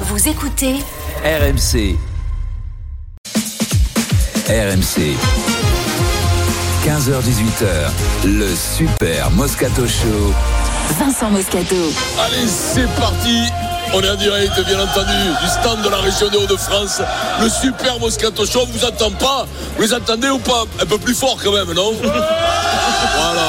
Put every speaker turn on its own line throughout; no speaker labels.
Vous écoutez
RMC. RMC. 15h18h, le Super Moscato Show.
Vincent Moscato.
Allez, c'est parti on est en direct, bien entendu, du stand de la région des Hauts-de-France. Le super Moscato Show, on vous entend pas Vous les entendez ou pas Un peu plus fort quand même, non Voilà.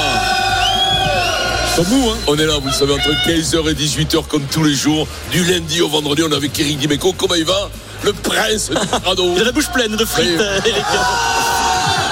Comme nous, hein. On est là, vous le savez, entre 15h et 18h, comme tous les jours, du lundi au vendredi. On est avec Eric Dimeco. Comment il va Le prince du Prado. Eh. Ah.
Il a la bouche pleine de frites.
Oui.
euh, Eric.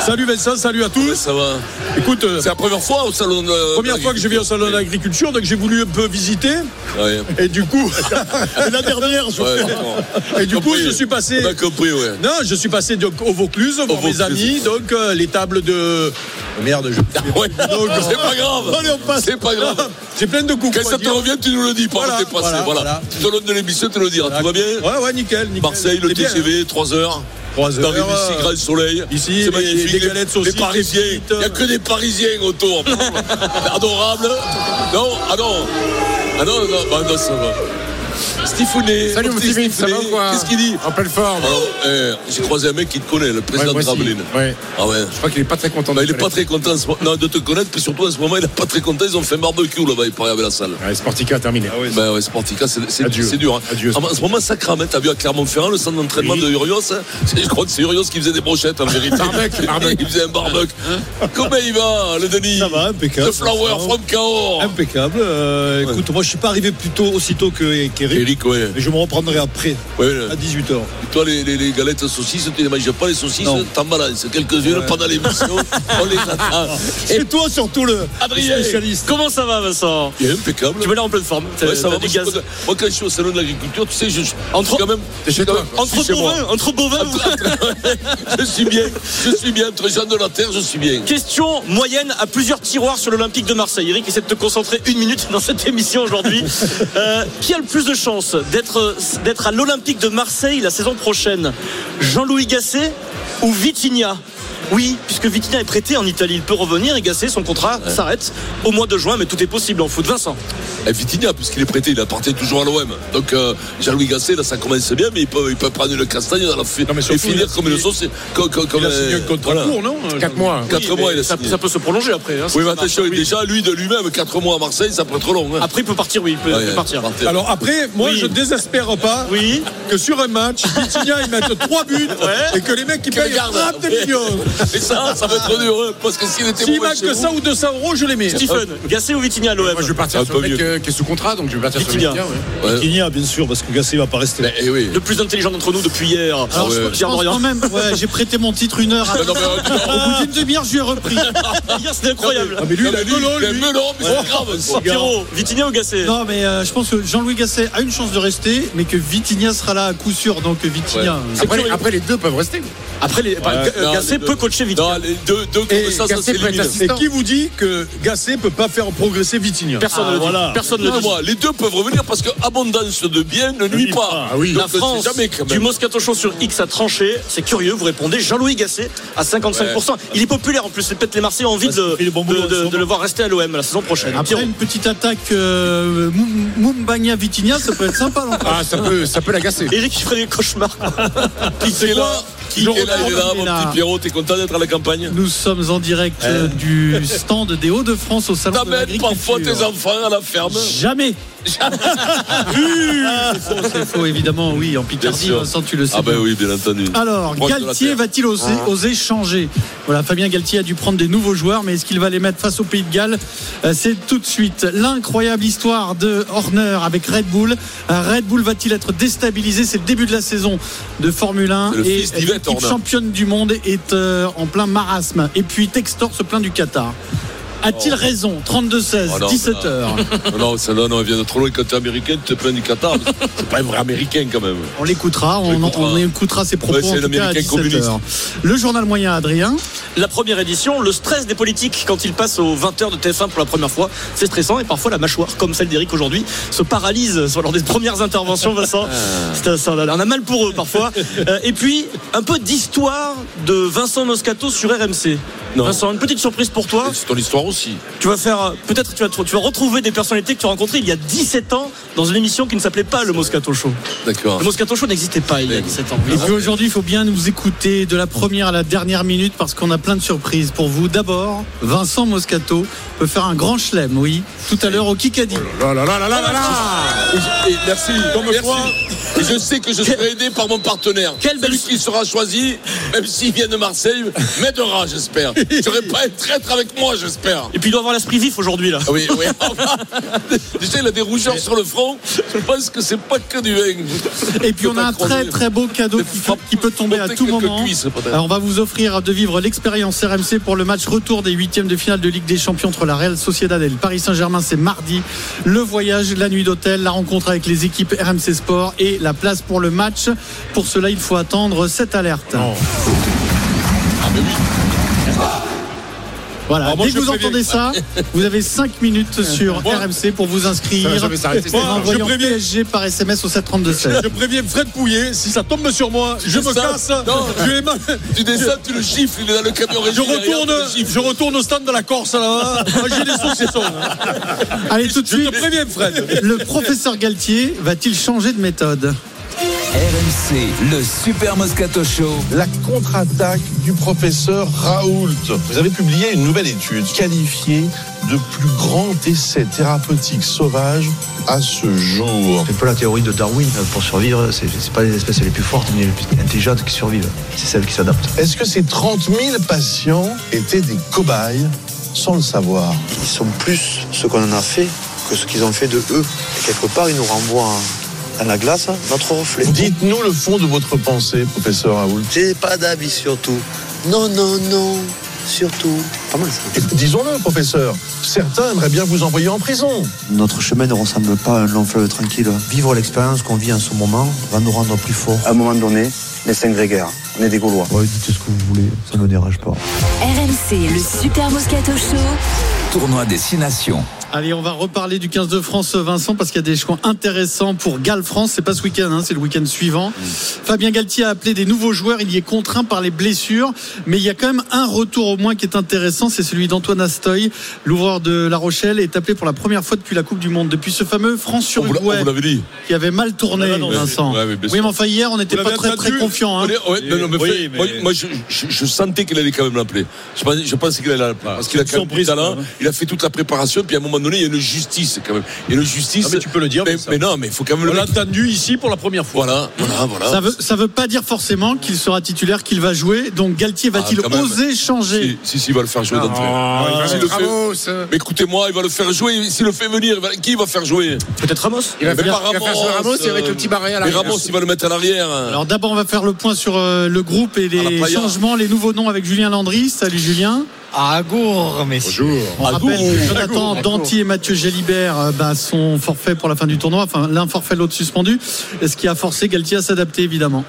Salut Vincent, salut à tous.
Ça va
Écoute, euh,
C'est la première fois au salon de. la-
première fois que je viens au salon de l'agriculture, donc j'ai voulu un peu visiter.
Ouais.
Et du coup, et la dernière, je-
Ouais, d'accord.
et du coup,
Compris.
je suis passé.
On a compris, ouais.
Non, je suis passé donc au Vaucluse voir
Vaucluse.
mes amis, donc euh, les tables de. Oh, Merde, je.
Ah Ouais. C'est pas grave.
Allez, on passe.
C'est pas grave.
J'ai plein de coups.
Quand ça te revient, tu nous le dis. Par
Voilà,
où t'es passé. Voilà.
voilà, voilà.
Tu te l'homme de l'émission, tu nous le diras. Tout va bien
Ouais, ouais, nickel. nickel.
Marseille, le
C'est bien, hein.
TCV, 3h.
Trois heures. euh,
T'arrives ici, grand soleil.
Ici,
c'est
des-
magnifique.
des
Les-
galettes saucisses,
Les Parisiens.
des frites.
Il n'y a que des Parisiens autour. Adorable. Non, ah non. Ah non, non, bah non, ça va. Stifounet.
Salut mon
petit
Stevie, ça va
Stifounet.
ou quoi
Qu'est-ce qu'il dit
En pleine forme.
Alors, euh, J'ai croisé un mec qui te connaît, le président
moi
de
aussi.
Graveline.
Ouais.
Ah ouais.
Je crois qu'il est pas très content. de
Bah, il est
te
pas
connaître.
très content en ce moment- non, de te connaître, puis surtout en ce moment, il est pas très content. Ils ont fait un barbecue là-bas, il paraît, avec la salle.
Ouais, Sportica a terminé.
Ah
Ben ouais, Sportica, c'est c'est-
Adieu.
c'est dur. hein.
Adieu,
Ah, en ce moment, ça crame. hein. T'as vu à Clermont-Ferrand le centre d'entraînement de Urios hein. C'est- Je crois que c'est Urios qui faisait des brochettes en vérité.
Barbec, barbec.
Il faisait un barbecue. Comment il va, le Denis
Ça va, impeccable.
The Flower from Cahors.
Impeccable. Euh, écoute, moi, je suis pas arrivé plus tôt, aussitôt que qu'Eric,
Eric, ouais.
mais je me reprendrai après,
Ouais,
à 18h.
Toi, les, les, les galettes aux saucisses, tu les manges pas, les saucisses,
Non.
t'en balances quelques-unes pendant l'émission. on les attend.
Et toi, surtout le.
Adrien,
Comment ça va, Vincent
il est impeccable.
Tu me l'air en pleine forme. T'as-
Ouais, ça
t'as
va,
du
moi, je
gaz.
suis pas- moi, quand je suis au salon de l'agriculture, tu sais, je, je-
Entre-
je suis quand même.
T'es chez
je suis
toi,
quand même- je
Entre
suis chez moi.
bovins, entre bovins. vous-
je suis bien, je suis bien, entre gens de la terre, je suis bien.
Question moyenne à plusieurs tiroirs sur l'Olympique de Marseille. Eric, essaie de te concentrer une minute dans cette émission aujourd'hui. Euh, qui a le plus de chance d'être d'être à l'Olympique de Marseille la saison prochaine Jean-Louis Gasset ou Vitinha oui, puisque Vitinha est prêté en Italie, il peut revenir et Gasset, son contrat s'arrête au mois de juin, mais tout est possible en foot. Vincent,
Et Eh, Vitinha, puisqu'il est prêté, il appartient toujours à l'OM. Donc euh, Jean-Louis Gasset, là, ça commence bien, mais il peut, il peut prendre le castagne dans la fi-
Non, mais
et
surtout, il
finir
a
comme une
signé-
sauce. Comme, comme, comme
Il a
un-
signé un contrat
voilà.
court, non euh,
4 mois.
Quatre
Oui,
mois,
mais
il a
ça,
signé.
ça peut se prolonger après. hein, si
Oui, mais
ça
attention,
marche. Oui.
déjà, lui de lui-même, 4 mois à Marseille, ça peut être long. hein.
Après, il peut partir, oui, il peut,
Ah,
il peut
ouais,
partir.
partir.
Alors après, moi
Oui.
je désespère pas
Oui.
que sur un match, Vitinha il mette 3 buts
Ouais.
et que les mecs qui
Que les
payent
gardes.
30 millions.
Et ça, ça va être dur, hein, parce que s'il était
S'il
mauvais
marque
chez
que
vous-
ça ou 200 euros, je les mets.
Stephen, Gasset ou Vitinha à l'OM
Moi, je vais partir
Un
sur
peu
le mec
mieux.
euh, qui est sous contrat, donc je vais partir sur le
Vitinha.
mec, ouais.
Ouais.
Vitinha, bien sûr, parce que Gasset va pas rester.
Mais, eh oui.
Le plus intelligent d'entre nous depuis hier.
ouais,
je
Ah ouais.
pense quand même, ouais, j'ai prêté mon titre une heure. à-
Non, non, mais, euh,
Au bout d'une demi-heure, je lui ai repris.
Hier, c'était incroyable.
Ah, mais lui,
non,
il a
mais lui,
melon,
il a
lui.
melon, mais c'est grave. ça.
Pierrot, Vitinha ou Gasset
Non, mais euh, je pense que Jean-Louis Gasset a une chance de rester, mais que Vitinha sera là à coup sûr. Donc Vitinha.
Ouais.
euh,
Après,
curieux.
les- après, les deux peuvent rester.
Après, les, bah, Ga-
Non,
Gasset
les deux.
peut coacher Vitinha.
Non, les deux, deux
Et
comme ça, ça
Gasset peut être
s'élimine.
assis-
Et qui vous dit que Gasset peut pas faire progresser Vitinha
Personne
Ah,
ne le dit.
voilà.
Personne ne
Non,
le dit.
moi, les deux peuvent revenir parce que abondance de biens ne nuit pas.
Ah oui.
Donc,
La France
c'est jamais quand
du
même.
Moscato Show sur X a tranché. C'est curieux, vous répondez Jean-Louis Gasset à 55%. Il est populaire en plus. C'est Peut-être les Marseillais ont envie de,
il fait des bons
de-
boulots en ce
de- de
moment.
le voir rester à l'OM la saison prochaine.
Après
Pierrot.
une petite attaque euh, Mou- Moumbagna Vitinha, ça peut être sympa. l'entrée.
Ah, ça peut, ça peut l'agacer.
Eric, il ferait des cauchemars.
Qui est là Qui
Jean
est là Il est là,
Roland,
mon
il est là.
petit Pierrot, t'es content d'être à la campagne
Nous sommes en direct euh, du stand des Hauts-de-France au salon de
T'amènes parfois tes
l'agriculture.
enfants à la ferme
Jamais. C'est faux, C'est faux, évidemment, oui, en Picardie,
sûr.
Vincent, tu le sais.
Ah ben
bien.
oui, bien entendu.
Alors,
Proche de la
Galtier
terre. Ah.
va-t-il oser, oser changer Voilà, Fabien Galtier a dû prendre des nouveaux joueurs, mais est-ce qu'il va les mettre face au Pays de Galles Euh, C'est tout de suite l'incroyable histoire de Horner avec Red Bull. Euh, Red Bull va-t-il être déstabilisé C'est le début de la saison de Formule 1
C'est le
et
fils d'Yvette
l'équipe
Horner.
championne du monde est euh, en plein marasme. Et puis Textor se plaint du Qatar. A-t-il raison 32-16,
Oh non,
17h.
Non, non, celle-là, non, elle vient de trop loin. Quand t'es américain, tu te plains du Qatar. mais C'est pas un vrai américain quand même.
On l'écoutera, on,
l'écoutera.
on écoutera ses propos
Ouais, c'est
en tout cas à
l'Américain communiste.
17h. Le journal moyen, Adrien.
La première édition, le stress des politiques quand ils passent aux 20h de TF1 pour la première fois, c'est stressant et parfois la mâchoire, comme celle d'Eric aujourd'hui, se paralyse sur lors des premières interventions, Vincent. C'est un- ça, on en a mal pour eux parfois. Euh, Et puis, un peu d'histoire de Vincent Moscato sur RMC. Vincent, une petite surprise pour toi.
C'est ton histoire aussi.
Tu vas faire, euh, peut-être, tu vas, tr- tu vas retrouver des personnalités que tu as rencontrées il y a 17 ans dans une émission qui ne s'appelait pas le Moscato Show.
D'accord.
Le Moscato Show n'existait pas il y a 17 ans.
Et puis aujourd'hui, il faut bien nous écouter de la première à la dernière minute parce qu'on a plein de surprises pour vous. D'abord, Vincent Moscato peut faire un grand chelem, oui, tout à l'heure au Kikadi.
Oh Là, là, là, là, là, là, là.
Et je- et merci. merci. Et je sais que je serai aidé par mon partenaire.
Quelle belle-
Celui qui sera choisi, même s'il vient de Marseille, m'aidera, j'espère. Je serai pas un traître avec moi, j'espère.
Et puis il doit avoir l'esprit vif aujourd'hui là.
Ah Oui, oui. Déjà, il a des rougeurs sur le front. Je pense que c'est pas que du vin.
Et puis on a un
Peut-être
très
croiser.
très beau cadeau qui,
frappes-
qui peut tomber à
Monter
tout
quelques
moment.
cuisses, peut-être.
Alors, on va vous offrir de vivre l'expérience RMC pour le match retour des huitièmes de finale de Ligue des Champions entre la Real Sociedad et le Paris Saint-Germain. C'est mardi. Le voyage, la nuit d'hôtel, la rencontre avec les équipes RMC Sport et la place pour le match. Pour cela, il faut attendre cette alerte. Voilà,
Alors, moi,
dès que
je
vous
préviens.
entendez ça, vous avez 5 minutes sur RMC pour vous inscrire.
Ça va jamais s'arrêter,
en
cette histoire.
envoyant
Je préviens.
PSG par SMS au 732-16.
Je préviens Fred Pouillet, si ça tombe sur moi, je me
Ça,
casse.
non.
Je, vais ma-
Tu descends, tu le gifles, il est dans le camion
je
régie,
retourne,
derrière, tu le gifles.
je retourne au stand de la Corse
hein.
là-bas. Moi, J'ai des saucissons.
Allez, tout de
Je
suite,
te préviens Fred.
le professeur Galtier va-t-il changer de méthode
RMC, le Super Moscato Show.
La contre-attaque du professeur Raoult. Vous avez publié une nouvelle étude qualifiée de plus grand essai thérapeutique sauvage à ce jour.
C'est un peu la théorie de Darwin. euh, Pour survivre, c'est c'est pas les espèces les plus fortes ni les plus intelligentes qui survivent. C'est celles qui s'adaptent.
Est-ce que ces 30 000 patients étaient des cobayes sans le savoir
Ils sont plus ce qu'on en a fait que ce qu'ils ont fait de eux. Et quelque part, ils nous renvoient à la glace notre reflet.
Dites-nous le fond de votre pensée, professeur Raoult.
J'ai pas d'avis surtout. Non, non, non. Surtout. Pas mal ça.
Et Disons-le, professeur, certains aimeraient bien vous envoyer en prison.
Notre chemin ne ressemble pas à un long fleuve Euh, tranquille. hein. Vivre l'expérience qu'on vit en ce moment va nous rendre plus forts. À un moment donné, les saint grégaires, on est des Gaulois. dites ce que vous voulez, ça ne me dérange pas.
RMC, le Super Moscato Show.
Tournoi des Six Nations.
Allez, on va reparler du 15 de France, Vincent, parce qu'il y a des choix intéressants pour Galles-France. C'est pas ce week-end, hein, c'est le week-end suivant. Fabien Galtier a appelé des nouveaux joueurs. Il y est contraint par les blessures, mais il y a quand même un retour au moins qui est intéressant. C'est celui d'Antoine Astoy, l'ouvreur de La Rochelle, est appelé pour la première fois depuis la Coupe du Monde, depuis ce
On Oh, vous
fameux
l'a- on
France-Uruguay
vous l'avait dit.
qui avait mal tourné,
Ah non, non,
Vincent.
ouais, mais bien sûr.
oui, mais enfin hier, on n'était
Vous
pas
l'avez
très très
attendu.
confiant. hein.
Ouais, non, non, mais
Oui,
fait,
mais-
Moi, moi, je, je- je sentais qu'il allait quand même l'appeler. Je pensais, je pensais qu'il allait l'appeler. Parce qu'il a quand même du
surprise,
talent.
quoi.
Il a fait toute la préparation. Puis à un moment donné, il y a une justice quand même. Il y a une justice.
Ah, mais tu peux le dire,
Mais,
mais ça.
mais non, mais il faut quand même
On
le
l'a
mettre.
entendu ici pour la première fois.
Voilà, voilà, voilà.
Ça veut, ça veut pas dire forcément qu'il sera titulaire, qu'il va jouer. Donc Galtier va-t-il
Ah, quand même.
oser changer
Si, si, si, il va le faire jouer d'entrée.
Ah,
S'il
il
le
va
fait-
Ramos. euh,
Mais écoutez-moi, il va le faire jouer. S'il le fait venir, il va- qui va faire jouer
Peut-être Ramos
Il va
Mais
faire
pas
il va faire
Ramos,
jouer Ramos et avec
euh,
le petit barré à
Mais
l'arrière.
Ramos, il va le mettre à l'arrière.
Alors d'abord, on va faire le point sur euh, le groupe et
À la hein.
les
playa.
changements, les nouveaux noms avec Julien Landry. Salut Julien.
Bonjour.
On
Ah,
rappelle que Jonathan Danty et Mathieu Gélibert euh, bah, sont forfaits pour la fin du tournoi. Enfin, l'un forfait, l'autre suspendu. Ce qui a forcé Galtier à s'adapter, évidemment.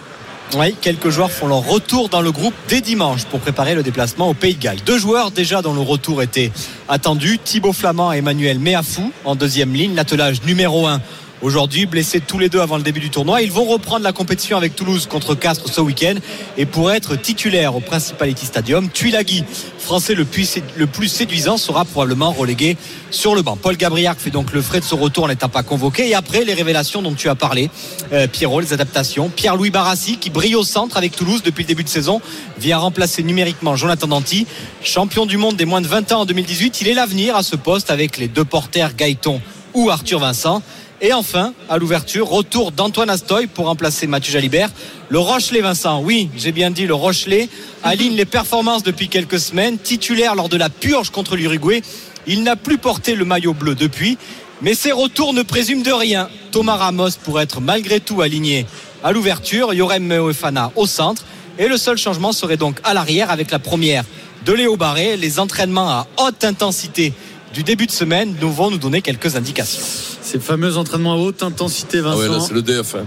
Oui, quelques joueurs font leur retour dans le groupe dès dimanche pour préparer le déplacement au Pays de Galles. Deux joueurs déjà dont le retour était attendu, Thibaut Flamand et Emmanuel Meafou en deuxième ligne, l'attelage numéro 1 aujourd'hui, blessés tous les deux avant le début du tournoi. Ils vont reprendre la compétition avec Toulouse contre Castres ce week-end et pour être titulaire au Principality Stadium, Tuilagi, français le plus, le plus séduisant, sera probablement relégué sur le banc. Paul Gabriac fait donc le frais de ce retour en n'étant pas convoqué et après les révélations dont tu as parlé, euh, Pierrot, les adaptations, Pierre-Louis Barassi qui brille au centre avec Toulouse depuis le début de saison, vient remplacer numériquement Jonathan Danti, champion du monde des moins de 20 ans en 2018. Il est l'avenir à ce poste avec les deux porteurs Gaëton ou Arthur Vincent. Et enfin, à l'ouverture, retour d'Antoine Astoy pour remplacer Mathieu Jalibert. Le Rochelet, Vincent, oui, j'ai bien dit, le Rochelet aligne les performances depuis quelques semaines. Titulaire lors de la purge contre l'Uruguay, il n'a plus porté le maillot bleu depuis. Mais ses retours ne présument de rien. Thomas Ramos pourrait être malgré tout aligné à l'ouverture, Yorem Meoefana au centre. Et le seul changement serait donc à l'arrière avec la première de Léo Barré. Les entraînements à haute intensité du début de semaine nous vont nous donner quelques indications.
Ces fameux entraînements à haute intensité,
Ah ouais, là,
Vincent.
c'est le DF. hein.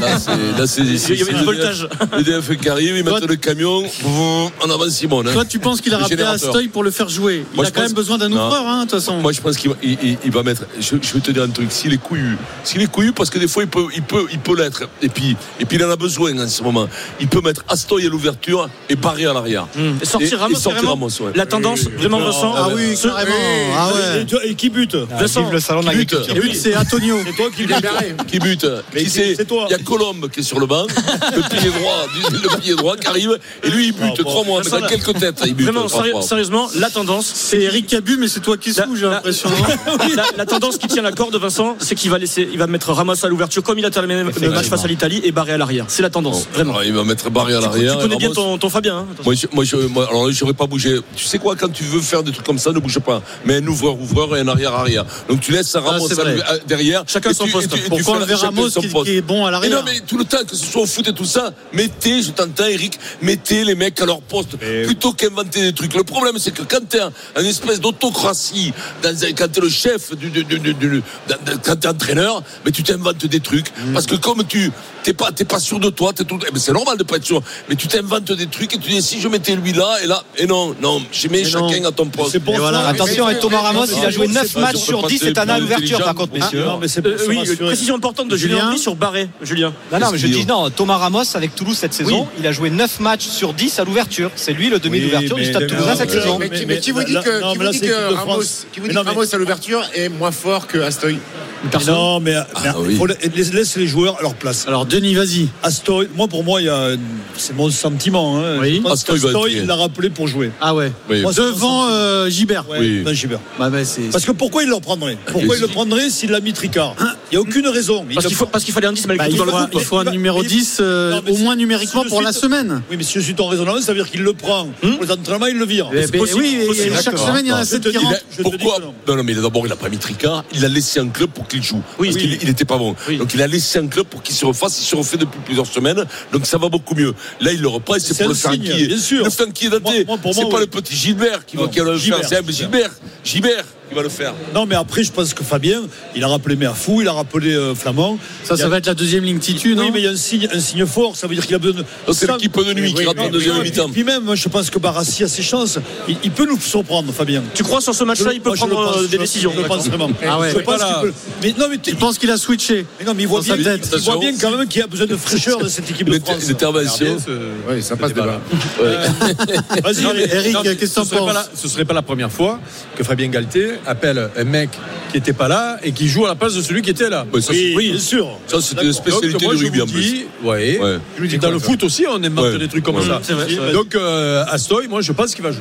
Là, c'est- là, c'est-
Il y
c'est-
avait
c'est
du voltage.
EDF qui arrive, ils
Toi,
mettent le camion boum, en avant Simone. hein.
Toi, tu penses qu'il a
Le
rappelé
générateur.
Astoy pour le faire jouer Il
Moi,
a
je
quand
pense-
même besoin d'un
Non.
ouvreur, hein, de toute façon.
Moi, je pense qu'il va, il- il- il va mettre. Je, je vais te dire un truc. S'il est couillu, s'il est couillu, parce que des fois, il peut, il peut, il peut l'être. Et puis, et puis, il en a besoin en ce moment. Il peut mettre Astoy à l'ouverture et Barré à l'arrière.
Hmm. Et sortir Ramos,
et sortir
carrément
Ramos, ouais.
La tendance, vraiment ressent.
Ah oui,
Euh,
Ce-
carrément. Ah ouais.
Et qui bute
Vincent,
Vive le salon de
Qui bute
l'agriculture.
Le but, c'est Antonio.
C'est toi qui bute.
Qui bute
Mais
Qui c'est
c'est toi.
Il y a Colombe qui est sur le banc, le pilier droit, du- le pilier droit qui arrive, et lui il
Non,
bute,
bon.
crois-moi, mais
Vincent,
dans quelques têtes il bute.
Ah, Vraiment, sérieux-
crois-moi.
sérieusement, la tendance,
C'est Eric Cabu, mais c'est toi qui
La-
sous, j'ai
la-
l'impression.
la, la tendance qui tient la corde, Vincent, c'est qu'il va laisser, il va mettre Ramos à l'ouverture comme il a terminé le match face à l'Italie et barré à l'arrière. C'est la tendance, vraiment.
Alors, il va mettre Barré à
Tu
l'arrière. et
connais bien
Ramos-
ton, ton Fabien. hein.
Moi, je, moi, je, moi, alors là, j'aurais pas bougé. Tu sais quoi, quand tu veux faire des trucs comme ça, ne bouge pas. Mais un ouvreur, ouvreur et un arrière, arrière. Donc tu laisses ça
Ah,
Ramos
c'est vrai.
à- à- derrière.
Chacun
et
son
tu-
poste.
et tu- et tu
Pourquoi
fais-
on le verra
chacun
Ramos
son
qui,
poste.
qui est bon à
Mais non,
l'arrière
mais tout le temps, que ce soit au foot et tout ça, mettez, je t'entends, Eric, mettez les mecs à leur poste plutôt qu'inventer des trucs. Le problème, c'est que quand t'es un, un espèce d'autocratie, dans un- quand t'es le chef, du, du- du- du- du- d'un- d'un- quand t'es entraîneur, mais tu t'inventes des trucs. Parce que comme tu t'es pas, t'es pas sûr de toi, t'es tout, eh ben, c'est normal de pas être sûr, mais tu t'inventes des trucs et tu dis si je mettais lui là et là, et non, non, je mets chacun à ton poste.
Et voilà, Attention, et Thomas Ramos, il a joué 9
pas
matchs
sûr,
sur
pas
10 cette
sûr,
année à
pas
l'ouverture, par
intelligent,
contre,
messieurs.
messieurs.
Non, mais c'est
Euh,
c'est
oui,
rassuré.
une précision importante de Julien
Julien.
Henry sur Barré. Julien.
Non, non, mais je
Espio.
dis non, Thomas Ramos avec Toulouse cette saison, il a joué 9 matchs sur 10 à l'ouverture. C'est lui le demi
Oui,
d'ouverture du
mais-
Stade
mais-
Toulousain cette
mais-
saison.
mais-
Mais, qui- mais qui vous dit
là-
que, qui
non, mais
vous
là,
dit
c'est
que
l'équipe de
Euh, Ramos,
France.
qui vous dit
Mais non,
que
mais-
Ramos à l'ouverture est moins fort que Astoy
Non, mais, mais
oui.
faut la- laisse, laisse les joueurs à leur place.
Alors, Denis, vas-y.
Astoy, moi pour moi, il y a, c'est mon sentiment. Hein.
Oui.
Je pense
Astoy va
qu'Astoy,
être-
il l'a rappelé pour jouer.
Ah ouais.
Oui.
Moi, c'est mon
Devant euh, Gilbert.
Ouais,
Oui.
ben, Gilbert.
Bah, bah, c'est. Ah,
Parce que pourquoi il le prendrait Pourquoi
Et
il le
si-
prendrait s'il l'a mis Tricard Il n'y a aucune raison. Il
Parce
le
qu'il faut-
prend-
parce qu'il fallait un 10
Bah,
malgré
il,
tout dans le
faut,
groupe.
il faut un
Mais-
numéro
mais-
10, euh,
Non, mais
au
si-
moins numériquement,
si je
pour la
suis-
semaine.
Oui, mais si je suis ton raisonnement, ça veut dire qu'il le prend. Pour les entraînements, il le vire.
Eh ben,
possible,
Hmm oui, et-
possible,
et chaque
d'accord.
semaine, il y en a
Je te
7 qui
dis-
rentrent.
Je te
Pourquoi
dis que non.
non. non, mais d'abord, il n'a pas mis Tricard, il l'a laissé en club pour qu'il joue.
Oui.
parce qu'il il n'était pas bon.
Oui.
Donc il a laissé un club pour qu'il se refasse, il se refait depuis plusieurs semaines, donc ça va beaucoup mieux. Là, il le reprend, et c'est
C'est
pour
un
le faire
signe,
inquiéter.
bien sûr.
Le faire inquiéter,
Moi- moi, pour
c'est
moi,
pas
oui.
le petit Gilbert qui va,
Non,
qui va le
Gilbert,
faire, c'est un Gilbert. Gilbert qui va le faire.
Non, mais après, je pense que Fabien, il a rappelé Merfou, il a rappelé euh, Flamand.
Ça,
Il y a-
ça va être la deuxième ligne titu, non Eh
Oui, mais il y a un signe, un signe fort, ça veut dire qu'il a besoin de.
Donc, C'est
Ça-
l'équipe de nuit qui rentre en deuxième
Ouais,
mi-temps.
puis- Puis même, je pense que Barassi a ses chances. Il, il peut nous surprendre, Fabien.
Tu crois sur ce match-là, il peut
Moi, je le
prendre
pense,
euh,
je
des
le-
décisions.
Je le pense vraiment.
Ah ouais.
Je pense qu'il peut- Mais non, mais tu-
Je pense qu'il a switché.
mais non, mais il voit
Dans sa
bien,
tête.
il voit bien quand même qu'il y a besoin de fraîcheur de cette équipe de
L'inter-
France.
L'intervention.
Oui, ça passe débat.
Vas-y,
Non, mais-
Eric.
non, mais
qu'est-ce que t'en
ce serait pas
penses
la- Ce serait pas la première fois que Fabien Galtier appelle un mec qui n'était pas là et qui joue à la place de celui qui était là.
Ouais, ça, c'est-
Oui, bien sûr.
Ça, c'est une
Donc,
spécialité
moi,
du
je
rugby
vous
en plus.
dis- ouais.
Ouais.
Je vous dis, dans le foot aussi, on aime
Ouais.
des trucs comme ça.
c'est vrai, c'est vrai.
Donc, euh, Astoy, moi, je pense qu'il va jouer.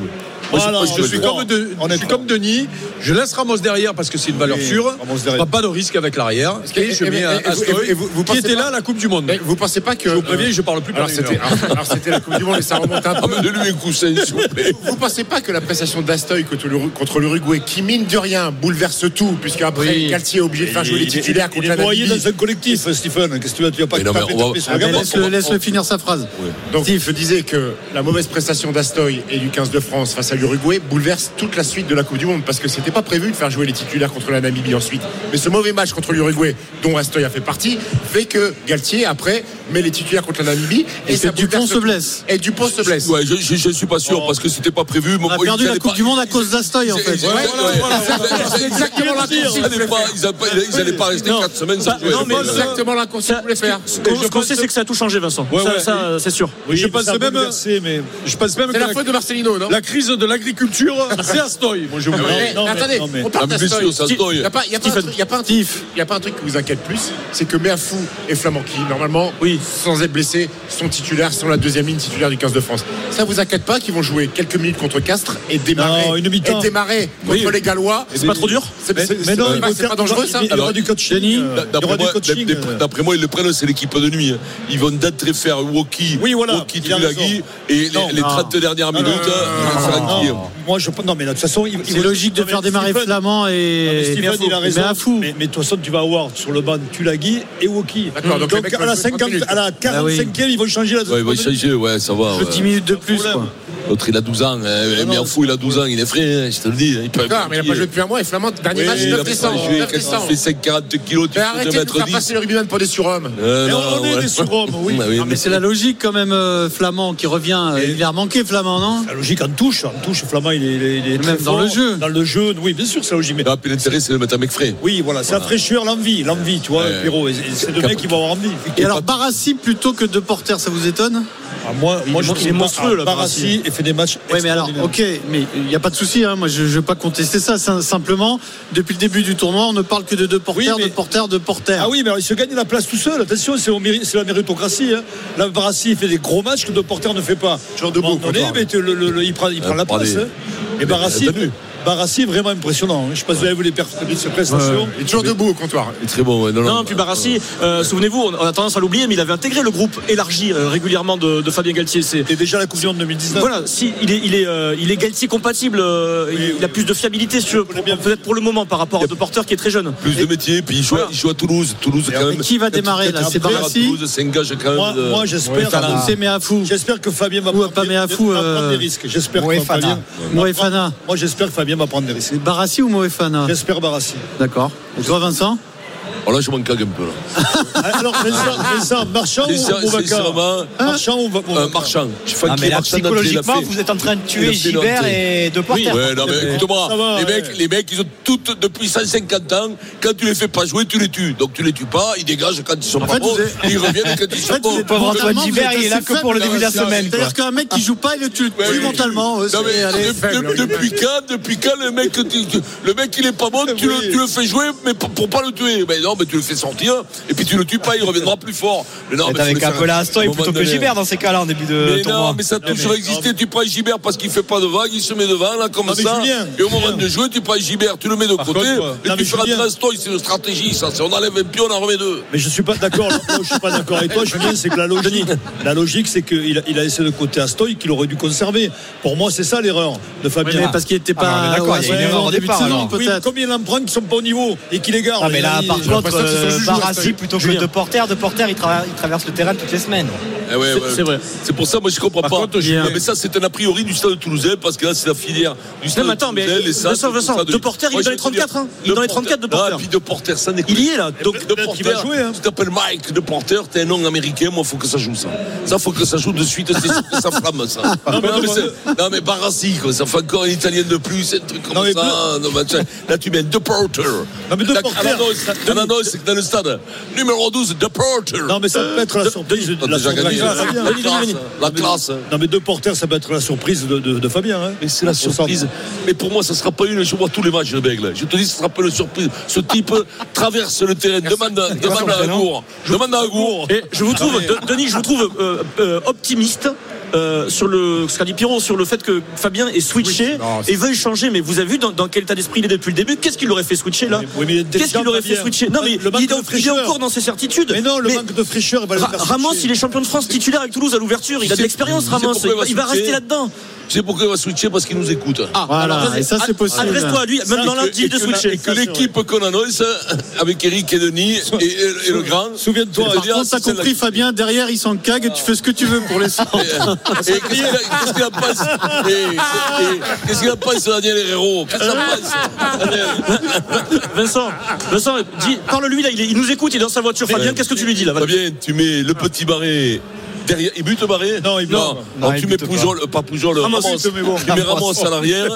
Moi,
je,
je pense
je
qu'il va
suis,
jouer.
comme de-
On est
je suis
d'accord.
comme Denis. Je laisse Ramos derrière parce que c'est une valeur sûre.
Ramos
Je
derrière.
prends pas de risque avec l'arrière.
que-
Et je
et-
mets
et- et-
Astoy,
et vous- vous
qui
pensez
était
pas-
là à la Coupe du Monde.
Mais vous pensez pas que. euh,
Je vous préviens, je parle plus Ah,
alors
pendant une
c'était,
heure.
alors c'était la Coupe du Monde et ça remonte un peu.
Amène-lui un coussin, s'il vous plaît.
Vous pensez pas que la prestation d'Astoy contre l'Uru- contre l'Uruguay, qui mine de rien bouleverse tout, puisque après Galtier est obligé de faire jouer les titulaires
Il
contre la
est noyé
Namibie.
dans un collectif, Stephen. Qu'est-ce que tu vas- tu vas pas
Mais non, mais
taper-
on va-
taper sur
Ah,
le
ben,
gamin
Laisse-le laisse-le finir sa phrase.
Donc je disais que la mauvaise prestation d'Astoy et du 15 de France face à l'Uruguay bouleverse toute la suite de la Coupe du Monde parce que c'était pas prévu de faire jouer les titulaires contre la Namibie ensuite. Mais ce mauvais match contre l'Uruguay dont Astoy a fait partie fait que Galtier après met les titulaires contre la Namibie et,
Et que
ça
Dupont
bouleverse
se
tout.
blesse.
Et Dupont se blesse.
Ouais, je, je, je suis pas sûr parce que c'était pas prévu.
On a perdu la Coupe du Monde à cause d'Astoy, en fait.
C'est exactement la Ils n'allaient pas, ils allaient pas- ils allaient pas rester
Non.
4 semaines sans
Bah,
jouer.
non, mais-
Ouais.
Exactement là qu'on
Ça-
voulait faire.
Ce qu'on ce qu'on sait, c'est que ça a tout changé, Vincent.
Ouais,
ça,
ouais.
ça, euh, c'est sûr.
Oui, je pense
ça
même.
bouleversé, mais-
Je pense même que
C'est la
la,
faute de Marcelino, non
la crise de l'agriculture, c'est Astoy. Moi, je vous
Non,
dis.
mais
non, mais-
Ah attendez,
non, mais-
on parle
Ah, mais bien
d'Astoy.
sûr, ça se doit.
Il n'y a, pas- y a pas un truc- y a pas un truc- y a pas un truc qui vous inquiète plus, c'est que Meafou et Flamand, qui normalement,
Oui.
sans être blessés, sont titulaires, sont la deuxième ligne titulaire du 15 de France. Ça vous inquiète pas qu'ils vont jouer quelques minutes contre Castres et démarrer,
Non, une
et
mi-temps.
démarrer contre les Gallois
C'est pas trop dur
C'est c'est-
Mais
c'est
non, il
pas,
faut
c'est pas
faire-
dangereux ça
Il y aura
Alors,
du coaching.
Denis,
euh, Il y
D'après
aura du
moi,
coaching.
d'après-
euh.
d'après moi, ils le prennent, c'est l'équipe de nuit. hein. Ils vont d'entrée faire Woki,
Oui, voilà,
Woki
il a
Tulagi,
raison.
et les,
Non,
les 30 dernières minutes,
non,
euh, ils vont faire
Ah. Non,
un tir.
Moi, je pense- non, mais de toute façon, il-
C'est
il-
logique de
non, mais
faire démarrer
Stephen-
Flamand
Non, mais
et.
Stephen, il a raison.
Mais à fou.
Mais, mais de toute façon, tu vas avoir sur le banc Tulagi et Woki.
D'accord, donc les mecs
à,
vont
la
jouer 30
50
Ah Bah
minutes.
à la 45e, ils vont changer la
Ouais, ils vont changer, ouais, ça va. ouais.
10 minutes de plus, quoi.
L'autre, il a 12 ans. hein. Mais en fou, il a 12 ans. Il est frais, hein, je te le dis. Il peut-
D'accord, mais il n'a pas joué depuis un mois et Flamand, dernier
Oui,
match,
il
9
a pas
décembre.
joué,
9
qu'est-ce qu'il
décembre.
fait 7 40 kilos, tu
Mais
fais 2
arrêtez de
mètres
faire
10.
passer les rugbymen pour des surhommes.
Euh,
Mais
non,
on est
ouais.
des surhommes, oui.
Ah oui,
Non, mais c'est la logique quand même, euh, Flamand qui revient. euh, il a manqué Flamand, non
La logique en touche, en touche, Flamand, il est, il est- il est très
Même dans
fort.
le jeu.
Dans le jeu, oui, bien sûr, c'est la logique. Mais...
Ah, puis l'intérêt, c'est de mettre un mec frais.
Oui, voilà, c'est la fraîcheur, l'envie, l'envie, tu vois,
Ouais.
Pierrot. et- et C'est deux
Cap-
mecs qui vont avoir envie.
Et alors Barassi plutôt que deux porteurs, ça vous étonne
Ah, moi, moi, je trouve pas- ah, Barassi et fait des matchs.
Oui, mais alors, ok, mais il n'y a pas de souci. hein, moi, je ne vais pas contester ça. Sim- Simplement, depuis le début du tournoi, on ne parle que de deux porteurs, de porteurs, de porteurs.
Ah oui, mais alors, il se gagne la place tout seul. Attention, c'est, au méri- c'est la méritocratie. Hein. Là, Barassi il fait des gros matchs que De Porter ne fait pas. Genre de
bout, quoi,
mais tu- le- le- le- il prend, il
Euh,
prend la
prend
place.
des-
hein. Et Barassi, Barassi est vraiment impressionnant. hein. Je ne sais pas si vous avez vu les per- ses prestations.
Il est toujours debout au comptoir.
Il est très bon, ouais. Non,
Euh,
bah,
Non, puis Barassi, euh, souvenez-vous, on on a tendance à l'oublier, mais il avait intégré le groupe élargi euh, régulièrement de, de Fabien Galtier. C'était
déjà la Coupe du Monde 2019.
Voilà, si, il est, il est, euh, il est Galtier compatible, euh, il, il a plus de fiabilité, si tu veux, pour- peut-être pour le moment, par rapport à De Porter qui est très jeune.
Plus de métier, puis il joue, il joue à Toulouse. Toulouse, quand même.
qui va
Quand il-
démarrer,
quand
là,
il
c'est
perd à
Barassi
Toulouse, s'engage quand même. euh,
Moi,
de-
Ah, moi, j'espère.
Ouais,
que-
C'est Méafou.
J'espère que Fabien va prendre, des- va prendre des risques. J'espère que
euh, Moefana.
Fabien.
Moefana.
va prendre- Moi, j'espère que Fabien va prendre des risques.
Barassi ou Moefana
J'espère Barassi.
Ah. D'accord. Et toi, Vincent
Oh là, je m'en cague un peu. Là.
Alors, Vincent, Vincent, Marchand
C'est ça,
ou Boubacar
sincèrement.
Marchand ou
Euh,
Boubacar
marchand. Je suis
Ah,
fan
mais là,
Marchand d'Atelier, il a
psychologiquement,
fait.
vous êtes en train de tuer
Il a fait
Gilbert
Nantes.
et De Porter.
Ouais, non, mais
Ça
écoute-moi,
va,
les,
ouais.
mecs, les mecs, ils ont toutes, depuis 150 ans, quand tu les fais pas jouer, tu les tues. Donc tu les tues pas, ils dégagent quand ils sont
En
pas
fait,
bons,
vous êtes-
et ils reviennent quand ils
En
sont
fait,
Oh,
vous
bons.
êtes mentalement, vous êtes assez faible. C'est-à-dire qu'un mec qui joue pas, il le tue
Ouais,
tue
oui.
mentalement. euh,
Non, mais
c'est- allez.
de- de- depuis quand, depuis quand le mec, tu- tu- le mec il est pas bon, tu le, tu le fais jouer, mais pour, pour pas le tuer. Mais non, mais tu le fais sortir, et puis tu le tues pas, il reviendra plus fort. Mais non,
Vous
mais
êtes
faut
avec
le faire
un peu
à
la Astoy
un moment
plutôt que
donné.
Gilbert dans ces cas-là en début de
Mais
tournoi.
non, mais ça a toujours existé. Tu prends Gibert parce qu'il fait pas de vague, il se met devant, là, comme
Non, mais
ça.
Julien,
et au moment de jouer, tu prends Gibert, tu le mets de
Par
côté,
contre, euh,
et
non, mais
tu feras
Julien-
Trastoy, c'est une stratégie, ça. C'est on enlève un pion, on en remet deux.
Mais je suis pas d'accord. là où je suis pas d'accord avec toi.
Eh,
Je dis c'est que la logique, la logique, c'est qu'il a, il a laissé de côté Astoy qu'il aurait dû conserver. Pour moi, c'est ça l'erreur de Fabien.
mais parce qu'il était pas-
Ah, mais
ouais,
il y a
ouais,
une erreur
en
au
début de
départ.
saison,
alors. Oui,
peut-être.
combien il en prend qui sont pas au niveau et qui les garde
Ah mais là
Il-
par
j'ai
contre
l'impression que c'est son
euh,
joujou,
Barassi
Astoy.
plutôt que De Porter, De Porter il, trava- il traverse le terrain toutes les semaines.
Eh ouais, ouais.
c'est vrai.
C'est pour ça, moi, je comprends pas.
contre, Julien-
Non, mais ça, c'est un a priori du stade de Toulousain, parce que là, c'est la filière du stade
Non, mais attends,
de
mais
Toulousain. les Saintes,
Vincent,
tout
Vincent,
ça
De Porter, il est
Moi, je
dans les
vais te
34,
dire,
hein. Il est dans les 34 de Porter.
Ah, puis De Porter, ça n'est
Il y est, là. Donc,
De
peut-être
Porter,
qu'il va jouer, hein.
tu t'appelles Mike, De Porter, t'es un nom américain, moi, faut que ça joue, ça. Ça, faut que ça joue de suite, c'est sûr que ça flamme, ça. Non, mais, c'est- non, mais Barassi, quoi. Ça fait encore un italien de plus, un truc comme
Non, mais
ça. Non, mais tiens, là, tu mets De Porter.
Non, mais De
Là,
Porter,
à l'annonce,
ça-
à l'annonce, c'est que dans le stade. Numéro 12, De Porter.
Non mais ça peut être la surprise de
T'as
la
déjà
surprise
gagné.
de Fabien.
La classe, la classe.
Non mais deux porteurs ça peut être la surprise de, de- de Fabien. hein.
Mais c'est la surprise. Mais pour moi, ça ne sera pas une. Je vois tous les matchs de Bègle. Je te dis, ça ne sera pas une surprise. Ce type traverse le terrain, demande, à- demande à Agour. Demande à Agour.
Et je vous trouve, De- Denis, je vous trouve euh, euh, optimiste. euh, sur le ce qu'a dit Piron sur le fait que Fabien est switché et veuille changer mais vous avez vu dans, dans quel état d'esprit il est depuis le début qu'est-ce qu'il aurait fait switcher là
Oui, mais il est
qu'est-ce qu'il aurait fait
intelligent,
switcher non mais
Fabien. Le manque
il est,
de
en- il est
fraîcheur.
encore dans ses certitudes
Mais non, le
Mais
manque de fraîcheur il va le
Ra-
faire.
Ramos
switcher.
il est champion de France titulaire avec Toulouse à l'ouverture il a de l'expérience Ramos
Tu sais pourquoi
il va
switcher
rester là-dedans
Tu sais pourquoi il va switcher Parce qu'il nous écoute.
Ah,
Voilà,
alors, vas-y,
et ça, c'est
ad-
possible.
Adresse-toi à lui,
Et
même dans
que-
lundi,
et
de
que la-
switcher.
Et que l'équipe qu'on annonce avec Eric et Denis et, et- et le grand.
Souviens-toi,
je
Par
veux dire,
contre, t'as
c'est la-
compris, Fabien, derrière, il s'en cague, tu fais ce que tu veux pour les centres.
Et qu'est-ce qu'il a- qu'est-ce qu'il a pensé Et- et- Qu'est-ce qu'il a pensé Daniel Herrero Qu'est-ce qu'il
Euh,
a pensé
Vincent, Vincent, dis- parle-lui là, il, est- il nous écoute, il est dans sa voiture. Fabien, qu'est-ce que tu lui dis là voilà.
Fabien, tu mets le petit barré. Derrière, il bute barré
Non, il bute.
Non,
Non,
Alors,
il
tu mets
bute
Poujol, euh, pas
Ah,
Poujol, Ramos.
Ramos, il te met bon.
Tu mets Ramos à l'arrière.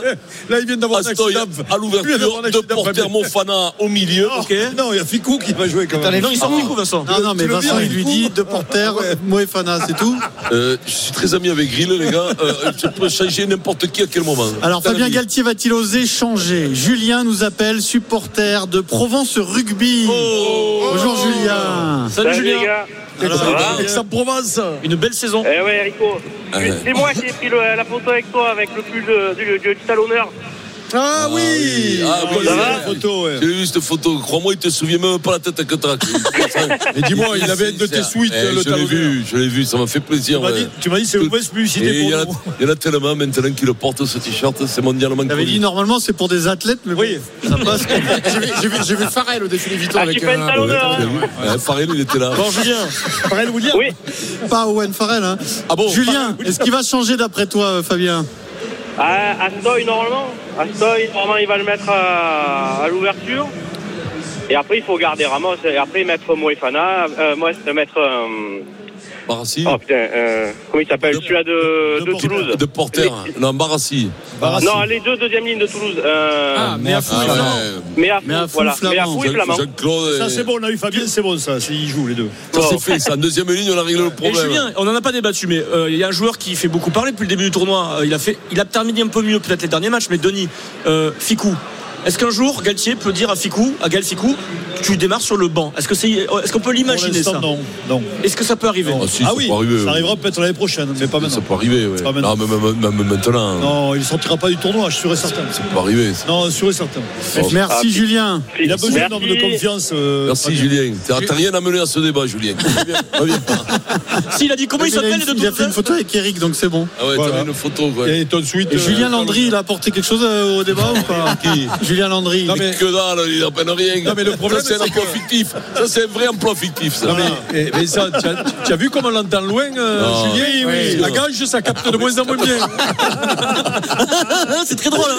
Là, il vient d'avoir un
Astoy
accident.
Ah, à
Il vient
l'ouverture.
d'avoir un
De
accident,
Porter
Fabien.
Monfana au milieu.
Ok.
Non, il y a Ficou qui va jouer quand même.
Non, il sort du coup, Vincent.
Non, non, mais
Tu le
Vincent,
dis,
il lui
du
dit deux porteurs, Moefana, c'est tout.
Euh, je suis très ami avec Grill, les gars. Euh, je peux changer n'importe qui à quel moment.
Alors
Dans la
Fabien
vie.
Galtier va-t-il oser changer Julien nous appelle, supporter de Provence Rugby. Bonjour Julien.
Oh. Salut,
Salut les
Julien.
gars.
Alors,
Ça va
Aix-en-Provence.
Une belle saison.
Eh ouais, Rico.
Ah ouais.
C'est moi qui ai pris le- la photo avec toi, avec le pull de- du, du- du talonneur.
Ah, oui
Ah
Ça
oui, j'ai
va
vu la photo, ouais. J'ai vu cette photo. Crois-moi, il te souvient même pas la tête à catraque.
Mais dis-moi, il avait de tes suites,
Eh,
le
Je l'ai
talonneur.
vu, je l'ai vu, ça m'a fait plaisir.
Tu m'as
ouais.
dit- tu m'as dit, c'est une mauvaise publicité
Et
pour
il y en a-
nous.
Il y en a tellement maintenant qui le portent, ce t-shirt, c'est mondialement
J'avais dit
connu.
normalement c'est pour des athlètes, mais oui, ça passe.
J'ai vu- j'ai vu- j'ai vu Farrell au défilé Vuitton avec un-
Ouais, Farrell, il était là.
Bon, Julien.
Farrell Williams
Oui. Pas Owen Farrell. Hein.
Ah bon
Julien, est-ce qu'il va changer d'après toi, euh, Fabien
Ah, Astoy, normalement. Astoy, normalement, il va le mettre à, à l'ouverture. Et après, il faut garder Ramos. Et après, mettre Moefana. Euh, moi, c'est mettre. euh,
Bah,
Oh putain, euh, comment il s'appelle Celui-là de, de Toulouse.
De porter, non, Barassi.
Non, les deux deuxième ligne de Toulouse. Euh, ah,
mais à fou, Ah, Flamand. ouais.
Mais à fou, voilà. Mais à fou et Flamand.
Ça, c'est bon, on a eu Fabien, c'est bon, ça. c'est- Ils jouent, les deux.
Ça c'est fait, ça. Deuxième ligne, on a réglé le
Et
problème.
Julien, on n'en a pas débattu, mais euh, il y a un joueur qui fait beaucoup parler depuis le début du tournoi. Euh, il, a fait, il a terminé un peu mieux peut-être les derniers matchs, mais Denis, euh, Ficou. Est-ce qu'un jour Galtier peut dire à Ficou, à Gal Ficou, tu démarres sur le banc Est-ce que c'est, euh, est-ce qu'on peut l'imaginer
l'instant,
ça
non, non.
Est-ce que ça peut arriver
Ah, si,
ah
ça
oui,
peut arriver,
ça
oui.
arrivera peut-être l'année prochaine, mais pas
Ça
maintenant.
peut arriver, ouais.
Pas maintenant.
Non, mais même, même maintenant. hein.
Non, il ne sortira pas du tournoi, je suis sûr et certain.
Ça peut arriver. ça.
Non, sûr et certain.
Bon.
Ah,
Merci Julien.
Il a besoin d'un homme de confiance. euh,
Merci
Fabien.
Julien. T'as t'as rien à mener à ce débat, Julien. Reviens pas.
S'il a dit comment il
Mais a
s'appelle
une-
les deux
Il a fait une photo avec Eric, donc c'est bon.
Ah ouais,
Voilà.
t'as mis une photo, quoi.
Et ton suite.
Et euh,
euh,
Julien Landry, il a apporté quelque chose euh, au débat ou pas Julien Landry.
Non, mais... Que dalle, il n'a peine rien.
Non, mais le problème,
ça, c'est un
c'est
emploi
que-
fictif. Ça, c'est un vrai emploi fictif, ça.
Non, mais, eh, mais ça, tu as, tu as vu comme on l'entend loin, euh,
Non.
Julien oui,
Oui.
La gage, ça capte de moins en moins bien.
c'est très drôle.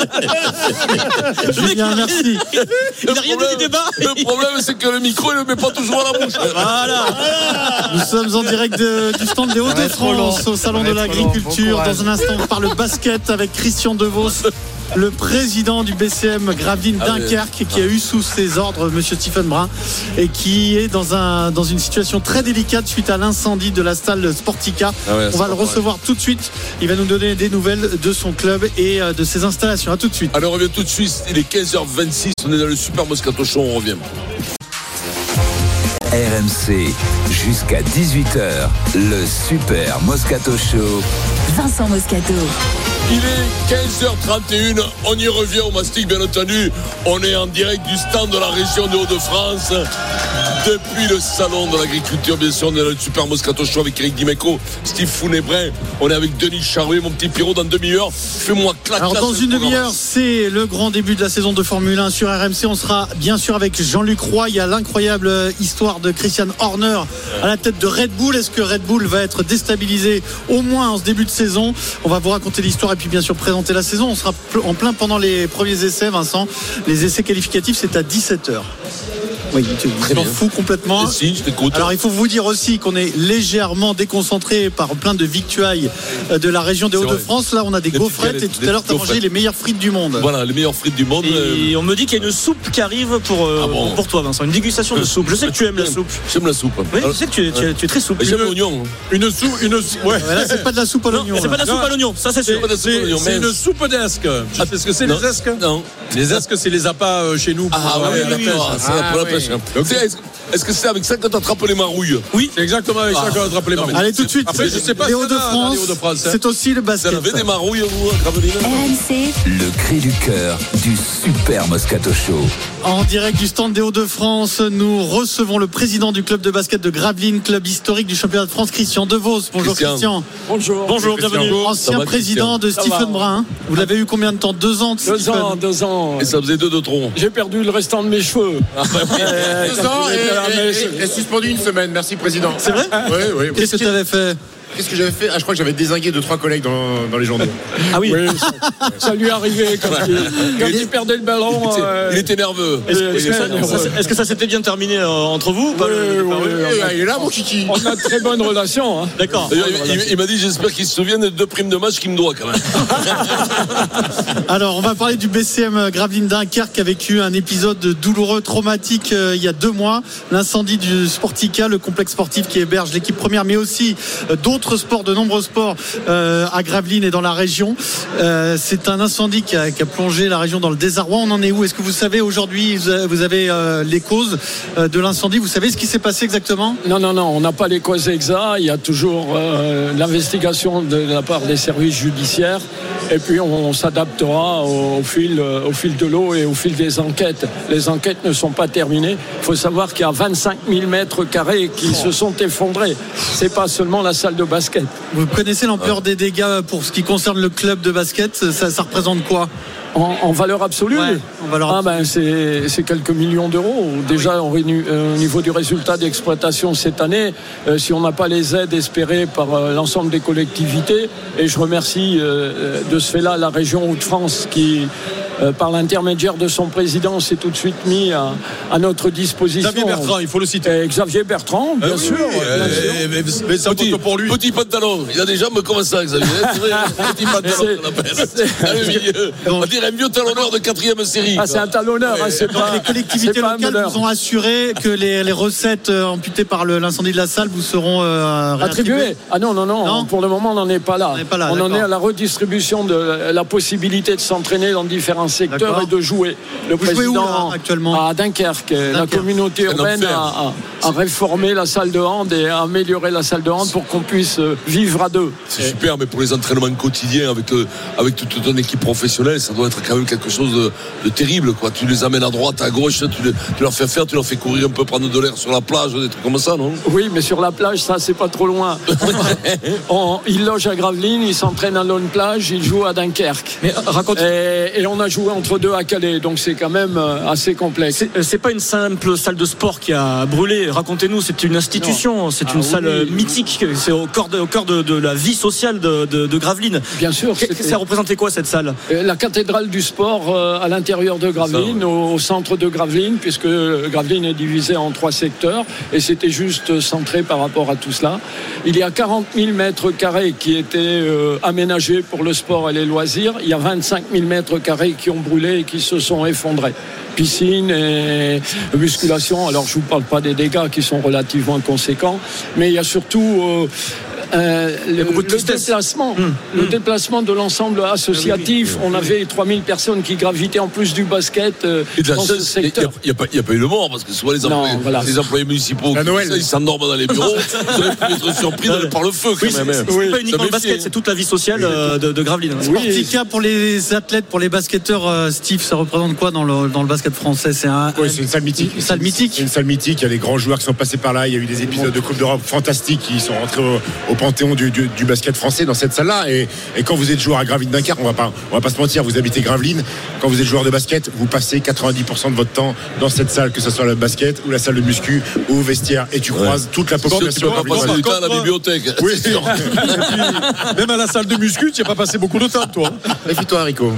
Julien, merci.
Il n'a rien dit du débat.
Le problème, c'est que le micro, il ne le met pas toujours à la bouche.
Voilà. Nous sommes en direct de- du stand des Hauts-de-France au Salon de l'Agriculture. Dans un instant, on parle basket avec Christian DeVos. Le président du BCM Graveline
Ah, mais-
Dunkerque qui a eu sous ses ordres Monsieur Stephen Brun et qui est dans, un, dans une situation très délicate suite à l'incendie de la salle Sportica.
Ah ouais,
On
c'est
va
pas
le
pareil.
recevoir tout de suite. Il va nous donner des nouvelles de son club et euh, de ses installations. À tout de suite.
Allez, on revient tout de suite. Il est 15h26. On est dans le Super Moscato Show. On revient.
RMC jusqu'à 18h, le Super Moscato Show.
Vincent Moscato.
Il est 15h31, on y revient au Mastic bien entendu. On est en direct du stand de la région des Hauts-de-France. Depuis le salon de l'agriculture, bien sûr, on est dans le Super Moscato Show avec Eric Dimeco, Steve Founébrin, on est avec Denis Charvet, mon petit Pierrot, dans demi-heure. Fais-moi claquer.
Alors
là,
dans
ce
une
programme.
demi-heure, c'est le grand début de la saison de Formule 1 sur RMC. On sera bien sûr avec Jean-Luc Roy. Il y a l'incroyable euh, histoire de Christian Horner à la tête de Red Bull. Est-ce que Red Bull va être déstabilisé au moins en ce début de saison On va vous raconter l'histoire et puis bien sûr présenter la saison. On sera pl- en plein pendant les premiers essais, Vincent. Les essais qualificatifs, c'est à 17h. Oui, tu
Très
t'en
bien.
fous complètement.
Et si, je t'écoute.
Alors il faut vous dire aussi qu'on est légèrement déconcentré par plein de victuailles euh, de la région des
C'est
Hauts-de-France. Là, on a des
Des
gaufrettes
petites
et tout à
galettes,
l'heure,
des
t'as mangé
gaufrettes.
les meilleures frites du monde.
Voilà, les meilleures frites du monde. euh. Ah
Et on me dit qu'il y a une soupe qui arrive pour, euh,
bon
pour toi, Vincent. Une dégustation de soupe. Je sais que tu aimes la soupe.
J'aime la soupe.
Oui, je sais que tu es, tu es- tu es très souple.
J'aime l'oignon.
Une soupe, une soupe. Ouais.
Ouais, là, c'est pas de la soupe à l'oignon.
C'est pas de la soupe à l'oignon, ça c'est sûr.
Pas de soupe à l'oignon,
C'est
mais-
une soupe d'esque. Tu sais ce que c'est
Non.
les esques
Non.
Les esques, c'est les appâts euh, chez nous. pour,
Ah,
euh,
ouais,
la pêche.
d'accord, c'est
Ah,
pour la pêche. hein.
Donc,
C'est- Est-ce est-ce que c'est avec ça que t'attrapes les marouilles
Oui.
C'est exactement avec ça
Ah.
qu'on attrape les
Non, mais-
marrons.
Allez, tout de suite.
Après, je sais pas
les
si ça va,
Hauts-de-France,
les Hauts-de-France, hein.
c'est aussi le
Vous en
basket.
avez des marouilles, vous, hein, à Gravelines
RMC,
Le cri du cœur du Super Moscato Show.
En direct du stand des Hauts-de-France, nous recevons le président du club de basket de Gravelines, club historique du championnat de France, Christian DeVos. Bonjour
Christian.
Christian.
Bonjour.
Bonjour, bienvenue.
Ça
Ancien
va,
président de
Ça va.
Stephen Brun. Vous l'avez eu combien de temps Deux ans de
Deux
Stephen.
ans, deux ans.
Et ça faisait deux de Ah, bah tronc.
J'ai perdu le restant de mes cheveux. Euh,
Deux ans
t'as
et,
pu mettre la
et-
mèche.
et- et suspendu une semaine, merci président. C'est vrai Oui, oui. oui.
Qu'est-ce que tu avais fait
Qu'est-ce que j'avais fait Ah, je crois que j'avais désingué deux, trois collègues dans, dans les journaux.
Ah oui.
ça, ça lui est arrivé quand il, quand il perdait le
Il
ballon.
était-
euh,
Il était nerveux.
Est-ce que-
Oui,
est-ce que ça-
oui,
ça-
oui.
Est-ce que ça s'était bien terminé euh, entre vous ou pas, le-
oui,
le départ
oui,
Eh, ah, il est là, mon kiki
on a de très bonne relation. hein.
D'accord.
D'ailleurs, il, il- il m'a dit j'espère qu'il se souvient des deux primes de match qu'il me doit quand même.
Alors, on va parler du BCM euh, Gravelines Dunkerque qui a vécu un épisode douloureux, traumatique euh, il y a deux mois. L'incendie du Sportica, le complexe sportif qui héberge l'équipe première, mais aussi euh, d'autres d'autres sports, de nombreux sports euh, à Gravelines et dans la région. Euh, c'est un incendie qui a, qui a plongé la région dans le désarroi. On en est où Est-ce que vous savez aujourd'hui, vous a- vous avez euh, les causes euh, de l'incendie Vous savez ce qui s'est passé exactement
Non, non, non, on n'a pas les causes exactes. Il y a toujours euh, l'investigation de la part des services judiciaires. Et puis on, on s'adaptera au, au fil, euh, au fil de l'eau et au fil des enquêtes. Les enquêtes ne sont pas terminées. Il faut savoir qu'il y a 25 000 mètres carrés qui
Oh.
se sont effondrés. C'est pas seulement la salle de basket.
Vous connaissez l'ampleur des dégâts pour ce qui concerne le club de basket Ça, ça représente quoi
en, valeur absolue Ah ben c'est c'est quelques millions d'euros. Déjà au rénu- euh, au niveau du résultat d'exploitation cette année, euh, si on n'a pas les aides espérées par euh, l'ensemble des collectivités, et je remercie euh, euh, de ce fait-là la région Hauts-de-France qui, euh, par l'intermédiaire de son président, s'est tout de suite mis à, à notre disposition.
Xavier Bertrand, Euh, il
faut le citer. Xavier Bertrand,
Ah
bien sûr. bien sûr.
euh, mais ça petit, pour lui. Petit pantalon. Il a des jambes comme ça, Xavier. hein, c'est vrai, petit pantalon, on appelle. Dans le milieu. On dirait un vieux talonneur de quatrième série.
Ah, c'est un talonneur, hein, c'est
Donc,
pas.
les collectivités
c'est pas un
locales
meneur.
vous ont assuré que les, les recettes euh, amputées par le- l'incendie de la salle vous seront euh,
Attribué
réattribuées.
Ah non, non, non, Pour le moment, on n'en est pas là.
pas là,
on en
Ah, d'accord.
est à la redistribution de la possibilité de s'entraîner dans différents secteurs
D'accord.
et de jouer. Le
Vous jouez où, là,
actuellement À Dunkerque. La communauté
Un
urbaine
enfer.
a, a- a réformé la salle de hand et a amélioré la salle de hand pour qu'on puisse euh, vivre à deux.
C'est super, mais pour les entraînements quotidiens avec, euh, avec toute ton équipe professionnelle, ça doit être quand même quelque chose de, de terrible. Quoi. Tu les amènes à droite, à gauche, tu, les- tu leur fais faire, tu leur fais courir un peu, prendre de l'air sur la plage, des trucs comme ça, non
Oui, mais sur la plage, ça, c'est pas trop loin. On- il loge à Gravelines, il s'entraîne à Lone Plage, il joue à Dunkerque. Et, et on a joué entre deux à Calais, donc c'est quand même euh, assez complexe.
Euh, C'est pas une simple salle de sport qui a brûlé. Racontez-nous, c'est une institution,
Non.
c'est
Ah
une
oui.
salle euh, mythique. C'est au corps de, au corps de, de la vie sociale de, de, de Gravelines.
Bien sûr.
Ça représentait quoi cette salle
Euh, La cathédrale du sport euh, à l'intérieur de Gravelines, au au centre de Gravelines, puisque euh, Gravelines est divisée en trois secteurs, et c'était juste euh, centré par rapport à tout cela. Il y a 40 000 mètres carrés qui étaient euh, aménagés pour le sport et les loisirs. Il y a 25 000 mètres carrés qui ont brûlé et qui se sont effondrés. Piscine et musculation. Alors je vous parle pas des dégâts qui sont relativement conséquents, mais il y a surtout euh, euh, le, le déplacement,
Hmm.
le déplacement de l'ensemble associatif.
Ah
On avait 3000 personnes qui gravitaient en plus du basket euh,
Et de la
dans
seule-
ce secteur.
Il n'y a, pas- il y a pas eu de mort parce que souvent les
Non,
employés,
voilà.
les employés municipaux,
À
qui
Noël.
font ça, ils s'endorment dans les bureaux, ils auraient pu être surpris d'aller par le feu quand
Oui, c'est-
même. hein.
c'est pas uniquement
Ça
le basket,
méfie,
c'est toute la vie sociale euh, de, de Gravelines.
Sportica pour les athlètes, pour les basketteurs, euh, Steve, ça représente quoi dans le, dans le basket français C'est un,
Oui, c'est une salle mythique.
Une salle mythique.
C'est une salle mythique. Il y a des grands joueurs qui sont passés par là. Il y a eu des épisodes de Coupe d'Europe fantastiques qui sont rentrés au, au panthéon du, du- du basket français dans cette salle-là. Et, et quand vous êtes joueur à Gravelines Dunkerque, on va pas, on va pas se mentir, vous habitez Gravelines. Quand vous êtes joueur de basket, vous passez 90% de votre temps dans cette salle, que ce soit le basket ou la salle de muscu ou au vestiaire. Et tu croises toute la
C'est sûr, tu
population.
vas pas passer
gravelinoise.
du temps à la bibliothèque.
Oui, c'est sûr.
Même à la salle de muscu, tu n'y as pas passé beaucoup de temps, toi.
Méfie-toi, Rico.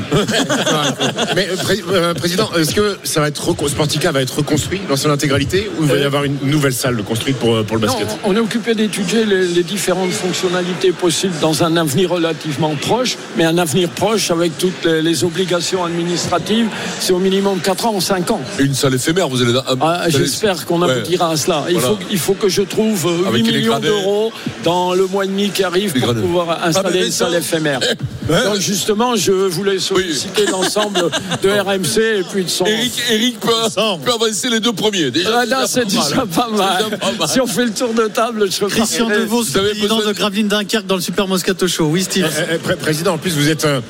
Mais euh, pré- euh, président, est-ce que ça va être recon- Sportica va être reconstruit dans son intégralité ou il
Euh,
va y avoir une nouvelle salle construite pour, euh, pour le
Non,
basket
on on est occupé d'étudier les, les différentes fonctionnalités possibles dans un avenir relativement proche, mais un avenir proche avec toutes les, les obligations administratives, c'est au minimum 4 ans, 5 ans.
Une salle éphémère, vous allez.
Ah, J'espère qu'on aboutira à cela. Il, faut, il faut que je trouve euh, 8
Avec les
millions
gradés.
d'euros dans le mois et demi qui arrive pour
gradés.
pouvoir
Ah,
installer
mais
une salle
ça- Eh,
éphémère. Donc justement, je voulais solliciter l'ensemble de RMC et puis de son...
Eric, Eric peut, peut avancer les deux premiers. Déjà,
Ah, là, c'est déjà pas mal. Si on fait le tour de table, je
Christian
repartirai.
Devaux, président de Gravelines Dunkerque dans le Super Moscato Show. Oui, Steve.
Eh, eh, pré- Président, en plus, vous êtes euh,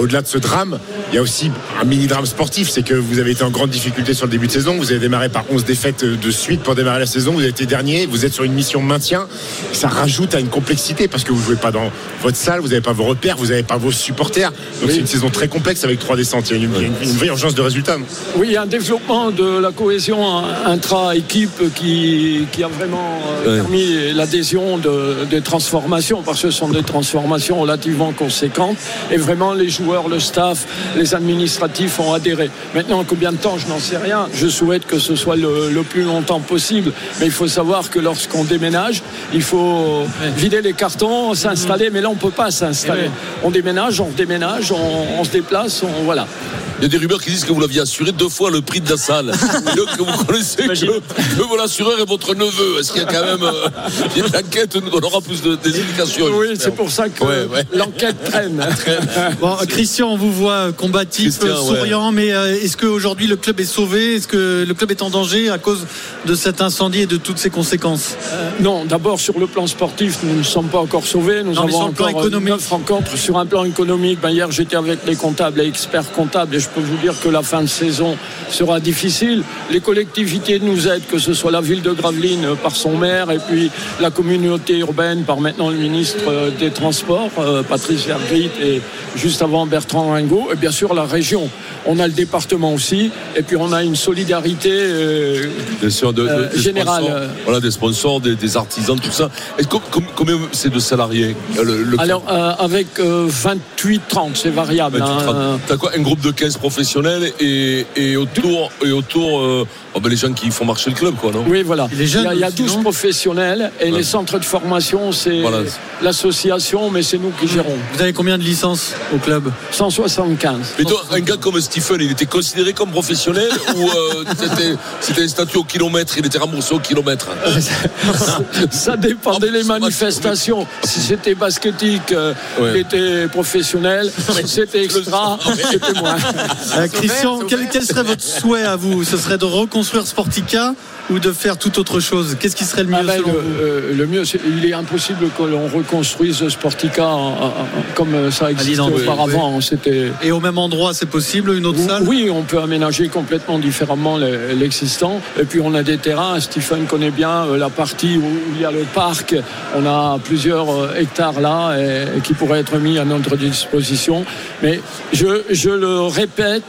au-delà de ce drame. Il y a aussi un mini-drame sportif, c'est que vous avez été en grande difficulté sur le début de saison. Vous avez démarré par 11 défaites euh, de suite pour démarrer la saison. Vous avez été dernier. Vous êtes sur une mission maintien. Ça rajoute à une complexité parce que vous jouez pas dans votre salle, vous n'avez pas vos repères, vous n'avez pas vos supporters. Donc c'est une saison très complexe avec trois descentes. Il y a une, il y a une- une vraie urgence de résultats. non
Oui, il y a un développement de la cohésion intra-équipe qui, qui a vraiment euh,
Ouais.
permis l'adhésion de- des transformations, parce que ce sont des transformations relativement conséquentes. Et vraiment, les joueurs, le staff, les administratifs ont adhéré. Maintenant, combien de temps, je n'en sais rien. Je souhaite que ce soit le, le plus longtemps possible. Mais il faut savoir que lorsqu'on déménage, il faut vider les cartons,
Mhm.
s'installer. Mais là, on ne peut pas s'installer. On déménage, on déménage, on, on se déplace, on, voilà.
Il y a des rumeurs qui disent que vous l'aviez assuré deux fois le prix de la salle. Et donc que vous connaissez que, que mon assureur est votre neveu. Est-ce qu'il y a quand même euh, il y a une enquête nous donnera plus de, des indications
Oui, c'est pour ça que
Ouais, ouais.
l'enquête traîne. euh,
Bon, Christian, on vous voit euh, combatif,
Ah, Christian, ouais.
souriant, mais euh, est-ce qu'aujourd'hui le club est sauvé Est-ce que le club est en danger à cause de cet incendie et de toutes ses conséquences
Euh, Non, d'abord sur le plan sportif, nous ne sommes pas encore sauvés. Nous
Non, mais
avons
sur le plan
encore
économique.
9 rencontres sur un plan économique. Ben, hier, j'étais avec les comptables et experts comptables et je peux vous dire que la fin de saison sera difficile. Les collectivités nous aident, que ce soit la ville de Gravelines euh, par son maire et puis la communauté urbaine par maintenant le ministre euh, des Transports, euh, Patrice Vergrit et juste avant Bertrand Ringot et bien sûr la région. On a le département aussi et puis on a une solidarité euh,
Bien sûr, de, de-
Euh,
des
général,
sponsors,
euh.
voilà, des sponsors, des, des artisans, tout ça. Et com- com- combien c'est de salariés euh, le, le-
Alors, euh, avec euh, 28-30, c'est variable.
Ben, tu te
hein.
rends- T'as quoi Un groupe de 15 professionnels et, et autour, et autour euh, oh ben, les gens qui font marcher le club, quoi, non
Oui, voilà. il y a, il y a
aussi,
12 professionnels et les centres de formation, c'est
Voilà.
l'association, mais c'est nous qui gérons.
Vous avez combien de licences au club
175.
Mais toi, un gars comme Stephen, il était considéré comme professionnel ou euh, c'était- c'était un statut au kilomètre, il était remboursé au kilomètre
Ça dépendait
Ah,
des manifestations. Si c'était baskettique, euh,
Ouais.
il était professionnel. Si c'était extra, c'était moins.
Ah,
Euh, Christian, quel, quel serait votre souhait à vous Ce serait de reconstruire Sportica ou de faire tout autre chose Qu'est-ce qui serait le mieux
Ah ben,
selon
le,
vous
euh, le mieux, c'est- il est impossible que l'on reconstruise Sportica en- en- en- comme euh, ça existait
Disons, oui,
auparavant. C'était
Et au même endroit, c'est possible Une autre salle
Oui, on peut aménager complètement différemment le- l'existant. Et puis on a des terrains. Stephen connaît bien euh, la partie où il y a le parc. On a plusieurs euh, hectares là et- et qui pourraient être mis à notre disposition. Mais je, je le répète,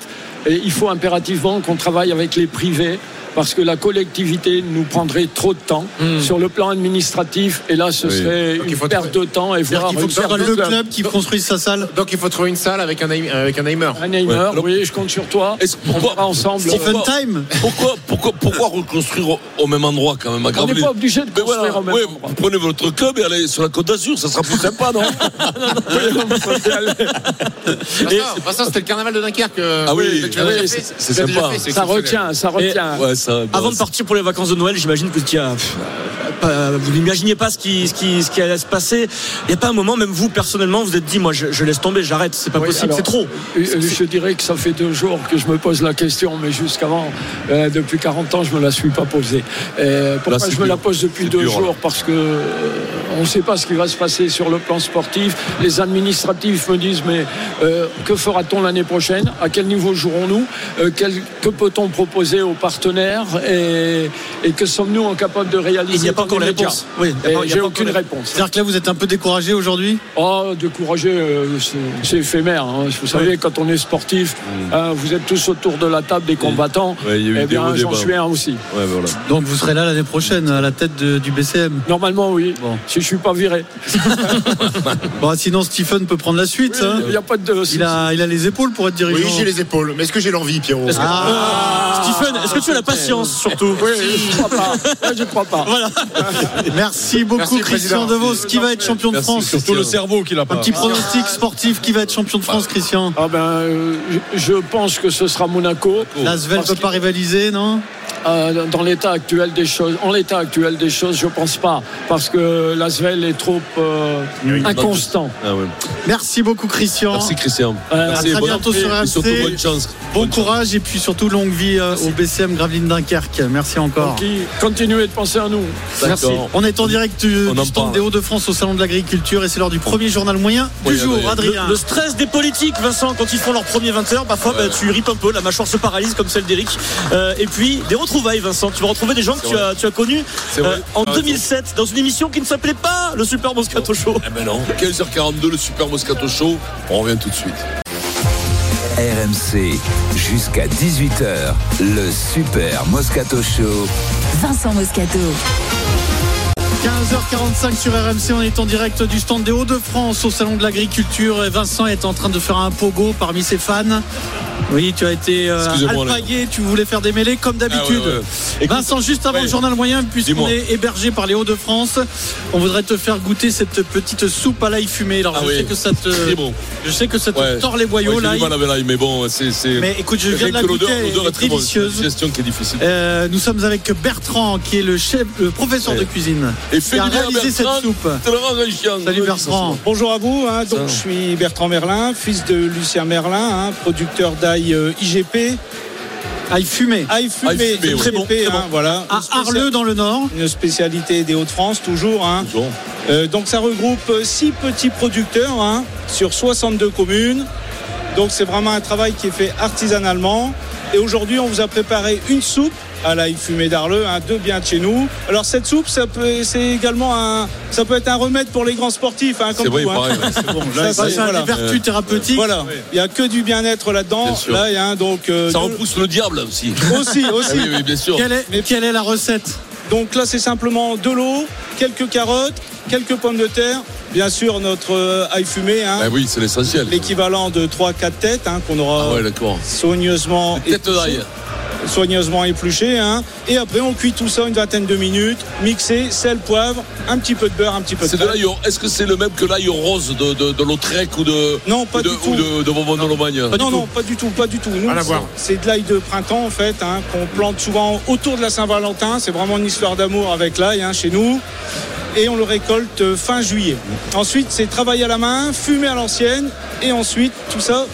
et il faut impérativement qu'on travaille avec les privés. Parce que la collectivité nous prendrait trop de temps
Hmm.
sur le plan administratif, et là ce
Oui.
serait une perte de temps et voire
Il faut
une
que ce soit
perte de
le
temps.
club
qui construise sa salle.
Donc il faut trouver une salle avec un aim- avec un aimer.
Un aimer, oui, je compte sur toi.
On
va ensemble.
Pourquoi-
Time
pourquoi, pourquoi, pourquoi reconstruire au, au même endroit quand même à
On n'est
Gravelines
pas obligé de
Mais
construire
voilà,
au même
oui,
endroit.
vous Prenez votre club et allez sur la Côte d'Azur, ça sera plus sympa, non
Vincent, c'était le carnaval de Dunkerque. euh,
Ah oui,
que tu l'as
oui,
déjà
c'est-
fait.
c'est
Tu l'as déjà
sympa.
fait, c'est
Ça
exceptionnel.
retient, ça retient.
Ouais, ça-
Avant de partir pour les vacances de Noël, j'imagine que tu as. pff, pas- vous n'imaginez pas ce qui, ce, qui, ce qui allait se passer. Il n'y a pas un moment, même vous personnellement, vous êtes dit, moi je, je laisse tomber, j'arrête, c'est pas
Oui,
possible,
alors,
c'est trop.
euh, euh, Je dirais que ça fait deux jours que je me pose la question, mais jusqu'avant, euh, depuis 40 ans, je ne me la suis pas posée. Euh, pourquoi
Là, c'est
je me la
dur.
pose depuis
C'est
deux
dur, là.
jours Parce que euh, on ne sait pas ce qui va se passer sur le plan sportif. Les administratifs me disent, mais euh, que fera-t-on l'année prochaine À quel niveau jouerons-nous Euh, quel- Que peut-on proposer aux partenaires Et, et que sommes-nous incapables de réaliser
Il n'y a pas
dans
encore
les
la
médias
réponse. Oui, il
Et
n'y a pas- il n'y a
J'ai
pas
aucune
encore la-
réponse.
C'est-à-dire que là, vous êtes un peu découragé aujourd'hui
Oh, découragé, euh, c'est- c'est éphémère. hein. Vous savez, quand on est sportif, hein, vous êtes tous autour de la table des combattants.
Mmh. Ouais, il y a eu
eh
des hauts,
bien,
des
j'en
bas.
suis un aussi.
Ouais, voilà.
Donc vous serez là l'année prochaine à la tête de- du BCM
Normalement, oui. Si je suis pas viré.
Bon, sinon, Stephen peut prendre la suite. hein.
Il n'y a pas de.
Il a, il a les épaules pour être dirigeant.
Oui, j'ai les épaules. Mais est-ce que j'ai l'envie, Pierrot Ah.
Est-ce que-
Ah.
Stephen, est-ce que tu as la patience surtout
Oui, je crois pas. Ouais, Je crois pas.
Voilà.
Merci beaucoup,
Merci, Président.
Christian Devos. Qui va être champion de
Merci,
France
surtout le cerveau qu'il a pas.
Un petit pronostic sportif qui va être champion de France, Christian
Ah ben, euh, je- je pense que ce sera Monaco.
Oh.
L'Asvel ne
Parce
peut pas rivaliser, non
Euh, dans l'état actuel des choses, en l'état actuel des choses, je pense pas, parce que l'Asvel est trop euh, inconstant.
Ah ouais.
Merci beaucoup, Christian.
Merci Christian.
Euh,
à
Merci,
très
bonne-
bientôt sur
et surtout
RMC.
bonne chance.
Bon courage et puis surtout longue vie euh, au BCM Gravelines Dunkerque. Merci encore.
Qui continuez de penser à nous.
Merci. On est en direct du, du stand des Hauts-de-France au Salon de l'Agriculture et c'est l'heure du premier journal moyen du jour. Adrien.
Le, le stress des politiques, Vincent, quand ils font leur premier 20 heures, parfois bah, tu ripes un peu, la mâchoire se paralyse comme celle d'Eric. Euh, et puis des retrouvailles, Vincent. Tu vas retrouver des gens que
C'est
tu
vrai.
as, tu as connus euh,
C'est vrai.
en
Ah,
2007 dans une émission qui ne s'appelait pas le Super Moscato Show.
Eh ben non. 15h42, le Super Moscato Show. On revient tout de suite.
RMC, jusqu'à 18h, le Super Moscato Show.
Vincent Moscato.
15h45 sur RMC, on est en direct du stand des Hauts-de-France au Salon de l'Agriculture. Et Vincent est en train de faire un pogo parmi ses fans. Oui, tu as été euh,
Excusez-moi, là.
alpagué, tu voulais faire des mêlées comme d'habitude.
Ah ouais, ouais, ouais. Écoute,
Vincent, juste avant
ouais.
le journal moyen, puisqu'on
Dis-moi.
est hébergé par les Hauts-de-France, on voudrait te faire goûter cette petite soupe à l'ail fumée. Alors,
Ah
je,
oui.
sais que ça te,
C'est bon.
je sais que ça te
Ouais.
tord les boyaux,
Ouais, j'ai
là.
du mal avec l'ail, mais bon, c'est. c'est-
Mais écoute, je viens de
Rien
la
que l'odeur-
goûter, elle
l'odeur
est
est très bonne. C'est la
délicieuse.
digestion qui est difficile.
Euh, nous sommes avec Bertrand, qui est le chef, le professeur de cuisine,
Et
qui a
félicitations,
réalisé cette
Bertrand.
soupe. Salut Bertrand.
Bonjour à vous. hein. donc, je suis Bertrand Merlin, fils de Lucien Merlin, hein, producteur d'ail euh, IGP.
Ail fumé.
Ail fumé.
Ail fumé, très bon, très bon.
Hein, voilà.
À Arleux, dans le Nord.
Une spécialité des Hauts-de-France, toujours. hein. Euh, donc, ça regroupe six petits producteurs hein, sur 62 communes. Donc, c'est vraiment un travail qui est fait artisanalement. Et aujourd'hui, on vous a préparé une soupe à l'ail fumé d'Arleux, hein, deux bien de chez nous. Alors, cette soupe, ça peut, c'est également un, ça peut être un remède pour les grands sportifs, hein, comme
C'est vrai,
vous, hein.
pareil, ouais, c'est bon. Là,
Ça,
c'est-
c'est-
ça a des vertus thérapeutiques.
Voilà. Il n'y a que du bien-être là-dedans.
Bien sûr.
Là, il y a un, donc. euh,
Ça
de-
repousse le diable aussi.
aussi, aussi.
Ah oui, oui, bien sûr.
quelle est la recette
Donc là, c'est simplement de l'eau, quelques carottes, quelques pommes de terre, bien sûr notre euh, ail fumé, hein,
Ah oui, c'est l'essentiel.
l'équivalent de 3-4 têtes hein, qu'on aura
Ah ouais, d'accord.
soigneusement
Tête d'ail.
soigneusement épluché. hein. Et après, on cuit tout ça une vingtaine de minutes, mixé, sel, poivre, un petit peu de beurre, un petit peu de
C'est de
sel.
l'ail. hein. Est-ce que c'est le même que l'ail rose de, de, de l'Autrec ou de
non pas
de,
du tout.
ou de, de Bourbon de Lomagne
non, non, pas du tout, pas du tout. Nous,
Rien à
c'est-
voir.
c'est de l'ail de printemps en fait, hein, qu'on plante souvent autour de la Saint-Valentin. C'est vraiment une histoire d'amour avec l'ail hein, chez nous. Et on le récolte euh, fin juillet. Ensuite, c'est travailler à la main, fumer à l'ancienne, et ensuite tout ça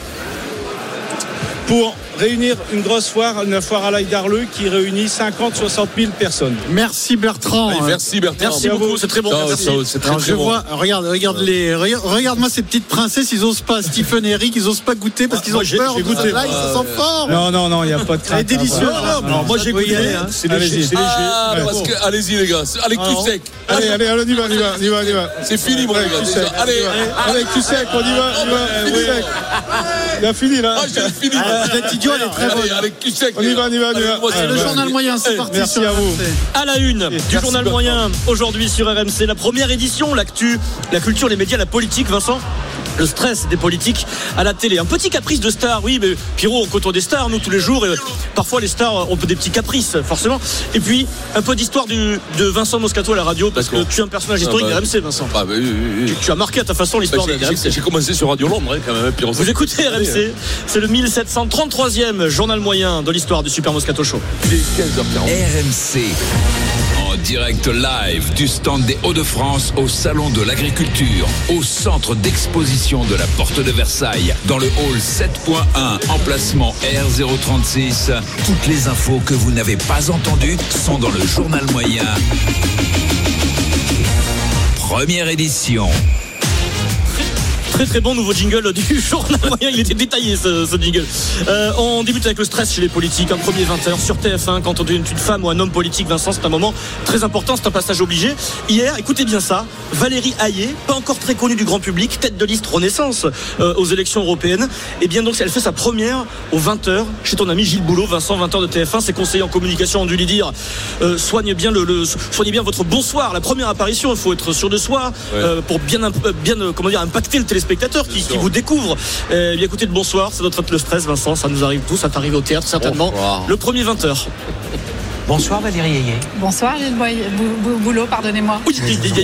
pour réunir une grosse foire, une foire à l'ail d'Arleux qui réunit 50-60 000 personnes.
Merci Bertrand.
Allez, merci Bertrand.
euh, Merci
Bravo.
beaucoup, c'est très bon.
Ça,
merci.
ça, c'est très,
Alors,
très
je
bon.
vois, regarde, regarde les, regarde- regarde-moi ces petites princesses, ils osent pas, Stephen et Eric, ils osent pas goûter parce qu'ils
Ah,
ont
moi, j'ai-
peur.
j'ai goûté.
Là, ils se sentent forts.
Non, non, non, il n'y a pas de crainte.
Elle est délicieuse.
hein, voilà.
Non, non, mais moi, j'ai
Ça doit y
goûté.
aller, hein.
C'est léger,
Allez-y.
c'est léger.
Ah,
Ouais.
parce que allez-y les gars, C'est- allez cul
Alors,
sec.
Allez, allez, allez, on y va, on y va, on y va, on y va.
C'est fini mon gars.
Allez, cul
déjà.
sec,
Allez,
allez, cul sec, on y va, on y va, cul sec. Il a fini là.
Ah, j'ai fini.
Cette idiot, elle est très bonne.
Allez, allez cul sec.
On y va, on y va, on y va.
Allez, moi,
C'est Euh, le
allez.
journal moyen, c'est
Eh,
parti
Merci
sur
à vous.
À la une du
Merci
journal
beaucoup.
moyen aujourd'hui sur RMC, la première édition, l'actu, la culture, les médias, la politique, Vincent le stress des politiques à la télé. Un petit caprice de star, oui, mais Pierrot, on côtoie des stars, nous, tous les jours. Et euh, parfois, les stars ont des petits caprices, forcément. Et puis, un peu d'histoire du- de Vincent Moscato à la radio, parce que tu es un personnage historique
Ah, bah,
de RMC, Vincent.
Ah, bah, oui, oui, oui.
Tu- Tu as marqué à ta façon l'histoire
Bah, j'ai-
des
j'ai-
RMC.
J'ai commencé sur Radio Londres hein, quand même. puis on s'est- hein.
Vous écoutez RMC, c'est le 1733e journal moyen de l'histoire du Super Moscato Show.
Eh. RMC. En direct live du stand des Hauts-de-France au Salon de l'Agriculture, au centre d'exposition de la Porte de Versailles, dans le hall 7.1, emplacement R036. Toutes les infos que vous n'avez pas entendues sont dans le journal moyen. Première édition.
Très très bon nouveau jingle du journal moyen, il était détaillé ce, ce jingle. Euh, on débute avec le stress chez les politiques, un premier 20h sur TF1, quand on devient une femme ou un homme politique, Vincent, c'est un moment très important, c'est un passage obligé. Hier, écoutez bien ça, Valérie Hayé, pas encore très connue du grand public, tête de liste Renaissance euh, aux élections européennes, et bien donc elle fait sa première aux 20h chez ton ami Gilles Boulot, Vincent, 20h de TF1, ses conseillers en communication ont dû lui dire euh, soigne bien le, le- soignez bien votre bonsoir, la première apparition, il faut être sûr de soi,
Ouais.
euh, pour bien, imp- euh, bien euh, comment dire, impacter le téléspéctateur qui, qui vous découvre. Euh, bien écoutez, le bonsoir, ça doit être le stress, Vincent, ça nous arrive tous, ça t'arrive au théâtre certainement.
Bonsoir.
Le premier 20h.
Bonsoir Valérie Ayé.
Bonsoir Gilles Boy- Bou- Bou- Boulot, pardonnez-moi.
C'est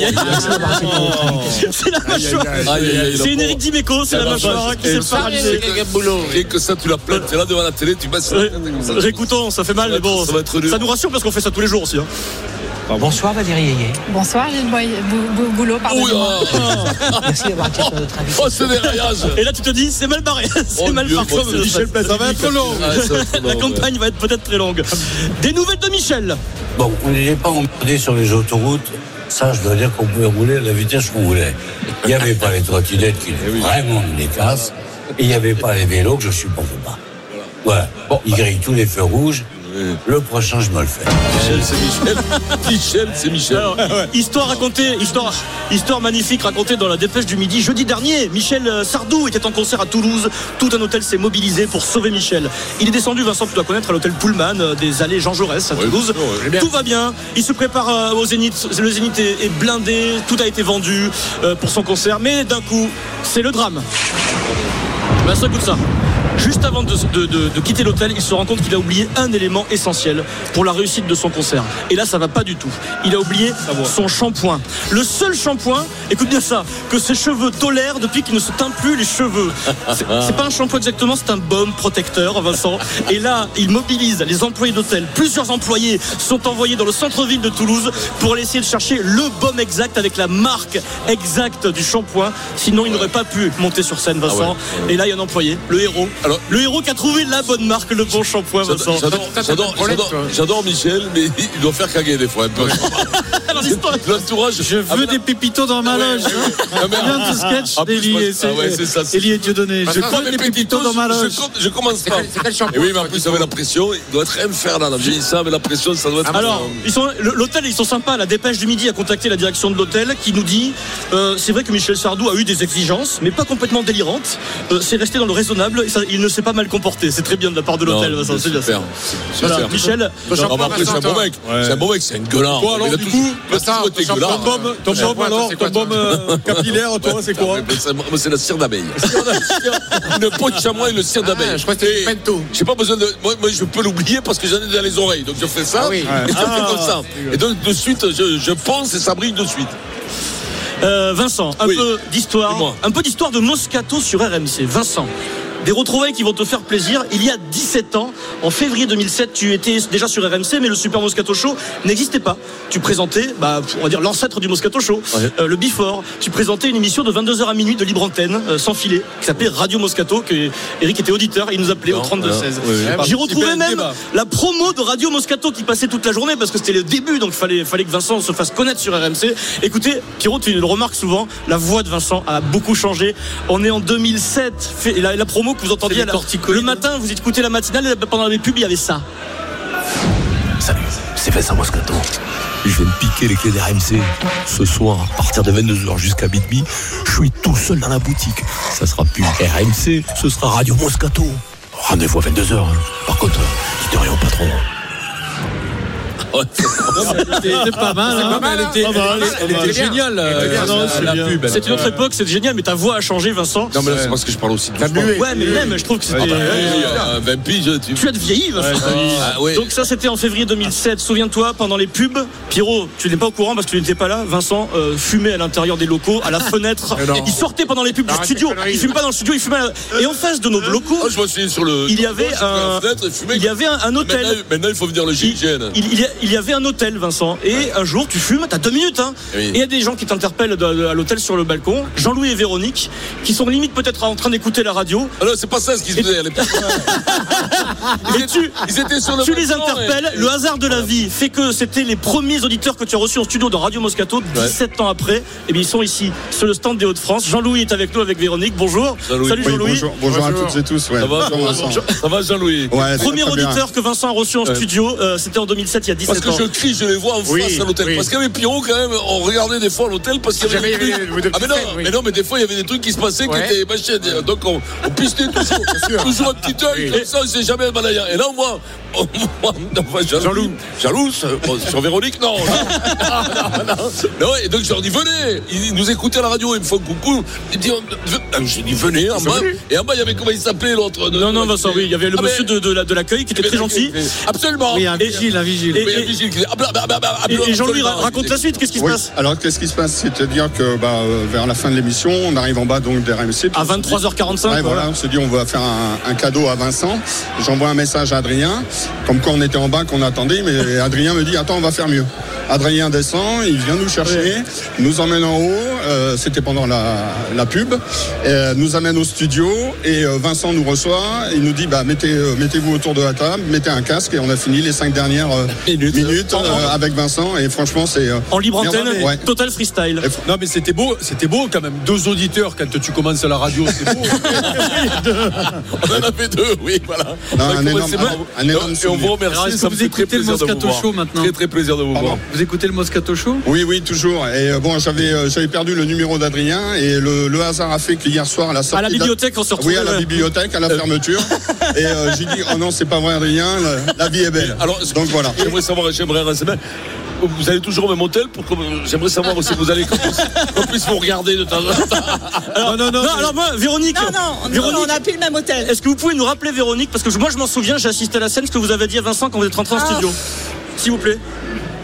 la mâchoire.
Aïe, aïe, aïe,
C'est une
la
Eric
pauvre.
Dimeco, c'est la
Ah,
mâchoire
vache.
qui s'est
Et ça,
paralysée.
c'est un boulot. Et que ça, tu la plates, t'es là devant la télé, tu passes.
Ouais. Récoutons, ça fait mal, mais bon, ça nous rassure parce qu'on fait ça tous les jours aussi. hein.
Bonsoir Valérie Ayé.
Bonsoir Gilles Boy- Bou- Bou- Boulot, pardonnez-moi.
Merci d'avoir été sur notre invité.
Oh, ce déraillage
Et là, tu te dis, c'est mal barré, c'est
Oh
mal
Dieu,
parti.
oh, c'est Michel Platini.
Ça va être long.
Ouais, ça va être
La
long, ouais.
campagne va être peut-être très longue. Des nouvelles de Michel.
Bon, on n'était pas emmerdé sur les autoroutes. Ça, je dois dire qu'on pouvait rouler à la vitesse qu'on voulait. Il n'y avait pas les trottinettes qui vraiment nous les cassent. Et il n'y avait pas les vélos que je supporte pas. Voilà. Bon, ils grillent tous les feux rouges. Le prochain, je me le fais.
Michel, c'est Michel. Michel, c'est Michel.
Alors, histoire racontée, histoire, histoire magnifique racontée dans la dépêche du midi. Jeudi dernier, Michel euh, Sardou était en concert à Toulouse. Tout un hôtel s'est mobilisé pour sauver Michel. Il est descendu, Vincent, tu dois connaître, à l'hôtel Pullman euh, des allées Jean Jaurès à Toulouse. Tout va bien. Il se prépare euh, au Zénith. Le Zénith est, est blindé. Tout a été vendu euh, pour son concert. Mais d'un coup, c'est le drame. Vincent, écoute Eh ben, ça. Juste avant de, de- de- de quitter l'hôtel, il se rend compte qu'il a oublié un élément essentiel pour la réussite de son concert. Et là, ça va pas du tout. Il a oublié son shampoing. Le seul shampoing, écoute bien ça, que ses cheveux tolèrent depuis qu'il ne se teint plus les cheveux. C'est
Ah.
c'est pas un shampoing exactement, c'est un baume protecteur, Vincent. Et là, il mobilise les employés d'hôtel. Plusieurs employés sont envoyés dans le centre-ville de Toulouse pour aller essayer de chercher le baume exact avec la marque exacte du shampoing. Sinon, il n'aurait pas pu monter sur scène,
Ah
Vincent. Et là, il y a un employé, le héros. le héros qui a trouvé la bonne marque, le bon shampoing, Vincent.
J'adore- J'adore, j'adore- j'adore- j'adore Michel, mais il doit faire caguer des fois un peu. L'entourage. Ah Je
veux des pépitos dans ma loge. Bien de ce sketch d'Eli et-
ah
Eli et Dieudonné. Je veux des pépitos dans ma loge.
Je, com- je commence
C'est
pas.
quel- c'est quel shampoing,
Et oui, mais en plus, avec la pression, il doit être infernal. J'ai dit ça, mais la pression, ça doit être.
Alors, ils sont- le- l'hôtel, ils sont sympas. La dépêche du midi a contacté la direction de l'hôtel qui nous dit euh, c'est vrai que Michel Sardou a eu des exigences, mais pas complètement délirantes. Euh, c'est resté dans le raisonnable. et ça- il ne s'est pas mal comporté. C'est très bien de la part de l'hôtel.
Non,
Vincent, c'est bien
super,
ça.
super.
Voilà, Michel.
Ton shampoing, Ah, bah après, c'est un Vincent, bon mec. toi. C'est un bon mec, c'est un gueulard.
Toi, alors,
Il a
du
tout-
coup,
il a toujours été
ton
gueulard.
bombe, ton
Ouais.
bombe,
Ouais,
alors,
c'est
ton
quoi,
bombe euh, capillaire, toi, c'est quoi
Mais ça- moi, C'est la cire d'abeille. une peau de chamois et le cire d'abeille. Ah, je crois que c'est pento. J'ai pas besoin de. Moi, moi, je peux l'oublier parce que j'en ai dans les oreilles. Donc je fais ça et je
Ah.
fais comme ça. Et donc de suite, je, je pense et ça brille de suite.
Euh, Vincent, un peu d'histoire. Un peu d'histoire de Moscato sur RMC. Vincent. Des retrouvailles qui vont te faire plaisir. Il y a 17 ans, en février 2007, tu étais déjà sur RMC, mais le Super Moscato Show n'existait pas. Tu présentais, bah, on va dire l'ancêtre du Moscato Show, euh, le Before. Tu présentais une émission de 22h à minuit de libre antenne, euh, sans filet, qui s'appelait Radio Moscato, que Eric était auditeur, et il nous appelait au
Non,
32 16.
non, oui, oui.
J'y
Participer à
retrouvais
un
même
débat.
la promo de Radio Moscato qui passait toute la journée parce que c'était le début, donc fallait, fallait que Vincent se fasse connaître sur RMC. Écoutez, Pierrot, tu le remarques souvent, la voix de Vincent a beaucoup changé. On est en 2007, fait- la, la promo que vous entendiez à la- le matin, vous écoutez la matinale, et pendant les pubs, il y avait ça.
Salut, c'est Vincent Moscato. Je vais me piquer les clés d'RMC. Ce soir, à partir de 22h jusqu'à minuit, je suis tout seul dans la boutique. Ça sera plus
Ah,
RMC, ce sera Radio Moscato. Rendez-vous à 22h. hein. Par contre, dites rien au patron.
Oh,
C'est pas mal. hein. Pas mal, pas mal.
Elle était bien,
Non,
euh, la-
c'est
la
bien.
pub, elle
C'est une autre
était-
époque, c'est génial, mais ta voix a changé, Vincent.
Non, mais là, c'est parce que je parle aussi de
T'as
sport.
mué. Ouais, mais même, je trouve que c'était-
Ah bah, oui, euh, 20 piges, tu.
Tu as de vieilli, Vincent.
Ouais, ah, ouais.
Donc ça, c'était en février 2007. Souviens-toi, pendant les pubs, Pierrot, tu n'es pas au courant parce que tu n'étais pas là. Vincent euh, fumait à l'intérieur des locaux, à la fenêtre.
Mais non.
Il sortait pendant les pubs du studio. Il fume pas dans le studio, il fumait. à la- Et en face de nos locaux,
Euh, je me suis sur le.
il y avait
sur la
un-
fenêtre et fumé.
il y avait un- un hôtel.
Maintenant, maintenant, il faut venir le GIGN.
il, il y a- il y avait un hôtel, Vincent, et un jour tu fumes, t'as deux minutes, hein,
Eh Oui.
et il y a des gens qui t'interpellent de- de- à l'hôtel sur le balcon, Jean-Louis et Véronique, qui sont limite peut-être en train d'écouter la radio.
Ah non, c'est pas ça ce qu'ils faisaient à l'époque.
Et tu,
Ils étaient sur le
tu
balcon,
les interpelles,
et-
le hasard de la vie fait que c'était les premiers auditeurs que tu as reçus en studio de Radio Moscato 17 ans après, et bien ils sont ici, sur le stand des Hauts-de-France. Jean-Louis est avec nous, avec Véronique, bonjour. Salut
Oui,
Jean-Louis.
Bonjour, bonjour à toutes et tous. ouais.
Ça va,
Bonjour, Vincent.
Ça va, Jean-Louis
Ouais, ça va
Premier
très bien.
auditeur que Vincent a reçu en
Ouais.
studio, euh, c'était en 2007, il y a 17
Parce que
ans.
je crie, je les vois en
Oui,
face à l'hôtel.
oui.
Parce qu'il y avait Pierrot quand même, on regardait des fois à l'hôtel parce qu'il y avait
J'avais
des
eu
trucs. Ah mais non, mais non, mais des fois il y avait des trucs qui se passaient
Ouais.
qui étaient machins. Donc on, on pistait toujours, toujours un petit œil comme ça, on sait jamais le malaya. Et là on voit, on voit, on voit jaloux, jaloux sur Véronique, non. non, non, non. Non, et donc je leur dis venez, ils nous écoutaient à la radio, ils me font coucou. Ils disent, Ah, j'ai dit venez en
Ils sont
bas.
venus.
Et en bas il y avait comment il s'appelait l'autre.
Non, non, Vincent, oui, il y avait le
Ah, mais-
monsieur de, de la- de l'accueil qui était très gentil.
Absolument.
Oui, un vigile, un vigile.
Et,
Et- et-
Ah,
Et- et bah, Jean-Louis, ra- raconte la suite, qu'est-ce qui se
Oui.
passe
Alors, qu'est-ce qui se passe C'est-à-dire que bah, euh, vers la fin de l'émission, on arrive en bas donc d'RMC.
À 23h45,
Ouais,
voilà.
voilà, on se dit on va faire un, un cadeau à Vincent. J'envoie un message à Adrien, comme quoi on était en bas, qu'on attendait, mais Adrien me dit attends, on va faire mieux. Adrien descend, il vient nous chercher, nous emmène en haut, euh, c'était pendant la, la pub, euh, nous amène au studio et euh, Vincent nous reçoit, il nous dit bah, mettez, euh, mettez-vous autour de la table, mettez un casque et on a fini les cinq dernières euh, minutes, euh, avec Vincent et franchement c'est... euh,
En libre
Bien
antenne,
vrai, ouais.
total freestyle.
Non mais c'était beau, c'était beau quand même. Deux auditeurs quand tu commences à la radio, c'est beau.
On en a fait deux, oui, voilà.
Non, un énorme, un énorme
Et on vous remercie.
Alors, est-ce que
ça
vous
me fait très
écoutez le
plaisir de vous
Moscato
voir.
Show maintenant
Très très plaisir de vous voir.
Vous écoutez le Moscato Show
Oui, oui, toujours. Et euh, bon, j'avais euh, j'avais perdu le numéro d'Adrien et le, le hasard a fait qu'hier soir à la sortie
À la
de
bibliothèque, on se retrouve.
Oui, à la bibliothèque, à la fermeture. et euh, j'ai dit oh non, c'est pas vrai, Adrien. La, la vie est belle.
Alors,
donc voilà.
J'aimerais savoir, j'aimerais renseigner. Vous allez toujours au même hôtel pour que j'aimerais savoir si vous allez qu'on puisse, qu'on puisse vous regarder de temps en temps.
Alors, non, non, non. alors moi, Véronique.
Non, non,
Véronique,
non, on n'a plus le même hôtel.
Est-ce que vous pouvez nous rappeler, Véronique Parce que je- moi, je m'en souviens, j'ai assisté à la scène, ce que vous avez dit à Vincent quand vous êtes
Ah.
rentré en studio. S'il vous plaît.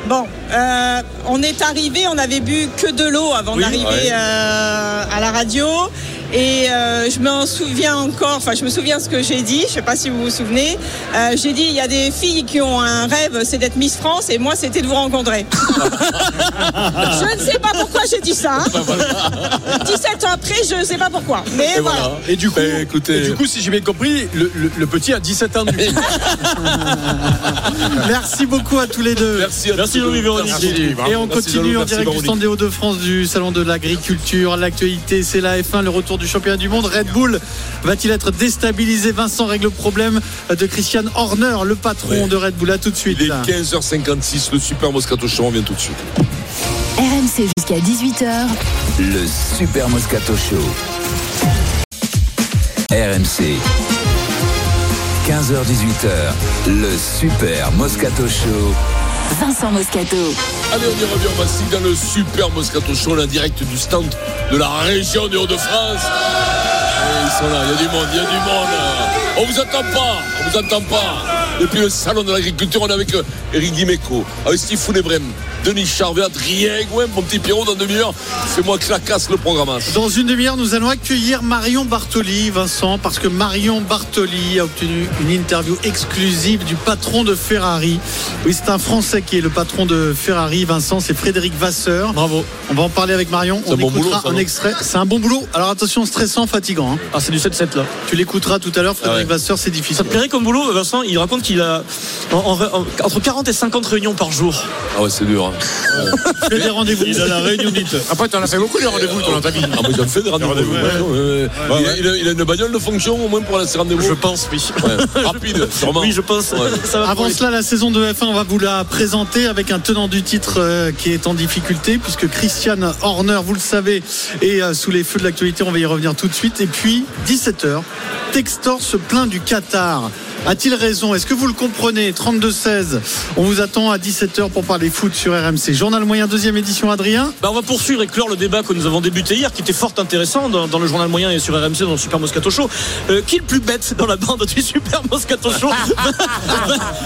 Bon, euh, on est arrivé, on avait bu que de l'eau avant
Oui,
d'arriver
ouais.
euh, à la radio. Et euh, je m'en souviens encore, enfin je me souviens ce que j'ai dit, je sais pas si vous vous souvenez. Euh, j'ai dit, il y a des filles qui ont un rêve, c'est d'être Miss France, et moi c'était de vous rencontrer. je ne sais pas pourquoi j'ai dit ça. hein. 17 ans après, je ne sais pas pourquoi. Mais voilà.
Et du coup,
Eh,
et du coup, si j'ai bien compris, le, le- le petit a 17 ans. du coup.
Merci beaucoup à tous les deux.
Merci, à
Merci,
tous les
Louis
deux.
Véronique. Merci, bravo.
Et on
Merci,
continue
Jean-Loup.
en
Merci,
direct du
Véronique.
stand des Hauts-de-France du Salon de l'Agriculture. L'actualité, c'est la F1, le retour du championnat du monde. Red Bull va-t-il être déstabilisé Vincent règle le problème de Christian Horner, le patron de Red Bull. À tout de suite.
Il est 15h56, le super Moscato Show, on vient tout de suite.
RMC jusqu'à 18h.
Le Super Moscato Show. RMC. 15h-18h, le Super Moscato Show.
Vincent Moscato.
Allez, on y revient, on va se dans le super Moscato Show, là, en direct du stand de la région des Hauts-de-France. Et Ils sont là, il y a du monde, il y a du monde. On vous attend pas, on vous attend pas. Depuis le salon de l'agriculture, on est avec euh, Eric Dimeco, avec Steve Founebrem, Denis Charvet, Adrien Gouin, mon petit Pierrot, dans demi-heure, fais-moi que la casse le programme. hein.
Dans une demi-heure, nous allons accueillir Marion Bartoli, Vincent, parce que Marion Bartoli a obtenu une interview exclusive du patron de Ferrari. Oui, c'est un Français qui est le patron de Ferrari, Vincent, c'est Frédéric Vasseur. Bravo. On va en parler avec Marion.
C'est
On
un bon
écoutera
boulot, ça,
un
non
extrait. C'est un bon boulot. Alors attention, stressant, fatigant. Ah, c'est du 7-7 là. Tu l'écouteras tout à l'heure, Frédéric Vasseur, c'est difficile.
Ça te plairait comme boulot, Vincent Il raconte qu'il a en- en- en- entre 40 et 50 réunions par jour.
Ah ouais, c'est dur. hein.
Fais des rendez-vous.
Il a la réunion dite.
Après, t'en as fait beaucoup de rendez-vous dans ta vie.
Ah, mais j'en fais des rendez-vous.
rendez-vous,
Ouais, ouais, ouais. Il a- Il, a, il a une bagnole de fonction au moins pour aller à ces rendez-vous Je pense, oui. Rapide, sûrement. Oui, je
pense.
Avant cela, la saison de F1, on va vous la présenter avec un tenant du titre euh, qui est en difficulté, puisque Christian Horner, vous le savez, est euh, sous les feux de l'actualité. On va y revenir tout de suite. Et puis, 17h, Textor se plaint du Qatar. A-t-il raison Est-ce que vous le comprenez 32-16, on vous attend à 17h pour parler foot sur RMC. Journal moyen, deuxième édition, Adrien
Bah, on va poursuivre et clore le débat que nous avons débuté hier, qui était fort intéressant dans, dans le journal moyen et sur RMC, dans le Super Moscato Show. Euh, qui est le plus bête dans la bande du Super Moscato Show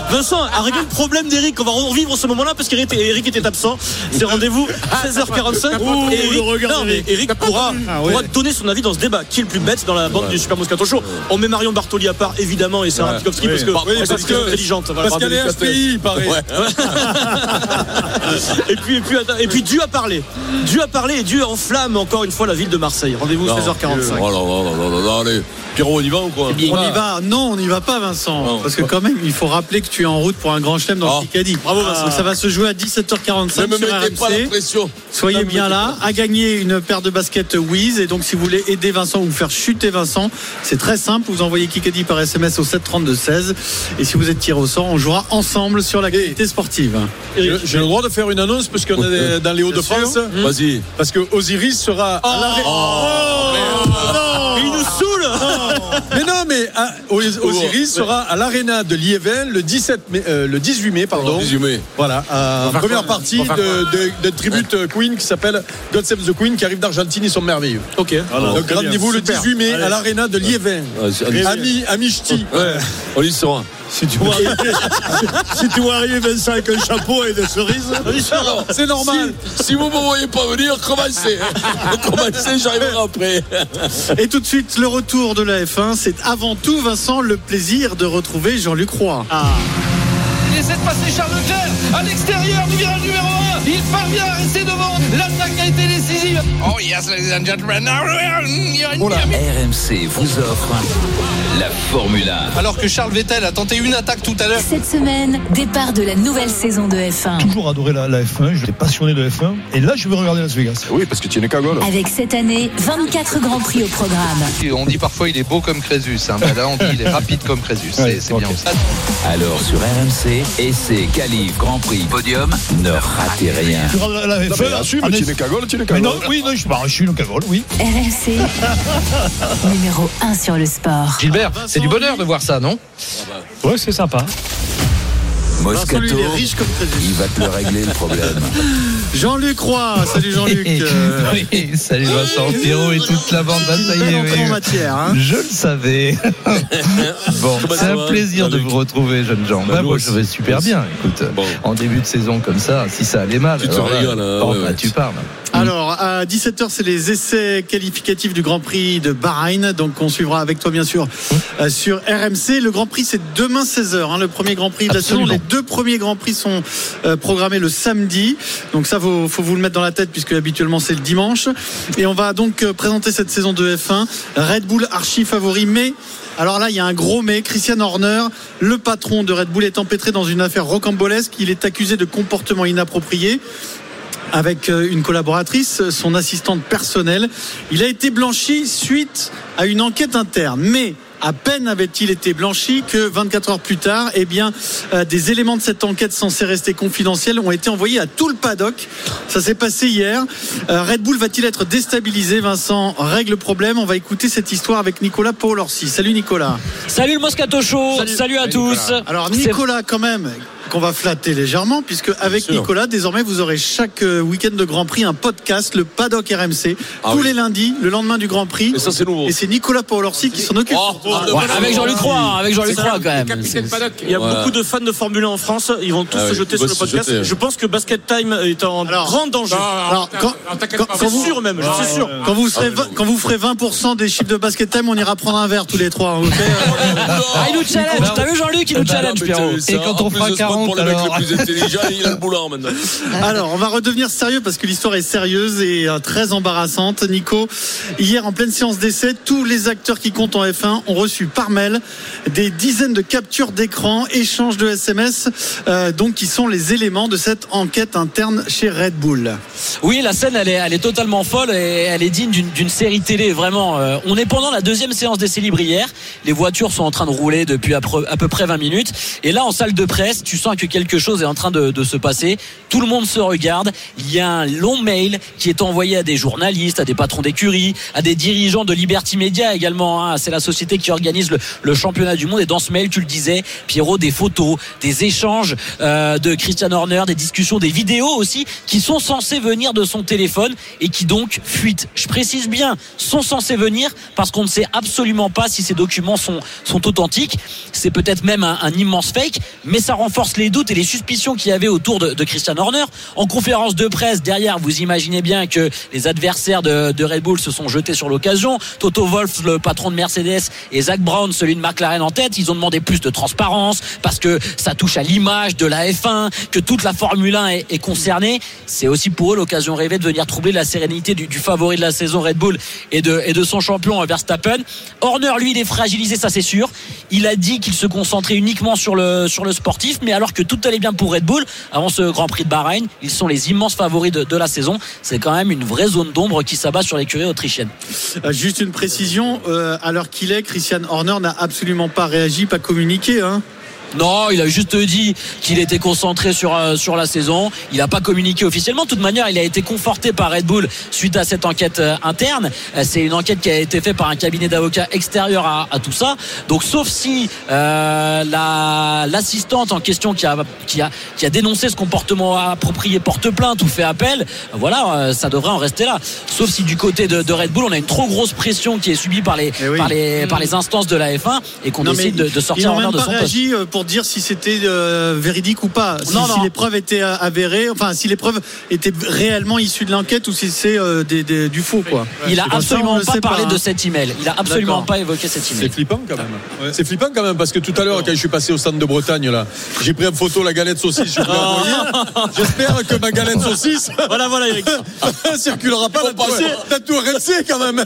Vincent a réglé le problème d'Eric. On va revivre ce moment-là parce qu'Eric était- Eric était absent. C'est rendez-vous
Ah,
16h45.
Ouh,
Et Eric,
le regard
non, mais
d'Eric.
Eric pourra,
Ah ouais.
pourra donner son avis dans ce débat. Qui est le plus bête dans la bande du Super Moscato Show On met Marion Bartoli à part, évidemment, et Sarah
Ouais.
Pikowski
Oui.
parce que
Par- oui,
parce
parce
qu'elle est
que-
intelligente.
parce qu'elle est HPI, il paraît. Ouais.
et puis, et puis, attends, et puis Dieu a parlé. Dieu a parlé et Dieu enflamme encore une fois la ville de Marseille. Rendez-vous
Non.
16h45.
Oh là là là là là, allez. Pierrot, on y va ou quoi
on y va, non, on n'y va pas, Vincent. parce que quand même, il faut rappeler que tu es en route pour un grand chelem dans le Picardie.
Ah. Bravo, Vincent.
Donc Ça va se jouer à 17h45
Ne me
sur
mettez pas
RMC.
la pression. Ne
Soyez
me
bien
mettez
là. À gagner une paire de baskets Wiz. Et donc, si vous voulez aider Vincent ou faire chuter Vincent, c'est très simple. Vous envoyez Kikadi par SMS au 732-16. Et si vous êtes tiré au sort, on jouera ensemble sur l'activité sportive.
J'ai j'ai le droit de faire une annonce parce qu'on est dans les Hauts-de-France.
Vas-y. Oh.
Parce que Osiris sera à l'arrêt.
Il nous saoule
Mais non, mais ah, Os- Osiris sera à l'Arena de Lieven le, 17 mai- euh, le 18 mai. Pardon.
18 Oh, mai.
Voilà, à
On va faire
première
quoi, là
partie
On va
de,
faire quoi
de- de tribute euh, Queen qui s'appelle God Save the Queen qui arrive d'Argentine. Ils sont merveilleux.
Ok.
Voilà.
Donc,
Très bien.
rendez-vous le
Super.
18 mai
Allez.
à l'Arena de Lieven.
Ouais, Ah, c'est- on y-
Ami, ami ch'ti.
Ouais, on y sera.
Si tu
vois arriver- si tu vois arriver Vincent avec un chapeau et des cerises.
C'est normal.
Si, si vous ne me voyez pas venir, commencez. commencez, j'arriverai après.
Et tout de suite, le retour de la F1. C'est avant tout, Vincent, le plaisir de retrouver Jean-Luc Roy.
Ah.
Il essaie de passer Charles Leclerc à l'extérieur du virage numéro 1. Il parvient à rester devant. L'attaque a été décisive. Style.
Oh yes, ladies and gentlemen, RMC vous offre la Formule 1.
Alors que Charles Vettel a tenté une attaque tout à l'heure.
Cette semaine, départ de la nouvelle saison de F1.
Toujours adoré la, la F1, j'étais passionné de F1. Et là, je vais regarder Las Vegas. Ah,
Oui, parce que tu es une cagole.
Avec cette année, 24 grands prix au programme.
Et On dit parfois il est beau comme Crésus. hein. Bah là, on dit il est rapide comme Crésus. C'est c'est bien aussi.
Alors sur RMC, essai, qualif, Grand Prix, podium, ne ratez rien.
Tu regardes la, la
Non,
F1.
mais assume,
ah,
on est-
tu es une cagole, tu es une
Mais
cagole.
non, Oui, non, je, bah, je suis une cagole, oui.
RMC, numéro 1 sur le sport.
Gilbert, c'est du bonheur de voir ça, non
Ouais, c'est sympa.
Vincent,
Moscato,
lui, il est riche comme
il va te le régler le problème.
Jean-Luc Roy, salut Jean-Luc. Euh,
Oui, salut Vincent Pierrot et toute la bande. Bah, ça y
belle
est,
entrée
oui.
en matière, hein.
Je le savais. bon,
Comment
c'est
ça
un
va,
plaisir de vous retrouver, jeunes gens. Bah,
nous
moi, je
aussi.
vais super bien. Écoute, en début de saison comme ça, si ça allait mal,
Tu te
alors là,
régales, hein,
oh,
ouais,
bah,
ouais.
tu parles.
Alors, à 17h, c'est les essais qualificatifs du Grand Prix de Bahreïn. Donc, on suivra avec toi, bien sûr, euh, sur RMC. Le Grand Prix, c'est demain 16h, hein, le premier Grand Prix de la
Absolument.
saison. Les deux premiers Grands Prix sont euh, programmés le samedi. Donc, ça, faut, faut vous le mettre dans la tête, puisque habituellement, c'est le dimanche. Et on va donc euh, présenter cette saison de F1. Red Bull, archi favori, mais. Alors là, il y a un gros mais. Christian Horner, le patron de Red Bull, est empêtré dans une affaire rocambolesque. Il est accusé de comportement inapproprié avec euh, une collaboratrice, son assistante personnelle. Il a été blanchi suite à une enquête interne. Mais à peine avait-il été blanchi que 24 heures plus tard, eh bien, euh, des éléments de cette enquête censés rester confidentiels ont été envoyés à tout le paddock. Ça s'est passé hier. Euh, Red Bull va-t-il être déstabilisé Vincent règle le problème. On va écouter cette histoire avec Nicolas Paul Orsi. Salut Nicolas.
Salut le Moscato Show, salut, à tous.
Alors Nicolas quand même qu'on va flatter légèrement puisque avec Nicolas désormais vous aurez chaque euh, week-end de Grand Prix un podcast le Paddock RMC tous les lundis le lendemain du Grand Prix. Ah Et ça c'est nouveau. Et c'est Oh, Nicolas Paul Orsi qui s'en occupe. Ah,
ouais, avec Jean-Luc Roy,
Ah
hein, avec Jean-Luc Roy, quand même.
Il y a
Voilà.
beaucoup de fans de Formule 1 en France, ils vont tous
Ah
se
oui,
jeter
ils
sur
vont
le
se
podcast.
jeter, ouais.
Je pense que Basket Time est en grand danger.
Alors, quand, quand- quand
c'est
vous-
sûr même, je suis sûr.
Quand vous, serez, vingt- quand vous ferez 20% des chiffres de basket time, on ira prendre un verre tous les trois. hein, ok
Ah, il nous
Bah,
challenge. T'as vu Jean-Luc, il nous challenge, Pierrot. Et quand on fera 40,
Pour le mec
alors.
le plus intelligent, il a le boulard maintenant.
Alors, on va redevenir sérieux parce que l'histoire est sérieuse et euh, très embarrassante. Nico, hier en pleine séance d'essai, tous les acteurs qui comptent en F1 ont reçu par mail des dizaines de captures d'écran, échanges de SMS, euh, donc qui sont les éléments de cette enquête interne chez Red Bull.
Oui, la scène, elle est, elle est totalement folle et elle est digne d'une d'une série télé, vraiment. Euh, on est pendant la deuxième séance d'essai libre hier. Les voitures sont en train de rouler depuis à, pre- à peu près 20 minutes. Et là, en salle de presse, tu sens que quelque chose est en train de, de se passer. Tout le monde se regarde. Il y a un long mail qui est envoyé à des journalistes, à des patrons d'écurie, à des dirigeants de Liberty Media également. hein. C'est la société qui organise le, le championnat du monde. Et dans ce mail, tu le disais, Pierrot, des photos, des échanges euh, de Christian Horner, des discussions, des vidéos aussi, qui sont censées venir de son téléphone et qui donc fuitent. Je précise bien, sont censées venir parce qu'on ne sait absolument pas si ces documents sont, sont authentiques. C'est peut-être même un, un immense fake, mais ça renforce les doutes et les suspicions qu'il y avait autour de, de Christian Horner. En conférence de presse, derrière, vous imaginez bien que les adversaires de, de Red Bull se sont jetés sur l'occasion. Toto Wolff, le patron de Mercedes, et Zach Brown, celui de McLaren en tête, ils ont demandé plus de transparence parce que ça touche à l'image de la F1, que toute la Formule 1 est, est concernée. C'est aussi pour eux l'occasion rêvée de venir troubler la sérénité du, du favori de la saison Red Bull et de, et de son champion Verstappen. Horner, lui, il est fragilisé, ça c'est sûr. Il a dit qu'il se concentrait uniquement sur le, sur le sportif, mais alors que tout allait bien pour Red Bull, avant ce Grand Prix de Bahreïn, ils sont les immenses favoris de, de la saison. C'est quand même une vraie zone d'ombre qui s'abat sur l'écurie autrichienne.
Euh, Juste une précision, euh, à l'heure qu'il est, Christian Horner n'a absolument pas réagi, pas communiqué. Hein.
Non, il a juste dit qu'il était concentré sur, euh, sur la saison. Il n'a pas communiqué officiellement. De toute manière, il a été conforté par Red Bull suite à cette enquête euh, interne. Euh, C'est une enquête qui a été faite par un cabinet d'avocats extérieur à, à tout ça. Donc, sauf si euh, la- l'assistante en question qui a, qui, a, qui a dénoncé ce comportement approprié porte plainte ou fait appel, euh, voilà, euh, ça devrait en rester là. Sauf si du côté de, de Red Bull, on a une trop grosse pression qui est subie par les, par les, par les instances de la F1 et qu'on
Eh Non, mais
décide de, de
ils
sortir
n'ont
en
même
de
pas
son poste.
réagi euh, pour dire si c'était euh, véridique ou pas. Si,
Non,
si
non.
les preuves étaient euh, avérées, enfin si les preuves étaient réellement issues de l'enquête ou si c'est euh, des- des- du faux quoi.
Il a
Ça, on
absolument
le
pas
sait
parlé
hein.
de cet email. Il a absolument
D'accord.
pas évoqué cet email.
C'est flippant quand même.
Ah.
C'est flippant quand même parce que tout à l'heure, quand je suis passé au centre de Bretagne, là, j'ai pris en photo la galette saucisse. je vous l'ai envoyée. J'espère que ma galette saucisse.
Ah. Voilà, voilà, Eric.
circulera pas. T'as tout- T'as tout rincé quand même.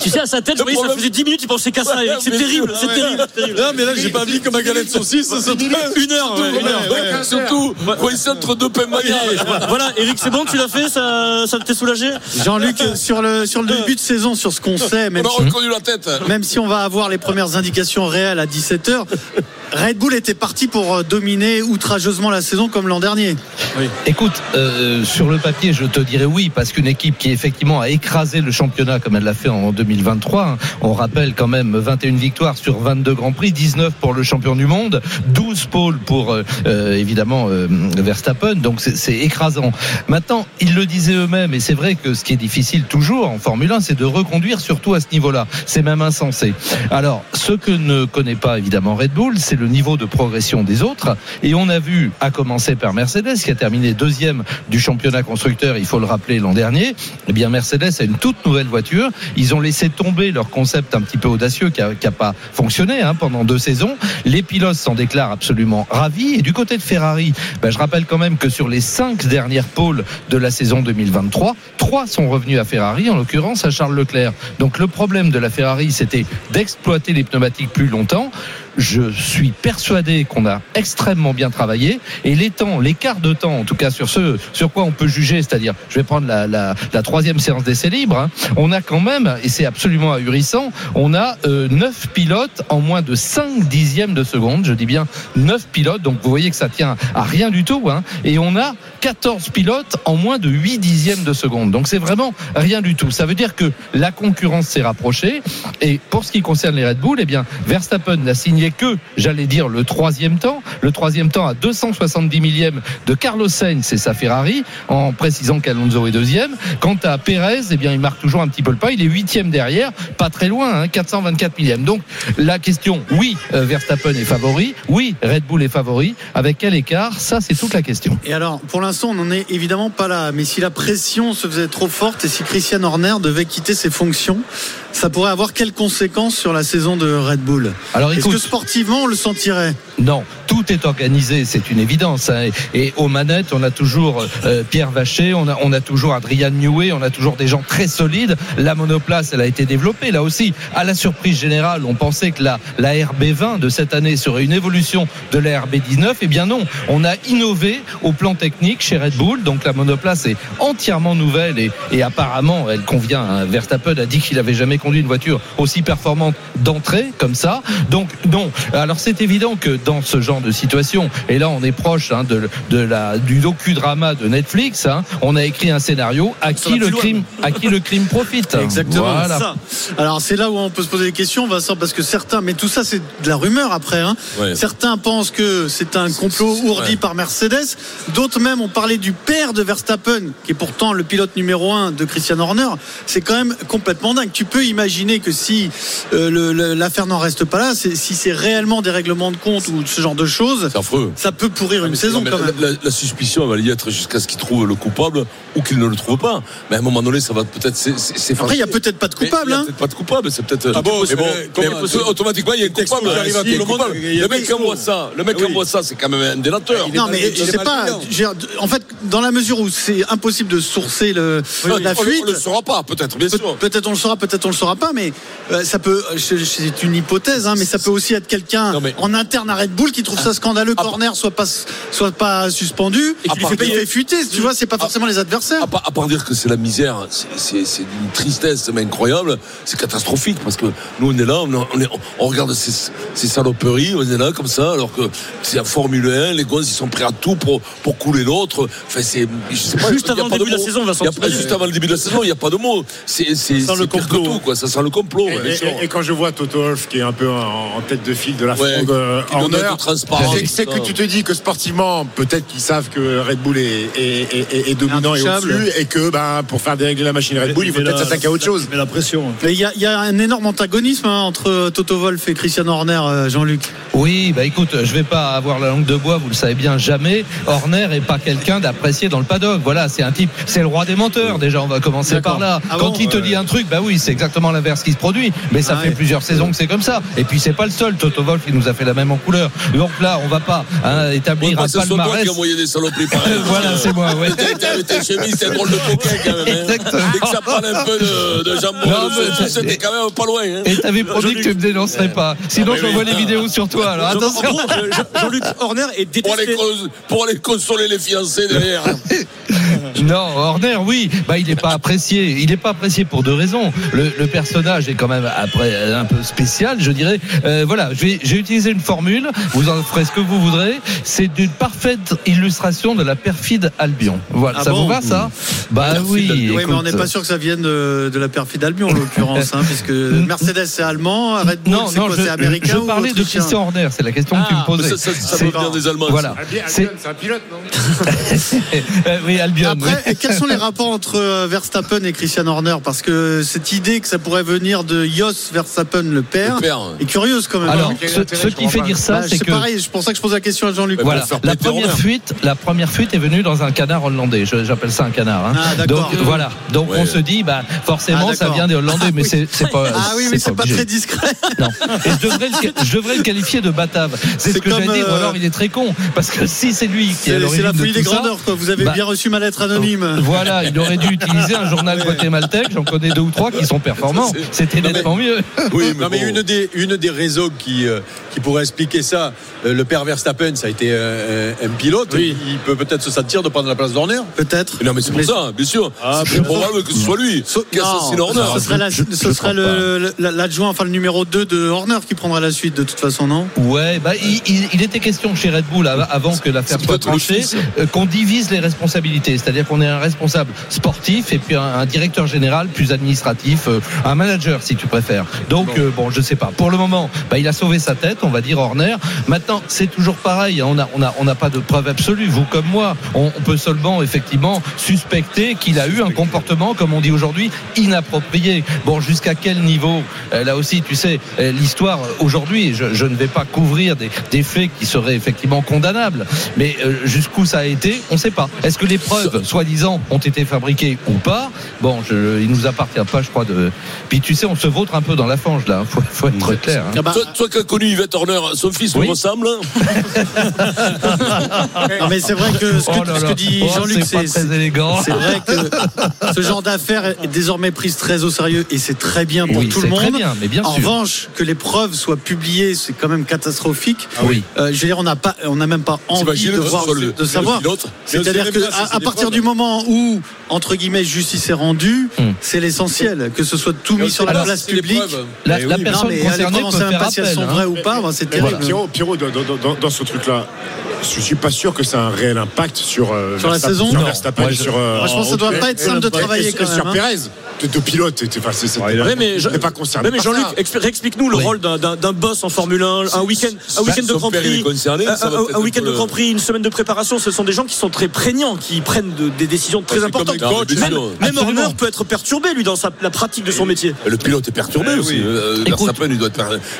Tu sais, à sa tête,
Le
vous voyez, ça
problème-
faisait 10 minutes, il pensait qu'à ça.
Ouais,
Eric. C'est
mais-
terrible, c'est
ouais.
terrible, c'est terrible.
Non, mais là, j'ai pas envie que ma galette saucisse, ça se
Une heure, ouais, une heure.
Ouais, ouais. Surtout, coincé entre deux pains maillés.
Voilà, Eric, c'est bon, tu l'as fait, ça, ça t'est soulagé
Jean-Luc, euh, sur le, sur le début de saison, sur ce qu'on sait, même,
On a
si-
reconnu la tête.
même si on va avoir les premières indications réelles à 17h, Red Bull était parti pour euh, dominer outrageusement la saison comme l'an dernier.
Écoute, euh, sur le papier, je te dirais oui, parce qu'une équipe qui effectivement a écrasé le championnat comme elle l'a fait en 2023, hein, on rappelle quand même 21 victoires sur 22 Grands Prix, 19 pour le champion du monde, 12 pôles pour euh, euh, évidemment euh, Verstappen, donc c'est- c'est écrasant. Maintenant, ils le disaient eux-mêmes, et c'est vrai que ce qui est difficile toujours en Formule 1, c'est de reconduire surtout à ce niveau-là. C'est même insensé. Alors, ce que ne connaît pas évidemment Red Bull, c'est le niveau de progression des autres. Et on a vu, à commencer par Mercedes, qui a terminé deuxième du championnat constructeur, il faut le rappeler, l'an dernier. Eh bien, Mercedes a une toute nouvelle voiture. Ils ont laissé tomber leur concept un petit peu audacieux qui n'a pas fonctionné hein, pendant deux saisons. Les pilotes s'en déclarent absolument ravis. Et du côté de Ferrari, ben, je rappelle quand même que sur les cinq dernières pôles de la saison 2023, trois sont revenus à Ferrari, en l'occurrence à Charles Leclerc. Donc le problème de la Ferrari, c'était d'exploiter les pneumatiques plus longtemps. Je suis persuadé qu'on a extrêmement bien travaillé et les temps, l'écart de temps, en tout cas sur ce sur quoi on peut juger, c'est-à-dire, je vais prendre la, la- la troisième séance d'essai libre, hein, on a quand même, et c'est absolument ahurissant, on a euh, neuf pilotes en moins de 5 dixièmes de seconde, je dis bien neuf pilotes, donc vous voyez que ça tient à rien du tout, hein, et on a 14 pilotes en moins de 8 dixièmes de seconde. Donc c'est vraiment rien du tout. Ça veut dire que la concurrence s'est rapprochée. Et pour ce qui concerne les Red Bull, eh bien, Verstappen n'a signé que, j'allais dire, le troisième temps. Le troisième temps à 270 millièmes de Carlos Sainz et sa Ferrari, en précisant qu'Alonso est deuxième. Quant à Perez, eh bien, il marque toujours un petit peu le pas. Il est huitième derrière, pas très loin, hein, 424 millièmes. Donc la question, oui, euh, Verstappen est favori. Oui, Red Bull est favori. Avec quel écart Ça, c'est toute la question.
Et alors, pour l'instant, on n'en est évidemment pas là. Mais si la pression se faisait trop forte et si Christian Horner devait quitter ses fonctions, ça pourrait avoir quelles conséquences sur la saison de Red Bull
Alors,
Est-ce
écoute-
que sportivement, on le sentirait
Non, tout est organisé, c'est une évidence. hein. Et, et aux manettes, on a toujours euh, Pierre Vacher, on a, on a toujours Adrian Newey, on a toujours des gens très solides. La monoplace, elle a été développée là aussi. À la surprise générale, on pensait que la, la RB20 de cette année serait une évolution de la RB19. Eh bien non, on a innové au plan technique chez Red Bull. Donc la monoplace est entièrement nouvelle et, et apparemment, elle convient. hein. Verstappen a dit qu'il avait jamais conduit une voiture aussi performante d'entrée comme ça. Donc non. Alors c'est évident que dans ce genre de situation, et là on est proche hein, de, de la, du docu-drama de Netflix, hein, on a écrit un scénario à qui le crime, à qui le crime profite.
Exactement.
Voilà.
Ça. Alors c'est là où on peut se poser des questions, Vincent, parce que certains, mais tout ça c'est de la rumeur après. hein.
Ouais.
Certains pensent que c'est un complot ourdi
ouais.
par Mercedes. D'autres même ont parlé du père de Verstappen, qui est pourtant le pilote numéro un de Christian Horner. C'est quand même complètement dingue. Tu peux imaginer que si euh, le- le- l'affaire n'en reste pas là, c'est- si c'est réellement des règlements de compte ou ce genre de choses, ça peut pourrir une
Ah, Mais c'est-
saison
non, mais
quand
la-
même.
La, la suspicion, elle va y être jusqu'à ce qu'il trouve le coupable ou qu'il ne le trouve pas. Mais à un moment donné, ça va peut-être s'é- s'é- s'effacer.
Après, il y a peut-être pas de coupable,
Mais Il y a
hein.
peut-être pas de coupable, c'est peut-être.
Ah bon,
mais bon,
mais comment-
mais auto- automatiquement, il y a un
Texto,
coupable qui arrive à
si,
tout
le
le
monde-
coupable.
il y a Ah
Le mec qui
texto.
envoie ça, le mec qui envoie ça, c'est quand même un délateur.
Non mais je sais pas.
hein.
je veux dire, En fait, dans la mesure où c'est impossible de sourcer le
Oui, oui.
la
On le-
fuite,
on le saura pas, peut-être, bien
Pe-
sûr.
Peut-être on le saura, peut-être on le saura pas, mais euh, ça peut. je- je- C'est une hypothèse, hein, mais ça peut aussi être quelqu'un en interne à Red Bull qui trouve ça scandaleux. Corner soit pas soit pas suspendu.
Ah, Et qui
Il
lui fait
fait,
payer.
il fait fuiter. Tu vois, c'est pas forcément les adversaires.
Ah. À part, à part dire que c'est la misère, c'est- c'est c'est d'une tristesse mais incroyable, c'est catastrophique parce que nous on est là, on, on est- on regarde ces, ces saloperies, on est là comme ça, alors que c'est la Formule 1, les gosses ils sont prêts à tout pour, pour couler l'autre. Enfin, c'est je sais pas,
Juste
il y a
avant le
pas
début de la
mots.
saison, Vincent,
Il y a pas-
t'imagines
Juste avant le début de la saison, il n'y a pas de mots. C'est c'est-
Ça sent le
c'est pire que
complot.
tout, quoi. ça sent le complot.
Et,
ouais, bien sûr.
et- et quand je vois Toto Wolff qui est un peu en, en tête de file de la
Ouais,
fronde euh,
qui donne
Horner,
tout transparent,
c'est- c'est que
putain.
tu te dis que sportivement, peut-être qu'ils savent que Red Bull est, est- est- est- est dominant et
Intouchable.
au-dessus, et que ben, pour faire dérégler la machine Red Bull, il faut
mais
peut-être
la-
s'attaquer à autre chose.
Mais la pression.
hein, Mais il y a, il y a un énorme antagonisme hein, entre Toto Wolff et Christian Horner, euh, Jean-Luc.
Oui, Oui, bah écoute, je vais pas avoir la langue de bois, vous le savez bien, jamais. Horner est pas quelqu'un d'apprécié dans le paddock. Voilà, c'est un type, c'est le roi des menteurs. Déjà, on va commencer par là.
Ah
Quand
bon,
il te
euh,
dit un truc, bah oui, c'est exactement l'inverse qui se produit. Mais ça
Ah
fait
ouais.
plusieurs saisons que c'est comme ça. Et puis c'est pas le seul. Toto Wolff, il nous a fait la même en couleur. Donc là, on va pas hein, établir
Moi,
un
c'est soit bah, toi
palmarès.
qui as envoyé des saloperies pareilles.
Voilà, c'est moi, ouais.
T'es- t'es- T'es chemise, t'es un drôle de coquin quand même. hein.
Exactement.
Dès que ça parle un peu de, de jambon,
Non,
de
mais-
saucisse, t'es quand même pas loin. hein.
Et t'avais promis que tu me dénoncerais pas. Sinon,
Ah, mais
je vois
oui.
les vidéos sur toi. Alors
Donc, en
attention.
gros, euh, Jean-
Jean-Luc Horner est
Pour aller, cons- pour aller consoler les fiancés derrière.
Non, Horner, oui, bah, il n'est pas apprécié. Il n'est pas apprécié pour deux raisons. Le, le personnage est quand même après euh, un peu spécial, je dirais. Euh, voilà, je vais- j'ai utilisé une formule. Vous en ferez ce que vous voudrez. C'est d'une parfaite illustration de la perfide Albion. Voilà,
Ah
ça
bon
vous va ça
Mmh. Ah
Bah oui.
Ouais, mais on n'est
écoute.
pas sûr que ça vienne de, de la perfide Albion en l'occurrence, hein, puisque Mercedes c'est allemand, Red Bull
Non,
c'est
non,
quoi,
je,
c'est américain.
je
ou
parlais de
autrichien Ah.
Christian Horner, c'est la question que tu me posais.
mais ça- ça- ça
C'est-
veut dire des Allemands, ça.
Voilà. C'est-
c'est un pilote, non
Euh, oui, Albion.
Après,
oui.
quels sont les rapports entre euh, Verstappen et Christian Horner Parce que cette idée que ça pourrait venir de Jos Verstappen, le père,
Le père.
est curieuse quand même.
Alors,
hein.
Quel ce- intérêt, ce je qui comprends fait pas. dire ça,
Bah,
c'est que-
pareil, c'est pour ça que je pose la question à Jean-Luc.
Voilà. La première fuite, la première fuite est venue dans un canard hollandais. Je- J'appelle ça un canard. hein.
Ah, d'accord.
Donc voilà. Donc
Ouais.
on se dit, bah forcément,
Ah,
ça
d'accord.
vient des Hollandais, mais c'est- c'est pas.
Ah oui, mais c'est pas
obligé.
très discret.
Non. Et je devrais, le, je devrais le qualifier de batave. C'est ce
C'est
que j'allais
comme,
dire. Ou
euh,
alors il est très con, parce que si c'est lui qui est à
C'est c'est
l'origine
la
de
folie
tout
des
ça,
grandeurs, quoi. Vous avez
bah,
bien reçu ma lettre anonyme.
Voilà, il aurait dû utiliser un journal guatémaltèque. J'en connais deux ou trois qui sont performants. C'était
Non, mais-
nettement mieux.
Oui, mais, non, mais une, des, une des raisons qui, euh, qui pourrait expliquer ça, euh, le père Verstappen, ça a été euh, un pilote. Il peut peut-être se sentir de prendre la place d'Horner.
Peut-être.
Non, mais c'est pour
Mais-
ça, bien sûr.
Ah,
c'est
bien
probable
sûr.
que ce soit lui qui assassine Horner.
ce serait, la- ce serait le- le- la- l'adjoint, enfin le numéro 2 de Horner qui prendra la suite de toute façon, non
Ouais, bah, il, il- il était question chez Red Bull av- avant que l'affaire soit tranchée euh, qu'on divise les responsabilités, c'est-à-dire qu'on ait un responsable sportif et puis un, un directeur général plus administratif, euh, un manager si tu préfères. Donc euh, bon, je sais pas. Pour le moment, bah, il a sauvé sa tête, on va dire Horner. Maintenant, c'est toujours pareil. hein, On a, on a, on n'a pas de preuve absolue. Vous comme moi, on, on peut seulement effectivement suspecter qu'il a eu un comportement, comme on dit aujourd'hui, inapproprié. Bon, jusqu'à quel niveau Euh, Là aussi, tu sais, euh, l'histoire euh, aujourd'hui, je, je ne vais pas couvrir des, des faits qui seraient effectivement condamnables, mais euh, jusqu'où ça a été, on ne sait pas. Est-ce que les preuves, soi-disant, ont été fabriquées ou pas Bon, je, il nous appartient pas, je crois. De... Puis tu sais, on se vautre un peu dans la fange là. hein. Faut, faut être clair. hein.
Toi, toi qui as connu Yvette Horner, son fils me ressemble.
Non, mais c'est vrai que ce que,
Oh là
ce que
là.
dit
Oh,
Jean-Luc,
c'est pas très élégant.
c'est vrai que ce genre d'affaires est désormais prise très au sérieux et c'est très bien pour
Oui,
tout le
c'est
monde.
très bien, mais bien
en
sûr.
revanche, que les preuves soient publiées, c'est quand même catastrophique.
Ah oui.
Euh, je veux dire, on n'a pas, on n'a même pas envie
T'imagines,
de
que ce
voir,
soit le-
de savoir.
le pilote.
C'est-à-dire
Mais
que
au cinéma,
à-
ça, c'est
à
des
partir
preuves.
du moment où entre guillemets justice est rendue,
Hmm.
c'est l'essentiel. Que ce soit tout
Mais
mis sur la
alors,
place
c'est des
publique.
preuves.
La- la
Non, mais
personne
les
concernée
preuves, on
peut
sait même
faire
pas si elles sont
appel,
vraies
hein.
ou pas. Bon, C'est
Mais
terrible.
Pierrot, Pierrot, dans, dans- dans- dans ce truc-là, je suis pas sûr que ça a un réel impact sur, euh,
Sur la
Verstappen-
saison
sur
Non.
Verstappen,
Moi, je-
sur, euh,
Moi, je pense que ça doit
et-
pas être
et-
simple de
et-
travailler
et-
quand
et
même,
Sur
hein.
Perez, de, de pilote, t'es- enfin, c'est- c'est-
Ouais, mais
t'es
Jean-
pas concerné.
Ouais, mais
par
Jean-Luc,
ça.
expli- explique-nous le rôle d'un- d'un d'un boss en Formule 1, un week-end, un
Son-
week-end de
son
Grand
père, il
Prix,
est concerné,
un,
ça va
un-
peut-être
un week-end
être
de
le-
Grand Prix, une semaine de préparation. Ce sont des gens qui sont très prégnants, qui prennent de- des décisions très
c'est
importantes.
comme un coach,
même
Bruno.
même
Absolument.
Horner peut être perturbé lui dans sa- la pratique de son métier.
Le pilote est perturbé
Eh
aussi.
oui.
Euh,
Écoute.
Verstappen, il doit être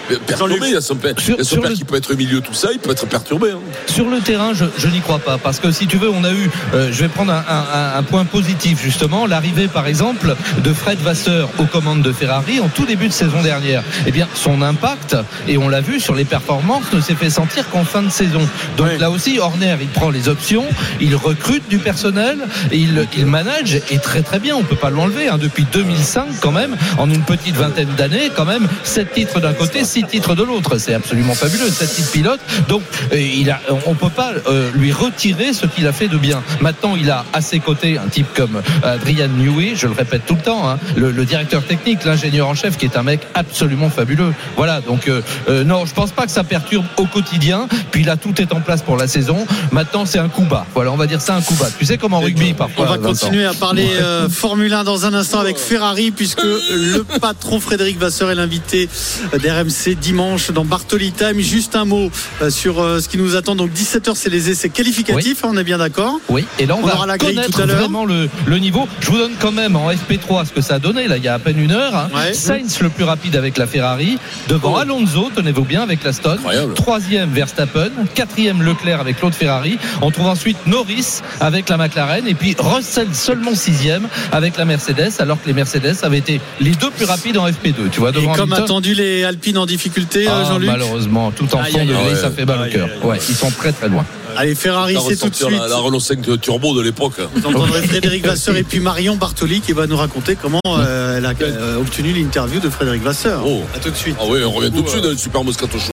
per- perturbé. Il y a son père,
Sur-
il y a son
sur
père
le-
qui peut être au milieu de tout ça, il peut être perturbé. hein.
Sur le terrain, je, je n'y crois pas. Parce que si tu veux, on a eu, euh, je vais prendre un, un- un- un point positif justement, l'arrivée par exemple de Fred Vasseur aux commandes de Ferrari en tout début de saison dernière. Eh bien, son impact, et on l'a vu sur les performances, ne s'est fait sentir qu'en fin de saison. Donc là aussi, Horner, il prend les options, il recrute du personnel, il, il manage, et très très bien, on peut pas l'enlever. hein. Depuis 2005 quand même, en une petite vingtaine d'années, quand même, 7 titres d'un côté, 6 titres de l'autre. C'est absolument fabuleux, 7 titres pilotes. Donc, euh, il a, on peut pas euh, lui retirer ce qu'il a fait de bien. Maintenant, il a à ses côtés un type comme Adrian Newey, je le répète tout le temps, hein, le, le directeur technique, l'ingénieur en chef, qui est un mec absolument fabuleux. Voilà, donc euh, euh, non, je pense pas que ça perturbe au quotidien. Puis là, tout est en place pour la saison. Maintenant, c'est un coup bas. Voilà, on va dire c'est un coup bas. Tu sais comme en rugby parfois.
ben, On va
Vincent.
continuer à parler
Ouais.
euh, Formule 1 dans un instant avec Ferrari, puisque le patron Frédéric Vasseur est l'invité d'RMC dimanche dans Bartoli Time. Juste un mot euh, sur euh, ce qui nous attend. Donc 17h, c'est les essais qualificatifs, hein, on est bien d'accord
Oui, et là on,
On
va
aura la grille
connaître
tout à l'heure.
vraiment le, le niveau. Je vous donne quand même en FP3 ce que ça a
Oh.
donné là il y a à peine une heure. hein. Sainz le plus rapide avec la Ferrari devant Alonso, tenez-vous bien avec avec la Stone. Troisième, Verstappen. Quatrième, Leclerc avec Claude Ferrari. On trouve ensuite Norris avec la McLaren. Et puis Russell seulement sixième avec la Mercedes, alors que les Mercedes avaient été les deux plus rapides en FP2. Tu vois,
Et
devant
comme
Hamilton.
attendu, les Alpines en difficulté,
Ah,
euh, Jean-Luc
Malheureusement, tout en
Aïe,
fond de
aïe,
grille,
aïe.
ça fait mal au
Aïe,
cœur.
aïe, aïe.
Ouais, ils sont très très loin.
Allez, Ferrari,
Ça
c'est tout de
ressortir
suite.
La, la Renault 5 turbo de l'époque. hein.
Vous entendrez Frédéric Vasseur et puis Marion Bartoli qui va nous raconter comment euh, elle a euh, obtenu l'interview de Frédéric Vasseur. A tout de suite.
Ah oui, on revient tout de suite dans le Super Moscato Show.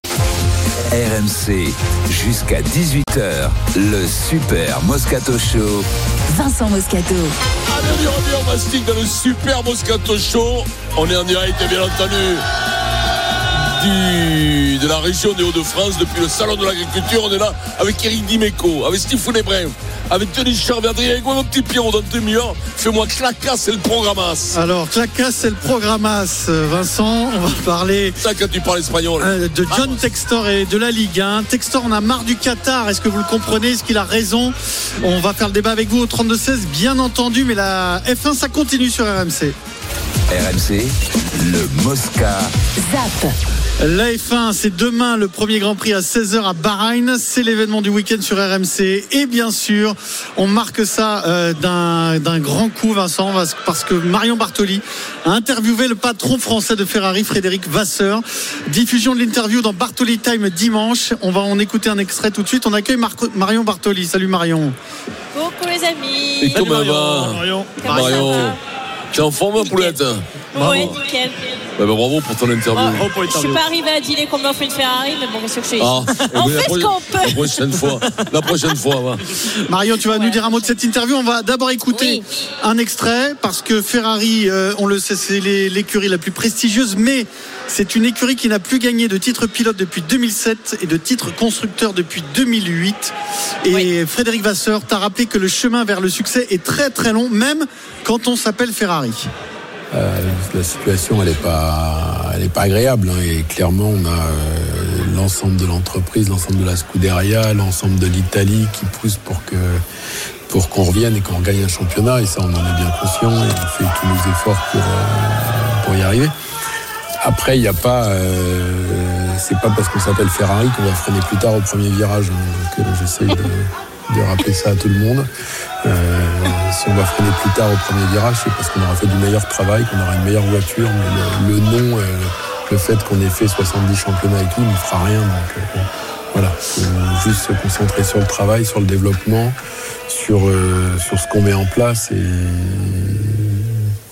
RMC, jusqu'à 18h, le Super Moscato Show.
Vincent Moscato.
Allez, on y revient, on mastique dans le Super Moscato Show. On est en direct, bien entendu. du- de la région des Hauts-de-France depuis le Salon de l'Agriculture. On est là avec Eric Dimeco, avec Steve Founébrin, avec Denis Charverdier, avec moi, mon petit Pierrot dans demi-heure. Fais-moi clacasse et le programmasse.
Alors, Clacas, c'est le programmasse. euh, Vincent, on va parler.
Ça, quand tu parles espagnol.
Euh, de John Textor et de la Ligue 1. Textor on a marre du Qatar. Est-ce que vous le comprenez Est-ce qu'il a raison On va faire le débat avec vous au 32-16, bien entendu, mais la F1, ça continue sur RMC.
RMC, le Mosca.
Zap.
La F1, c'est demain le premier Grand Prix à 16h à Bahreïn. C'est l'événement du week-end sur RMC. Et bien sûr, on marque ça euh, d'un d'un grand coup, Vincent, parce- parce que Marion Bartoli a interviewé le patron français de Ferrari, Frédéric Vasseur. Diffusion de l'interview dans Bartoli Time dimanche. On va en écouter un extrait tout de suite. On accueille Marco- Marion Bartoli. Salut Marion.
Coucou les amis.
Et comment va
Comment
Marion.
ça va
T'es en forme, poulette
Ouais, nickel.
Bah, bah, bravo pour ton interview.
Ah,
Oh, je suis pas arrivé à dealer comme l'offre une Ferrari, mais bon, qu'est-ce que je fais
Ah, eh
On
ben, la
fait ce
pro-
qu'on
La
peut.
prochaine fois. La prochaine fois, va.
Marion, tu vas nous dire un mot de cette interview. On va d'abord écouter un extrait parce que Ferrari, euh, on le sait, c'est l'é- l'écurie la plus prestigieuse, mais c'est une écurie qui n'a plus gagné de titre pilote depuis 2007 et de titre constructeur depuis 2008. Et Frédéric Vasseur t'a rappelé que le chemin vers le succès est très très long, même quand on s'appelle Ferrari.
Euh, la situation, elle n'est pas, elle est pas agréable. hein, et clairement, on a euh, l'ensemble de l'entreprise, l'ensemble de la Scuderia, l'ensemble de l'Italie qui pousse pour que pour qu'on revienne et qu'on gagne un championnat. Et ça, on en est bien conscient. Et on fait tous nos efforts pour, euh, pour y arriver. Après, il n'y a pas, euh, c'est pas parce qu'on s'appelle Ferrari qu'on va freiner plus tard au premier virage. hein, donc, euh, j'essaye de, de rappeler ça à tout le monde. Euh, si on va freiner plus tard au premier virage, c'est parce qu'on aura fait du meilleur travail, qu'on aura une meilleure voiture, mais le, le nom, euh, le fait qu'on ait fait 70 championnats et tout, ne fera rien. Donc euh, bon, voilà, faut juste se concentrer sur le travail, sur le développement, sur, euh, sur ce qu'on met en place. Et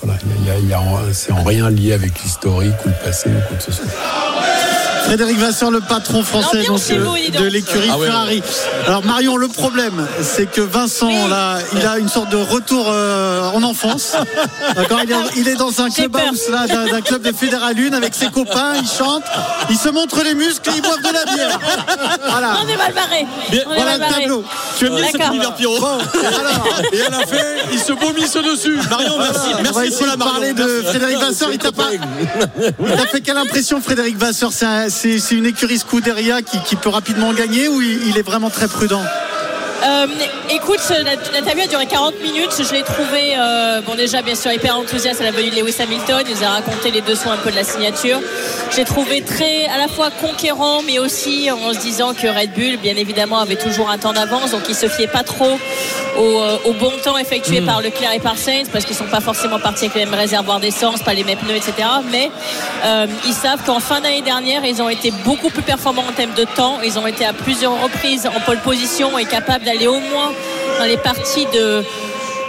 voilà, il y a- il y a- il y a- c'est en rien lié avec l'historique ou le passé ou quoi que ce soit.
Frédéric Vasseur, le patron français
L'ambiance
donc,
est
euh,
beau, dis donc.
de l'écurie
Ah ouais,
Ferrari. Alors Marion, le problème, c'est que Vincent, là, il a une sorte de retour euh, en enfance. D'accord, il, est- il est dans un club là, d'un d'un club de Fédéralune avec ses copains, il chante, il se montre les muscles et il boit de la bière. Voilà.
On est mal barré.
Bien,
On est
voilà
mal barré.
le tableau. Tu aimes bien cet
D'accord.
univers Pierrot Bon, et alors
Et à la fin, il se vomissent dessus.
Marion, merci.
Voilà.
Merci
On va
pour
essayer
la
de parler de Frédéric Vasseur. Il t'a pas.
Il t'a fait quelle impression, Frédéric Vasseur C'est un- C'est c'est une écurie Scuderia qui, qui peut rapidement gagner ou il, il est vraiment très prudent
Euh, écoute, ce- la- l'interview a duré 40 minutes. Je l'ai trouvé, euh, bon, déjà, bien sûr, hyper enthousiaste à la venue de Lewis Hamilton. Il nous a raconté les dessous un peu de la signature. J'ai trouvé très, à la fois conquérant, mais aussi en se disant que Red Bull, bien évidemment, avait toujours un temps d'avance. Donc, il se fiait pas trop au, euh, au bon temps effectué par Leclerc et par Sainz, parce qu'ils sont pas forcément partis avec les mêmes réservoirs d'essence, pas les mêmes pneus, etc. Mais euh, ils savent qu'en fin d'année dernière, ils ont été beaucoup plus performants en termes de temps. Ils ont été à plusieurs reprises en pole position et capables d'aller au moins dans les parties de,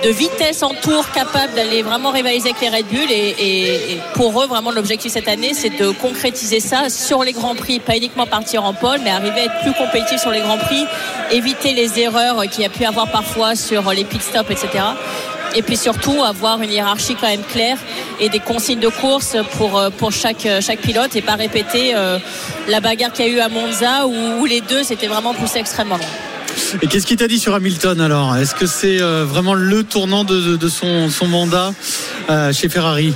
de vitesse en tour, capables d'aller vraiment rivaliser avec les Red Bull. Et, et- et pour eux, vraiment, l'objectif cette année, c'est de concrétiser ça sur les Grands Prix. Pas uniquement partir en pole, mais arriver à être plus compétitif sur les Grands Prix, éviter les erreurs qu'il y a pu avoir parfois sur les pit stops, etc. Et puis surtout avoir une hiérarchie quand même claire et des consignes de course pour, euh, pour chaque, euh, chaque pilote et pas répéter euh, la bagarre qu'il y a eu à Monza où, où les deux s'étaient vraiment poussés extrêmement loin.
Et qu'est-ce qu'il t'a dit sur Hamilton alors Est-ce que c'est euh, vraiment le tournant de, de- de son, son mandat euh, chez Ferrari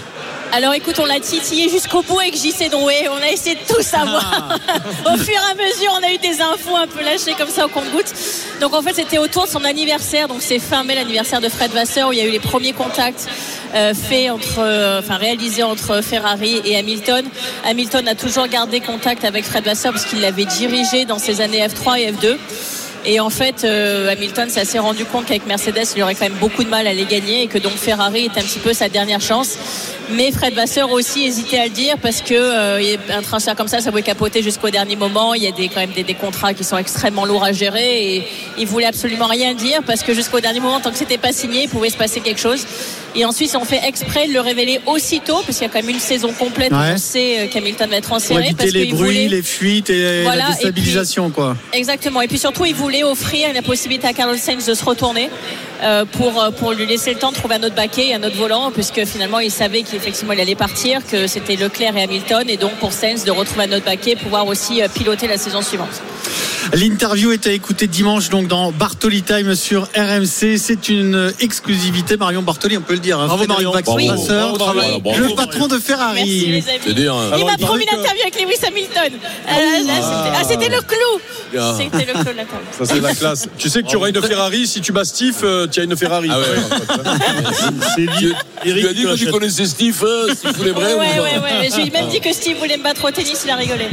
Alors écoute, on l'a titillé jusqu'au bout avec JC Drouet. On a essayé de tout savoir. au fur et à mesure, on a eu des infos un peu lâchées comme ça au compte-gouttes. Donc en fait, c'était autour de son anniversaire. Donc c'est fin mai l'anniversaire de Fred Vasseur où il y a eu les premiers contacts euh, fait entre, euh, enfin réalisé entre Ferrari et Hamilton. Hamilton a toujours gardé contact avec Fred Vasseur parce qu'il l'avait dirigé dans ses années F3 et F2. Et en fait, euh, Hamilton, ça s'est rendu compte qu'avec Mercedes, il aurait quand même beaucoup de mal à les gagner et que donc Ferrari est un petit peu sa dernière chance. Mais Fred Vasseur aussi hésitait à le dire parce que euh, un transfert comme ça, ça pouvait capoter jusqu'au dernier moment. Il y a des, quand même des, des contrats qui sont extrêmement lourds à gérer et il voulait absolument rien dire parce que jusqu'au dernier moment, tant que c'était pas signé, il pouvait se passer quelque chose. Et ensuite, on fait exprès de le révéler aussitôt parce qu'il y a quand même une saison complète où
Ouais.
on sait euh, qu'Hamilton va être en
Pour
série.
éviter
parce
les
qu'il
bruits,
voulait-
les fuites et
Voilà,
la
et puis-
déstabilisation, quoi.
Exactement. Et puis surtout, il voulait offrir la possibilité à Carlos Sainz de se retourner euh, pour, euh, pour lui laisser le temps de trouver un autre baquet et un autre volant, puisque finalement, il savait qu'effectivement, il allait partir, que c'était Leclerc et Hamilton, et donc pour Sainz de retrouver un autre baquet, pouvoir aussi euh, piloter la saison suivante.
L'interview est à écouter dimanche donc dans Bartoli Time sur RMC. C'est une exclusivité. Marion Bartoli, on peut le dire. hein.
Bravo,
Frédéric
Marion.
Vaxon,
Bravo.
Vasseur,
Bravo, bravo,
le
bravo, bravo.
patron de Ferrari.
Merci, les amis.
C'est dire, hein.
il
Alors,
m'a
il paraît
promis
que-
l'interview avec Lewis Hamilton. Ah, là, c'était- ah, c'était le clou.
Ah.
C'était le clou de la table.
Ça, c'est la classe. Tu sais que tu auras une Ferrari. Si tu bats Steve, euh, tu as une Ferrari.
C'est lui.
Eric,
Tu as dit que tu connaissais Steve, euh,
hein,
Steve voulait
Ouais,
vrai
ouais, ouais, ouais. J'ai même dit que Steve voulait me battre au tennis, il a rigolé.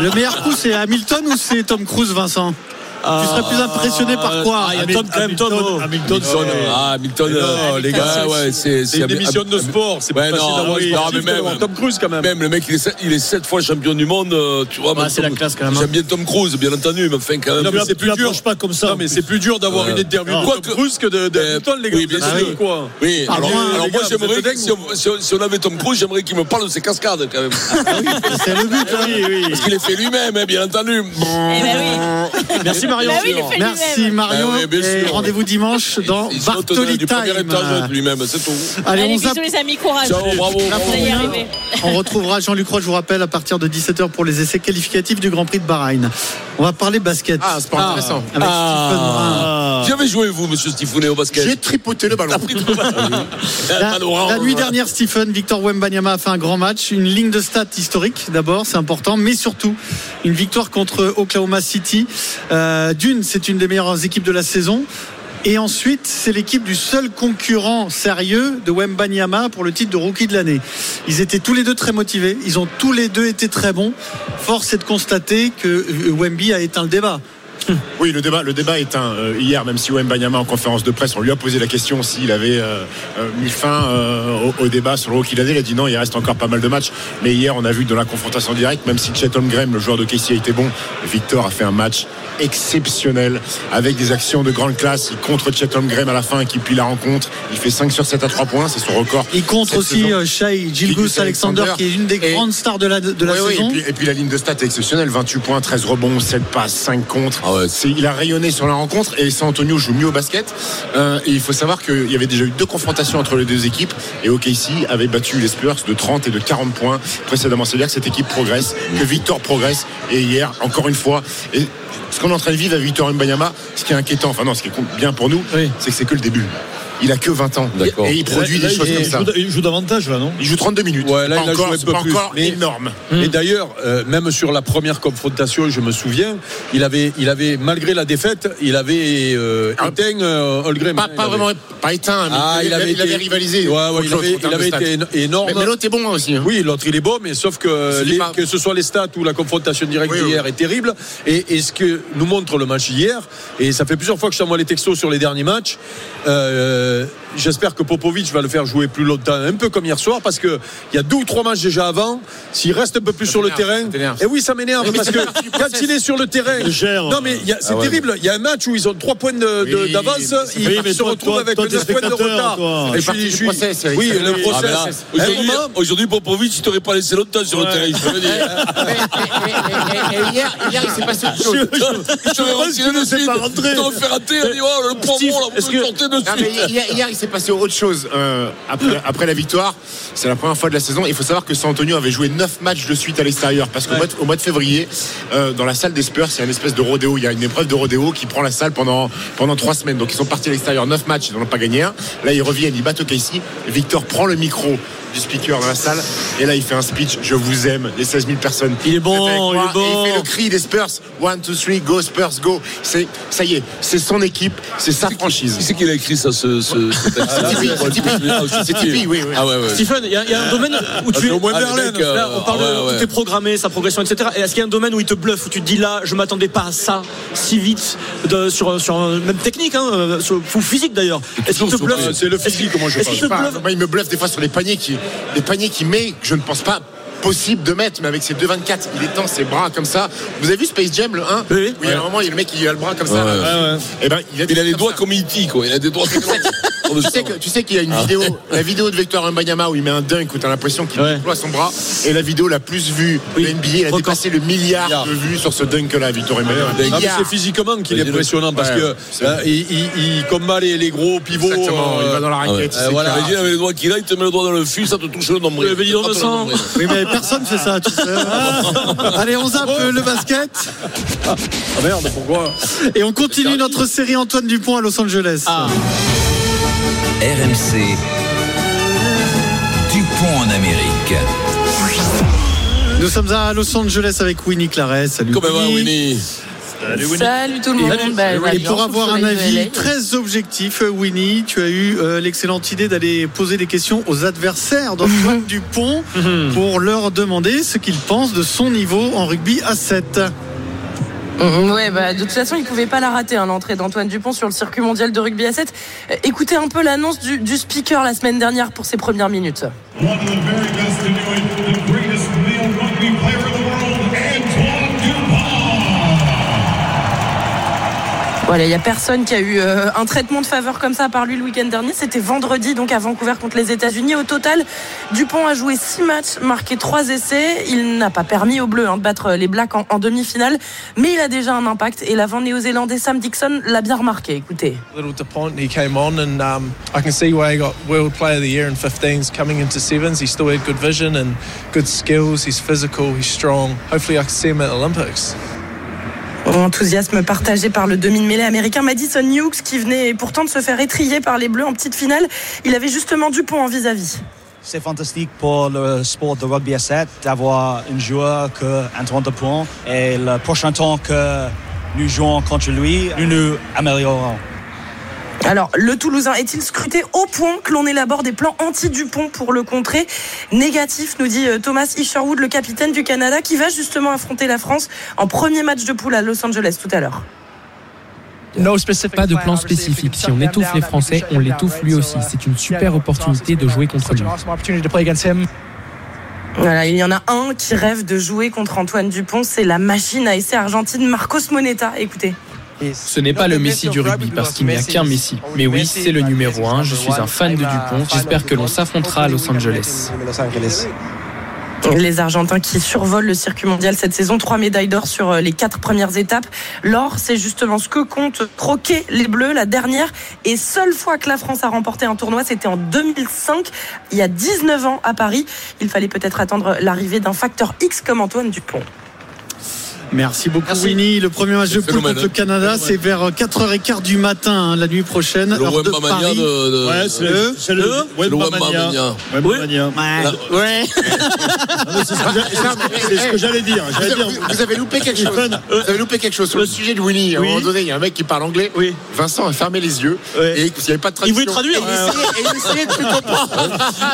Le meilleur coup, c'est Hamilton ou c'est Tom Cruise, Vincent Tu serais plus impressionné par quoi
Ah, il y a Tom quand même, Tom. oh.
Hamilton,
Hamilton, Ah, Hamilton, euh,
les gars,
ouais, ouais, c'est
c'est une émission de sport. C'est pas
Ouais,
facile
non,
d'avoir
oui,
une
non, mais même-
Tom Cruise quand même.
Même le mec, il est, sept- il est sept fois champion du monde, euh, tu vois.
Bah,
mais
c'est la
Tom-
classe, quand même, hein.
J'aime bien Tom Cruise, bien entendu, mais enfin, quand même.
Non, mais c'est plus dur.
pas comme ça.
Non, mais c'est plus Ah. dur d'avoir
Ouais.
une interview
Non.
de Tom Cruise que de, de Hamilton, les gars.
Oui, bien
Vous êtes
sûr.
dingue, quoi.
Oui,
Ah,
alors,
bien,
alors
les
moi
gars, vous
j'aimerais
êtes
que
dingue,
si on, si on- si on avait Tom Cruise, j'aimerais qu'il me parle de ses cascades quand même.
Ah C'est le but,
Parce qu'il les fait lui-même, hein, bien entendu.
Merci Marion.
Bah ben oui, il le fait
Merci
lui-même.
Marion.
Bah oui, bien
Et
sûr.
rendez-vous dimanche dans
Il saute
Bartoli
du premier étage hein,
Time.
lui-même, c'est tout.
Allez, on
bisous
zappe.
les amis, courage.
Ciao, bravo,
Vous
bravo.
allez y arriver.
On retrouvera Jean-Luc Roche, je vous rappelle, à partir de 17h pour les essais qualificatifs du Grand Prix de Bahreïn. On va parler basket. Ah, c'est
pas intéressant. Ah.
Avec Stephen Brun.
Qui avez joué, vous, monsieur Stifounet, au basket J'ai
tripoté le ballon.
La,
Oh,
la
euh,
nuit dernière, Stephen, Victor Wembanyama a fait un grand match. Une ligne de stats historique, d'abord, c'est important, mais surtout une victoire contre Oklahoma City. Euh, D'une, c'est une des meilleures équipes de la saison. Et ensuite, c'est l'équipe du seul concurrent sérieux de Wembanyama pour le titre de rookie de l'année. Ils étaient tous les deux très motivés. Ils ont tous les deux été très bons. Force est de constater que euh, Wemby a éteint le débat.
Oui, le débat, le débat est un. euh, hier, même si Wembanyama en conférence de presse, on lui a posé la question s'il avait euh, euh, mis fin euh, au, au débat sur le rookie de l'année. Il a dit non, il reste encore pas mal de matchs. Mais hier, on a vu que dans la confrontation directe, même si Chatham Graham, le joueur de Casey, a été bon, Victor a fait un match exceptionnel avec des actions de grande classe. Il contre Chatham Graham à la fin qui puis la rencontre. Il fait 5 sur 7 à 3 points, c'est son record.
Il contre
cette
aussi
saison.
euh, Shai Gilgus Alexander, qui est une des grandes stars de la, de la
Oui, oui,
saison.
et, puis, et puis la ligne de stats est exceptionnelle 28 points, 13 rebonds, 7 passes, 5 contre. C'est- Il a rayonné sur la rencontre et San Antonio joue mieux au basket. Euh, et il faut savoir qu'il y avait déjà eu deux confrontations entre les deux équipes et OKC avait battu les Spurs de 30 et de 40 points précédemment. C'est-à-dire que cette équipe progresse, que Victor progresse et hier, encore une fois. et ce qu'on est en train de vivre à Victor Mbanyama, ce qui est inquiétant, enfin non, ce qui est bien pour nous, c'est que c'est que le début. Il a que 20 ans et il produit
Là,
des
il
choses
joue-
comme ça.
il joue- Il joue davantage là, non
Il joue 32 minutes.
Ouais,
C'est
là, il
pas
a
encore-
joué un
c'est
peu
pas
plus.
encore énorme.
Et d'ailleurs, euh, même sur la première confrontation, je me souviens, il avait, il avait malgré la défaite, il avait euh, éteint euh, Holgrim.
Ah. Pas, pas vraiment, pas éteint, mais
Ah,
il,
il
avait,
avait
il avait
été-
rivalisé.
Ouais, ouais,
contre
il
l'autre
avait-
en termes
il avait
de
été
stats.
é- énorme.
Mais, mais l'autre est bon aussi. hein.
Oui, l'autre il est beau, mais sauf que,
C'est
les-
pas-
que ce soit les stats ou la confrontation directe d'hier est terrible. Et, et ce que nous montre le match hier, et ça fait plusieurs fois que je t'envoie les textos sur les derniers matchs, euh, j'espère que Popovic va le faire jouer plus longtemps, un peu comme hier soir, parce qu'il y a deux ou trois matchs déjà avant. S'il reste un peu plus sur le terrain. Et oui, ça m'énerve,
Mais
parce
c'est
que
la partie du
quand il est sur le terrain.
Il gère.
Non, mais il y a- c'est
Ah ouais.
terrible. Il y a un match où ils ont trois points de- de-
Oui,
d'avance,
mais
ils
oui, mais
se
toi,
retrouvent
toi,
avec
toi, t'es
neuf points de
spectateur,
retard.
toi.
Et
C'est
je suis-
parti du
je suis-
process, Eric.
Oui,
Ah,
le
mais
process.
là,
Aujourd'hui, aujourd'hui, Popovic, il t'aurait pas laissé longtemps sur le terrain, je peux le dire.
Et, et hier, hier, il s'est passé autre chose.
Je- je- je vais retirer de suite. T'en fais rater, on dit, oh, le pauvre, on l'a sorti de
Non, mais
suite.
hier, hier, il s'est passé autre chose euh, après, après la victoire. C'est la première fois de la saison. Il faut savoir que San Antonio avait joué 9 matchs de suite à l'extérieur. Parce qu'au mois, de- au mois de février, euh, dans la salle des Spurs, il y a une espèce de rodéo. Il y a une épreuve de rodéo qui prend la salle pendant, pendant 3 semaines. Donc ils sont partis à l'extérieur 9 matchs, ils n'en ont pas gagné un. Là, ils reviennent, ils battent OKC. Victor prend le micro du speaker dans la salle. Et là, il fait un speech Je vous aime, les 16 000 personnes.
Il est bon,
Vous êtes avec
il
moi.
est bon.
Et il fait le cri des Spurs 1, 2, 3, go Spurs, go. C'est- Ça y est, c'est son équipe, c'est sa franchise.
C'est qu'il a écrit ça, ce, ce, ce texte
C'est Tipeee, c'est Tipeee.
Ah, c'est
C'est Tipees, oui, oui.
Ah ouais, ouais.
Stephen, il y, a- il y a un domaine où
Ah,
tu
c'est
es.
au moins
Euh, Ah,
Berlin,
le mec, là, on parle
euh,
de
ouais,
tout
ouais.
est programmé, sa progression, etc. Et Est-ce qu'il y a un domaine où il te bluffe, où tu te dis là, je m'attendais pas à ça si vite, de- sur, sur un- même technique, hein, euh, sur, ou physique d'ailleurs. Est-ce qu'il te bluffe Est-ce qu'il te
Enfin,
bluffe
Moi, il me bluffe des fois sur les paniers qui, les paniers qu'il met, que je ne pense pas possible de mettre, mais avec ses 2,24, il étend ses bras comme ça. Vous avez vu Space Jam le 1 Oui. il y a un moment, il y a le mec qui a le bras comme ça.
Ouais,
là.
ouais.
Eh ben, il a,
Il a les doigts comme Iti, quoi. Il a des doigts comme
tu sais que- tu sais qu'il y a une
Ah.
vidéo, la vidéo de Victor Mbanyama où il met un dunk où t'as l'impression qu'il déploie son bras et la vidéo la plus vue de NBA, elle a dépassé le milliard de vues sur ce dunk là, Victor Mbanyama.
Ah, mais c'est physiquement qu'il est impressionnant parce
Ouais,
que
c'est-
euh, il, il- il combat les, les gros pivots.
Exactement, il va dans la raquette, il s'écarte.
voilà.
Imagine avec les doigts qu'il a, il te met le doigt dans le fil, ça te touche le nombril.
Mais dis donc,
Ça te touche
Vincent.
nombril. Ah.
Oui, mais personne fait ça, tu sais. Allez, on zappe le basket.
Ah merde, pourquoi
Et on continue notre série Antoine Dupont à Los Angeles.
Ah.
RMC Dupont en Amérique.
Nous sommes à Los Angeles avec Winnie Claret. Salut.
Comment va, Winnie
Salut tout le monde.
Et,
Ben,
et
voilà,
pour
sous
avoir
le
un
soleil de
avis
LA.
très objectif, euh, Winnie, tu as eu euh, l'excellente idée d'aller poser des questions aux adversaires d'Antoine Dupont
Mhm.
pour leur demander ce qu'ils pensent de son niveau en rugby à 7.
Mhm, Ouais, bah, de toute façon, il ne pouvait pas la rater, hein, l'entrée d'Antoine Dupont sur le circuit mondial de rugby à 7. Euh, Écoutez un peu l'annonce du, du speaker la semaine dernière pour ses premières minutes.
One of the very best to do it, the greatest male rugby player in the world, Antoine Dupont.
Voilà, il n'y a personne qui a eu euh, un traitement de faveur comme ça par lui le week-end dernier. C'était vendredi, donc à Vancouver contre les États-Unis. Au total, Dupont a joué six matchs, marqué trois essais. Il n'a pas permis aux Bleus hein, de battre les Blacks en, en demi-finale, mais il a déjà un impact. Et l'avant néo-zélandais Sam Dixon l'a bien remarqué. Écoutez.
Little DuPont, he came on, and um, I can see why he got World Player of the Year in 15s. Coming into sevens, he still had good vision and good skills. He's physical, he's strong. Hopefully, I can see him at Olympics.
Enthousiasme partagé par le demi de mêlée américain Madison Hughes qui venait pourtant de se faire étrier par les Bleus en petite finale. Il avait justement Dupont en vis-à-vis.
C'est fantastique pour le sport de rugby à 7 d'avoir un joueur que Antoine Dupont et le prochain temps que nous jouons contre lui, nous nous améliorons.
Alors, le Toulousain est-il scruté au point que l'on élabore des plans anti-Dupont pour le contrer Négatif, nous dit euh, Thomas Isherwood, le capitaine du Canada, qui va justement affronter la France en premier match de poule à Los Angeles tout à l'heure.
Pas de plan spécifique. Si on étouffe les Français, on l'étouffe lui aussi. C'est une super opportunité de jouer contre lui.
Voilà, il y en a un qui rêve de jouer contre Antoine Dupont, c'est la machine à essai argentine Marcos Moneta. Écoutez.
Ce n'est pas le Messi du rugby parce qu'il n'y a qu'un Messi. Mais oui, c'est le numéro 1. Je suis un fan de Dupont. J'espère que l'on s'affrontera à Los Angeles.
Les Argentins qui survolent le circuit mondial cette saison, trois médailles d'or sur euh, les quatre premières étapes. L'or, c'est justement ce que compte croquer les Bleus, la dernière et seule fois que la France a remporté un tournoi, c'était en 2005, il y a 19 ans à Paris. Il fallait peut-être attendre l'arrivée d'un facteur X comme Antoine Dupont.
Merci beaucoup Winnie. Le premier match de poule
phénomène,
contre le
hein.
Canada, c'est vers euh, 4h15 du matin hein, la nuit prochaine.
Le
heure de
Wembamania
Paris.
de- de- Hein
Ouais, c'est le- c'est le-
Le
Wembamania. Wembamania.
Ouais.
Ah, mais c'est ce que j'a- C'est ce que j'allais dire. J'allais dire.
Vous, vous avez loupé quelque chose.
Stéphane,
Vous avez loupé quelque chose sur le sujet de Winnie. À un
Oui.
moment donné, il y a un mec qui parle anglais. Vincent a fermé les yeux. Et il n'y avait pas de traduction.
Il voulait traduire.
Et
hein.
il hein. essayait- et il essayait de plus comprendre.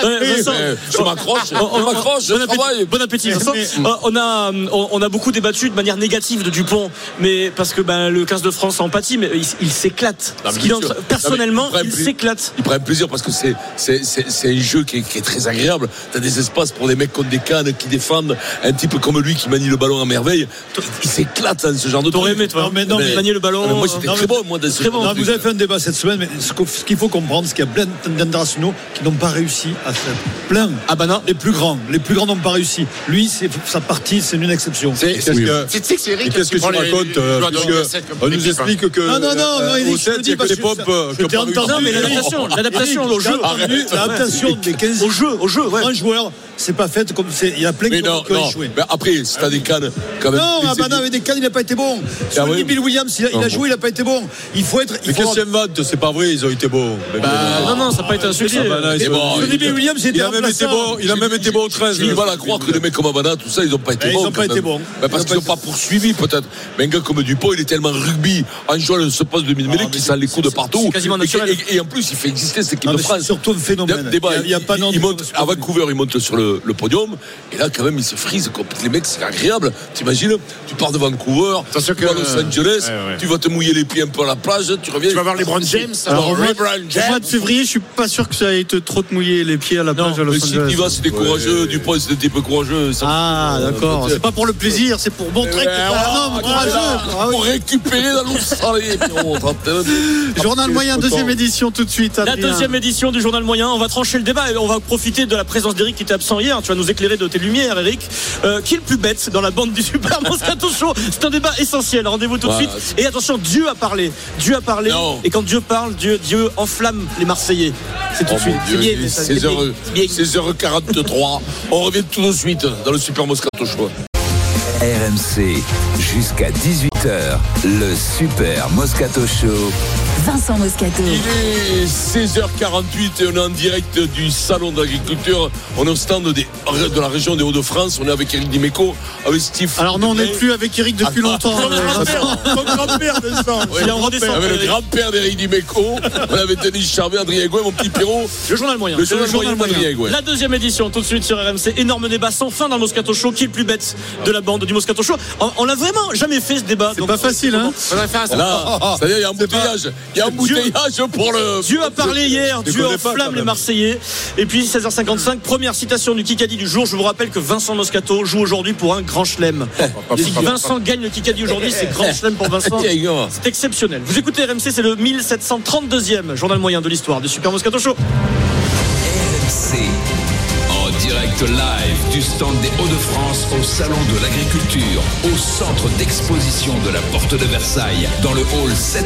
Ouais, Vincent.
je m'accroche, je
On- on-
m'accroche, je
bon appétit,
travaille.
Bon appétit, Vincent.
Mais-
Euh, on, a, euh, on, on a beaucoup débattu de manière négative de Dupont, mais parce que ben, le 15 de France en pâtit, mais il, il s'éclate.
Non, mais
Ce qu'il est en
bien
train-
sûr.
Personnellement,
Non, mais
il
prend plus-
s'éclate.
Il prend plaisir parce que c'est c'est- c'est- c'est un jeu qui est, qui est très agréable. T'as des espaces pour des mecs contre des cannes qui défendent. Un type comme lui qui manie le ballon à merveille. Il s'éclate dans ce genre de truc.
aimé, toi. Non, mais non, mais- manier le ballon,
mais Moi
euh,
j'étais
non,
très
mais-
bon moi dans ce
Très bon.
genre de
Non, vous
truc.
avez fait un débat cette semaine, mais ce qu'au- ce qu'il faut comprendre, c'est qu'il y a plein d'internationaux qui n'ont pas réussi à faire. Plein. Ah bah non. Les plus grands. Les plus grands n'ont pas réussi. Lui, c'est sa partie, c'est une exception.
Et qu'est-ce que, et qu'est-ce que tu racontes euh, puisque On nous explique que
Ah Non, non, non, non,
euh,
Eric,
au
je te
set, il y a
dis
que
parce
des
que
pop.
je-
euh,
je
qui
t'ai
ont pas
entendu.
réussi.
Eric, j'ai entendu L'adaptation des 15 joueurs. Au
Arrête.
jeu, au jeu, ouais. Un joueur c'est pas fait comme c'est. Il y a plein
Mais
qui ont-
non,
qui ont
non.
échoué.
Mais après, si t'as des cannes, quand même.
Non,
mais
ah
c'est-
bah non, avec des cannes, il n'a pas été bon.
Ah,
Sur
ouais.
Bill Williams, il a, il a
Ah bon.
joué, il n'a pas été bon. Il faut être.
Mais
il faut
qu'est-ce qu'ils inventent C'est pas vrai, ils ont été bons.
Bah, non, non, ça a pas été un succès.
C'est bon.
Sonny Bill Williams, c'était
il a même été
remplaçant.
bon. Il a même été bon au 13.
J'ai-
Il va hein. la croire que des mecs comme Abana, tout ça, ils n'ont pas été
Ben, hein. ils
bons.
ont
quand
pas été
même.
bons.
Ben, parce qu'ils n'ont pas poursuivi, peut-être. Mais un gars comme Dupont, il est tellement rugby. En jouant, on se passe de mille mêlées qu'il sent les coups de partout.
Ah, c'est quasiment
Et-
naturel.
Et et en plus, il fait exister cette équipe
Non,
de
mais
France.
c'est surtout un phénomène.
Débat,
Il y a- il y a pas
il monte à Vancouver, il monte sur le, le podium et là quand même il se frise complètement. Les mecs, c'est agréable. T'imagines Tu pars de Vancouver, tu vas à Los
euh,
Angeles,
ouais, ouais.
tu vas te mouiller les pieds un peu à la plage, tu reviens. Tu vas voir les Brown James.
Alors, au mois, au mois de février, je suis pas sûr que ça aille te trop te mouiller les pieds à la plage à Los
Mais si
Angeles.
tu vas, c'était courageux. Du point, c'était un petit peu courageux. ça-
Ah, d'accord. C'est pas pour le plaisir, c'est pour montrer que t'es pas un homme courageux.
Pour récupérer la
Oh,
l'Australie. Pierrot, t'as- t'as-
Journal
t'as-
moyen,
t'as-
deuxième édition tout de suite.
La
Adrien.
deuxième édition du journal moyen, on va trancher le débat et on va profiter de la présence d'Eric qui était absent hier. Tu vas nous éclairer de tes lumières, Eric. Euh, qui est le plus bête dans la bande du Super Moscato Show C'est un débat essentiel. Rendez-vous tout de
Voilà,
suite. Et attention, Dieu a parlé. Dieu a parlé. Et quand Dieu parle, Dieu, Dieu enflamme les Marseillais. C'est tout
Oh
de suite.
mon
C'est
Dieu,
bien,
il est
ça, c'est bien.
16h, 16h43. On revient tout de suite dans le Super Moscato Show.
RMC, jusqu'à 18h, le Super Moscato Show.
Vincent Moscato.
Il est 16h48 et on est en direct du Salon d'agriculture. On est au stand des- de la région des Hauts-de-France. On est avec Eric Dimeco, avec Steve.
Alors non, on n'est plus avec Eric depuis longtemps. euh,
Ton grand-père, ton grand-père descend.
Il en redescend,
On avait le
Eric.
grand-père d'Eric Dimeco. On avait Denis Charvet, Adrien Gouin, mon petit Pierrot.
Le journal moyen.
Le
C'est
journal moyen d'Adrien Gouin.
La deuxième édition, tout de suite sur RMC. Énorme débat sans fin dans le Moscato Show. Qui est le plus bête de la bande du Moscato Show On, on l'a vraiment jamais fait ce débat. C'est pas
facile, hein
Là, c'est-à-dire, il y a embouteillage. Il y a embouteillage pour le.
Dieu a parlé hier,
Je
Dieu
connais pas, quand
enflamme les
même.
Marseillais. Et puis 16h55, première citation du Kikadi du jour. Je vous rappelle que Vincent Moscato joue aujourd'hui pour un grand chelem. Si Vincent gagne le Kikadi aujourd'hui, c'est grand chelem pour Vincent.
Tiens, Igor.
C'est exceptionnel. Vous écoutez RMC, c'est le 1732e journal moyen de l'histoire du Super Moscato Show.
RMC. En direct live du stand des Hauts-de-France au Salon de l'Agriculture, au centre d'exposition de la Porte de Versailles, dans le hall 7.1,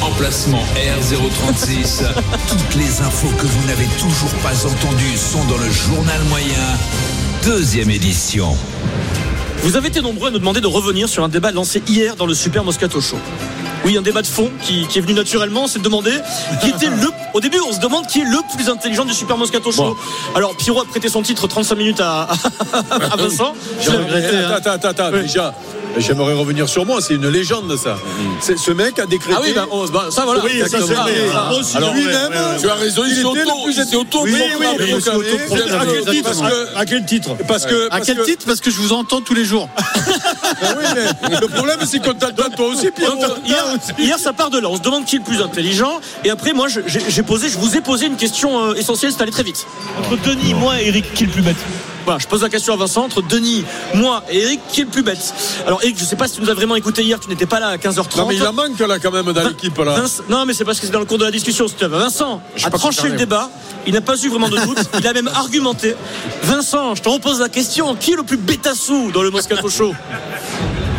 emplacement R036. Toutes les infos que vous n'avez toujours pas entendues sont dans le journal moyen, deuxième édition.
Vous avez été nombreux à nous demander de revenir sur un débat lancé hier dans le Super Moscato Show. Oui, un débat de fond qui, qui est venu naturellement, c'est de demander qui était le. Au début, on se demande qui est le plus intelligent du Super Moscato Show. Alors, Pierrot a prêté son titre 35 minutes à, à Vincent. Je l'ai
J'aimerais-
regretté, hein.
Attends, attends, attends, déjà. J'aimerais revenir sur moi, c'est une légende ça. C'est- Ce mec a décrété.
Mm-hmm. Ah oui, bah, on- bah, ça, voilà.
Oui, ça c'est
Exactement.
vrai.
Ah,
On suit
alors,
lui-même.
ouais, ouais, ouais. Tu as raison, il
était
s'est auto-
le plus
il s'est auto-
Oui, oui,
proclamé.
mais
Il s'est
proclamé.
auto-proclamé.
À quel titre
Parce que-
À quel titre Parce que.
à
parce
quel
que-
titre Parce que je vous entends tous les jours.
Ben oui, mais le problème c'est qu'on t'attend toi aussi, Pierrot.
Donc, hier, hier, ça part de là. On se demande qui est le plus intelligent. Et après, moi, je- j'ai j'ai posé, je vous ai posé une question euh, essentielle. C'est allé très vite. Entre Denis, moi et Eric, qui est le plus bête Voilà, je pose la question à Vincent. Entre Denis, moi et Eric, qui est le plus bête Alors, Eric, je sais pas si tu nous as vraiment écouté hier. Tu n'étais pas là à 15h30.
Non mais il en manque là quand même dans l'équipe là.
Vince- non, mais c'est parce que c'est dans le cours de la discussion. c'était- Vincent
Je suis
a
pas
tranché
concerné,
le débat. Il n'a pas eu vraiment de doute. il a même argumenté. Vincent, je te repose la question. Qui est le plus bétassou dans le Moscato Show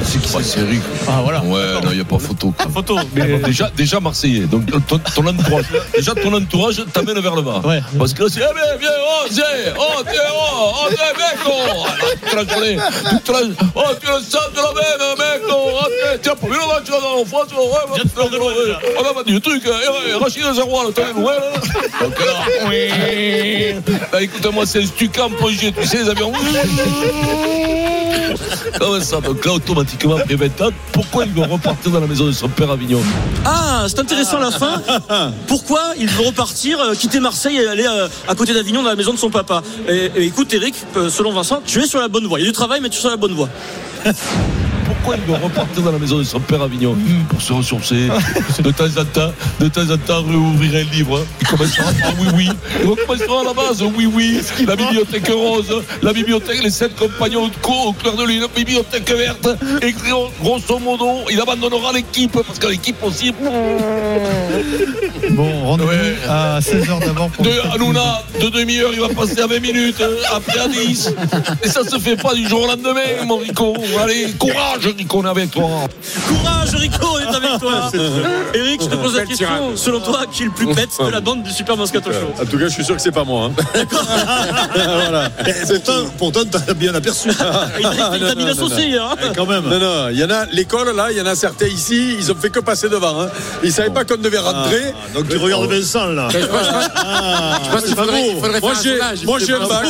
C'est qui c'est Eric. Ah voilà. Ouais, non, il n'y a pas photo. euh,
photo.
Déjà, déjà Marseillais. Donc euh, ton, ton entourage. déjà ton entourage t'amène vers le bas. Parce que là, c'est eh bien, viens, oh, j'ai, oh, t'es, oh, oh, t'es mec, oh. Ah, Toute la journée, toute la Oh, tu es le sang de la veine, mec, oh. Ah, t'es- Tiens, pour le match, tu vas dans le France, oh, ouais, ouais, ouais, ouais, ouais. Ah, bah, bah, du truc, hein. Eh, ouais, Rachid Zeroual, t'as vu, ouais, là. hein. Donc là, oui. Bah, écoute-moi, c'est un stucam plongé, tu sais, les avions. Comme ça, donc là, automatiquement, après 20 ans, pourquoi il veut repartir dans la maison de son père à Avignon
Ah, c'est intéressant la fin. Pourquoi il veut repartir, euh, quitter Marseille et aller euh, à côté d'Avignon dans la maison de son papa et, et écoute, Eric, euh, selon Vincent, tu es sur la bonne voie. Il y a du travail, mais tu es sur la bonne voie.
Pourquoi il veut repartir dans la maison de son père à Avignon
Hmm.
Pour se ressourcer. De temps en temps, de temps en temps, réouvrir un livre. hein. Il commencera par oui, oui. Il recommencera à la base, oui, oui. La bibliothèque rose, la bibliothèque, les sept compagnons de cours au clair de lune, la bibliothèque verte. Et gros- grosso modo, il abandonnera l'équipe, parce que l'équipe aussi.
Bon, rendez-vous à 16h d'abord pour
De
Ah,
Hanouna, de demi-heure, il va passer à 20 minutes, euh, après à 10. Et ça se fait pas du jour au lendemain, mon Rico. Allez, courage Rico, on est avec toi.
Courage, Rico, on est avec toi.
C'est vrai.
Eric, je te pose la
Belle
question.
tirade. Euh,
Selon toi, qui est le plus bête de la bande du Super Moscato Show
En tout cas, je suis sûr que c'est pas moi. hein. voilà. Pourtant, pourtant, t'as bien aperçu.
Il t'a- il t'a mis la saucée, hein.
Eh, Quand même. Non, non, il y en a, l'école, là, il y en a certains ici, ils ont fait que passer devant. hein. Ils savaient pas qu'on devait rentrer.
donc tu regardes Vincent, là.
Mais Ah. je pense- je pense- je pense qu'il faudrait- il faudrait Moi, faire un j'ai- sondage. moi, j'ai un bac.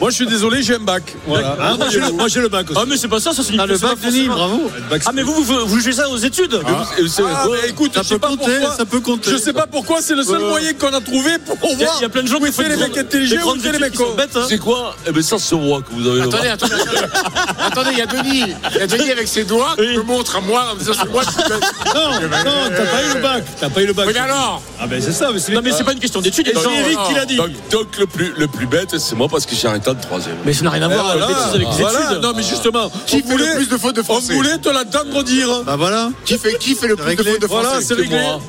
Moi, je suis désolé, j'ai un bac. Voilà.
D'accord.
Moi, j'ai le- moi, j'ai le bac aussi.
Ah, mais c'est pas ça, ça signifie
Ah, le
que c'est
bac,
pas
Denis,
forcément.
bravo.
Ah, mais vous, vous, vous jugez ça aux études
Ah, mais écoute, je sais pas pourquoi- Je sais pas pourquoi, c'est le seul
Euh,
moyen qu'on a trouvé pour
il y a-
voir.
il y a plein de gens
où
qui font
étaient les
des
mecs
grandes-
intelligents,
des
où
grandes
étaient
études
les mecs
qui sont
cons.
bêtes, hein.
C'est quoi Eh ben ça se voit que vous avez. le
Attendez,
bac.
attendez, attendez. Attendez, il y a Denis. Il y a Denis avec ses doigts qui me montre à moi en me disant c'est moi qui
Non, non, t'as pas eu le
Euh,
bac. T'as pas eu le bac.
Mais alors
Ah ben c'est ça, mais c'est
Non, mais c'est pas une question d'études,
Et
il y a
c'est
des gens-
Eric qui l'a dit.
Donc, donc le, plus, le plus bête, c'est moi parce que j'ai arrêté en troisième.
Mais ça n'a rien à
Eh
voir,
voilà.
les bêtises avec les
Voilà.
études.
Non, mais justement,
Qui
on
fait le
voulait,
plus de fautes de français
on voulait te l'entendre dire.
Bah voilà.
Qui fait, qui fait le plus de fautes de français
Voilà, c'est réglé.
moi.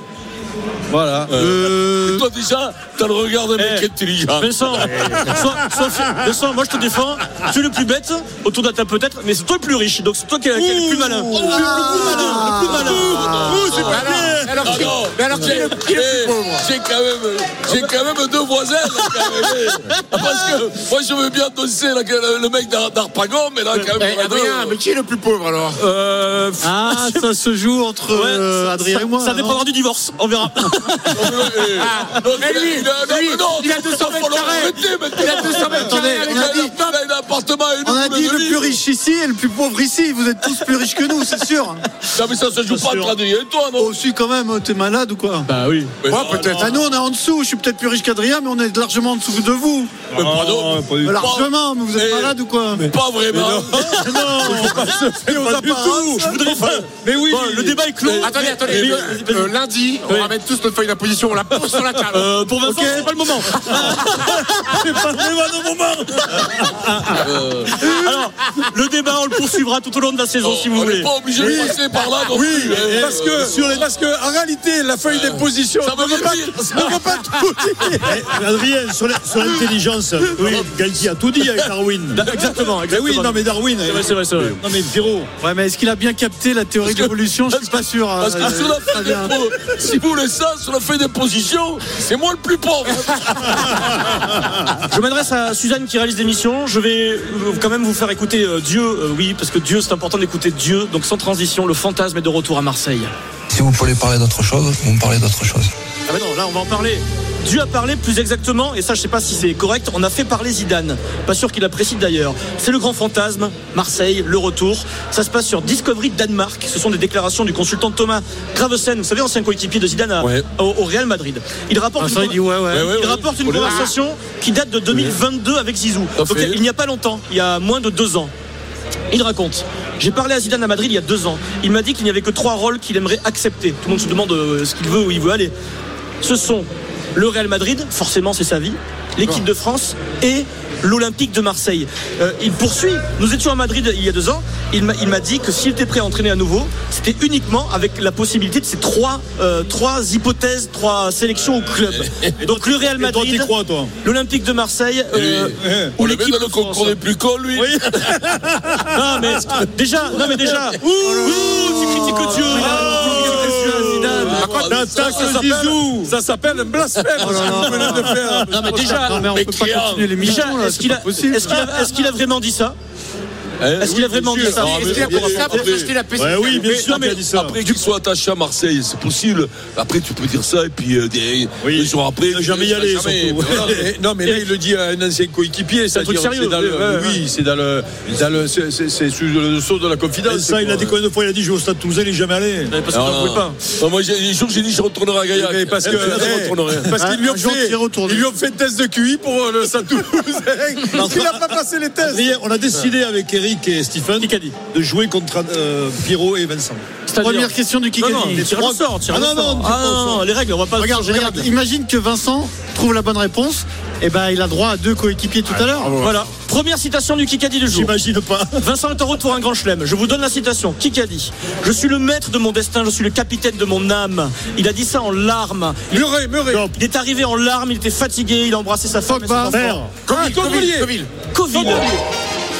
Voilà.
Euh...
Toi déjà, t'as le regard d'un mec
Eh,
intelligent.
Vincent, sois- sois fier. Vincent, moi je te défends. Tu es le plus bête, autour de la table peut-être, mais c'est toi le plus riche, donc c'est toi qui es qui es le plus malin. Le plus malin,
Ah,
le plus malin.
Oh,
c'est pas
bien.
Alors, qui- Ah, mais alors qui est le qui est le plus pauvre
J'ai quand même, j'ai quand même deux voisins. quand même. Ah, Parce que moi, je veux bien danser là, que le le mec d'Ar- d'Arpagon, mais là, quand même.
Eh,
il y en a
Adrien,
deux.
mais qui est le plus pauvre alors
Euh,
Ah, ça se joue entre euh, Adrien et moi.
Ça
non
dépendra du divorce, on verra.
Ah, mais lui, lui, il a 200 mètres carrés Il a 200 mètres carrés avec
on a
la
dit-
femme.
Un appartement et une
On a
boule
dit
de
le
nuit.
plus riche ici et le plus pauvre ici. Vous êtes tous plus riches que nous, c'est sûr.
Non, mais ça se joue
C'est
pas
sûr.
entre Adrien et toi, non
Aussi quand même, t'es malade ou quoi
Bah oui.
Mais
Moi,
non,
peut-être.
Ah nous on est en dessous, je suis peut-être plus riche qu'Adrien mais on est largement en dessous de vous.
mais pardon,
Largement, mais vous êtes
Mais-
malade ou quoi
Pas vraiment.
Et aux apparences.
Je voudrais faire. Mais oui. le débat est clos.
Attendez,
Mais-
attendez.
mais-
euh, euh, Lundi, on va mettre tous notre feuille d'imposition, on la pose sur la table.
Euh, pour Vincent,
Ok.
c'est pas le moment.
C'est pas le bon moment.
Euh, Alors, le débat, on le poursuivra tout au long de la saison, si vous
Oh, On n'est
voulez.
pas obligé de passer par là non
Oui,
plus, hein.
parce que-
Euh,
sur les-
parce que en réalité, la feuille
Euh,
d'imposition,
Ça
ça
veut
veut
pas-
dire-
On va pas tout dire. Eh, Adrien, sur la- sur l'intelligence, oui. Galtier a tout dit avec Darwin.
Exactement,
Mais oui,
exactement.
non mais Darwin. eh,
C'est vrai, c'est vrai, c'est vrai.
Non mais Pierrot. Ouais mais est-ce qu'il a bien capté la théorie de l'évolution Je suis pas sûr. euh,
Parce
Ah,
que sur la feuille d'impo- si vous voulez ça, sur la feuille d'imposition, c'est moi le plus pauvre.
Je m'adresse à Suzanne qui réalise l'émission. Je vais euh, quand même vous faire écouter euh, Dieu, euh, oui, parce que Dieu, c'est important d'écouter Dieu. Donc sans transition, le fantasme est de retour à Marseille.
Si vous voulez parler d'autre chose, vous me parlez d'autre chose.
Ah bah non, là on va en parler. Dieu a parlé plus exactement, et ça je sais pas si c'est correct, on a fait parler Zidane. Pas sûr qu'il apprécie d'ailleurs. C'est le grand fantasme, Marseille, le retour. Ça se passe sur Discovery Danemark. Ce sont des déclarations du consultant Thomas Gravesen, vous savez, ancien coéquipier de Zidane à-
Ouais.
au, au Real Madrid. Il rapporte une,
Vincent, Ah, il dit ouais, ouais.
Ouais, ouais,
il
ouais.
rapporte une
Ouais.
conversation qui date de 2022 avec Zizou.
Ça
Donc
fait-
il n'y a pas longtemps, il y a moins de deux ans. Il raconte. J'ai parlé à Zidane à Madrid il y a deux ans. Il m'a dit qu'il n'y avait que trois rôles qu'il aimerait accepter. Tout le monde se demande euh, ce qu'il veut, où il veut aller. Ce sont le Real Madrid, forcément c'est sa vie, l'équipe
Ah.
de France et l'Olympique de Marseille. Euh, il poursuit. Nous étions à Madrid il y a deux ans. Il m'a il m'a dit que s'il était prêt à entraîner à nouveau, c'était uniquement avec la possibilité de ces trois, euh, trois hypothèses, trois sélections au club. Donc le Real
Et toi, t'y
Madrid,
crois, toi
l'Olympique de Marseille euh,
On
ou
le met
l'équipe
dans le
de France.
concours des plus cons, lui.
Non mais déjà, non mais déjà. Ouh, tu critiques Dieu.
Ah, ça, ça s'appelle- Ça s'appelle un blasphème, ce que vous venez de faire.
Non mais déjà,
Non mais on
Mais
peut pas
Pierre,
continuer
déjà,
l'émission là.
est-ce qu'il a, est-ce qu'il a- est-ce qu'il a vraiment dit ça
Eh
Est-ce qu'il a vraiment dit
Ah,
ça
Est-ce qu'il a fait ça pour
attendez.
s'acheter la PC
Ouais, Eh oui, bien
Mais-
sûr,
non,
mais
mais
il a dit ça.
Après qu'il soit attaché à Marseille, c'est possible. Après, tu peux dire ça, et puis euh, des,
Oui.
deux jours après.
Ne jamais y
tu-
aller,
jamais.
surtout.
Voilà. Et- non, mais là, il le dit à un ancien
un
coéquipier.
truc
c'est-à-dire que
sérieux,
C'est dans
ouais, ouais,
le. Oui, c'est dans le. dans le- c'est- C'est c'est sous le saut de la confidence. euh,
Ça, il a dit
quoi.
combien de fois Il a dit je vais au stade Toulousain, il est jamais allé.
Eh, Parce que t'en pouvais pas.
Non, moi, j'ai- les jours, j'ai dit je retournerai à Gaillac.
Mais parce que- eh,
Je retournerai. Hein
Parce
qu'ils lui
Hein,
ont fait-
ils lui ont fait test de QI pour le Stade Toulousain. Il n'a pas passé les tests. on a décidé avec Eric et Stephen de jouer contre euh, Pierrot et Vincent.
Première
question du
Non, non, tire le sort, tire
Ah
le
non,
sort.
non,
Ah non, non, les règles, on va pas.
Regarde,
changer les
regarde,
règles.
imagine que Vincent trouve la bonne réponse, et ben il a droit à deux coéquipiers tout à l'heure.
Voilà. Première citation du Kikadi du jour.
J'imagine pas.
Vincent est en route pour un grand chelem. Je vous donne la citation. Kikadi. Je suis le maître de mon destin, je suis le capitaine de mon âme. Il a dit ça en larmes. Il,
Murray, Murray.
il est arrivé en larmes, il était fatigué, il a embrassé sa femme. et ses
Pogba.
enfants.
Merde.
Coville, Coville.
Covid.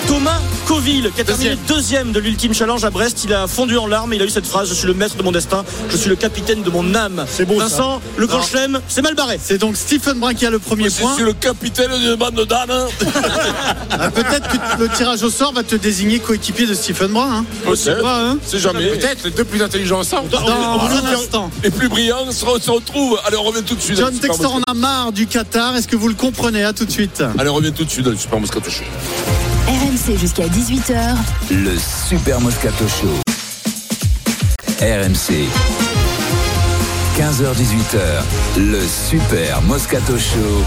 Thomas Coville, qui a terminé deuxième de l'ultime challenge à Brest. Il a fondu en larmes. Il a eu cette phrase Je suis le maître de mon destin. Je suis le capitaine de mon âme. C'est
beau, ça.
Vincent, le grand
Non.
chelem, c'est mal barré.
C'est donc Stephen Brun qui a le premier
c'est
point.
sur
le capitaine de hein. bande d'âne.
Ah, Peut-être que le tirage au sort va te désigner coéquipier de Stephen Brun. Hein. On sait pas, hein.
Peut-être les deux plus intelligents ensemble.
Dans- dans un instant.
Les plus brillants se, se retrouvent. Allez, on revient tout de suite.
John Textor en a marre du Qatar. Est-ce que vous le comprenez À tout de suite.
Allez, on revient tout de suite dans le Super Moscato Show.
RMC jusqu'à 18h.
Le Super Moscato Show. RMC. 15h18h, le Super Moscato Show.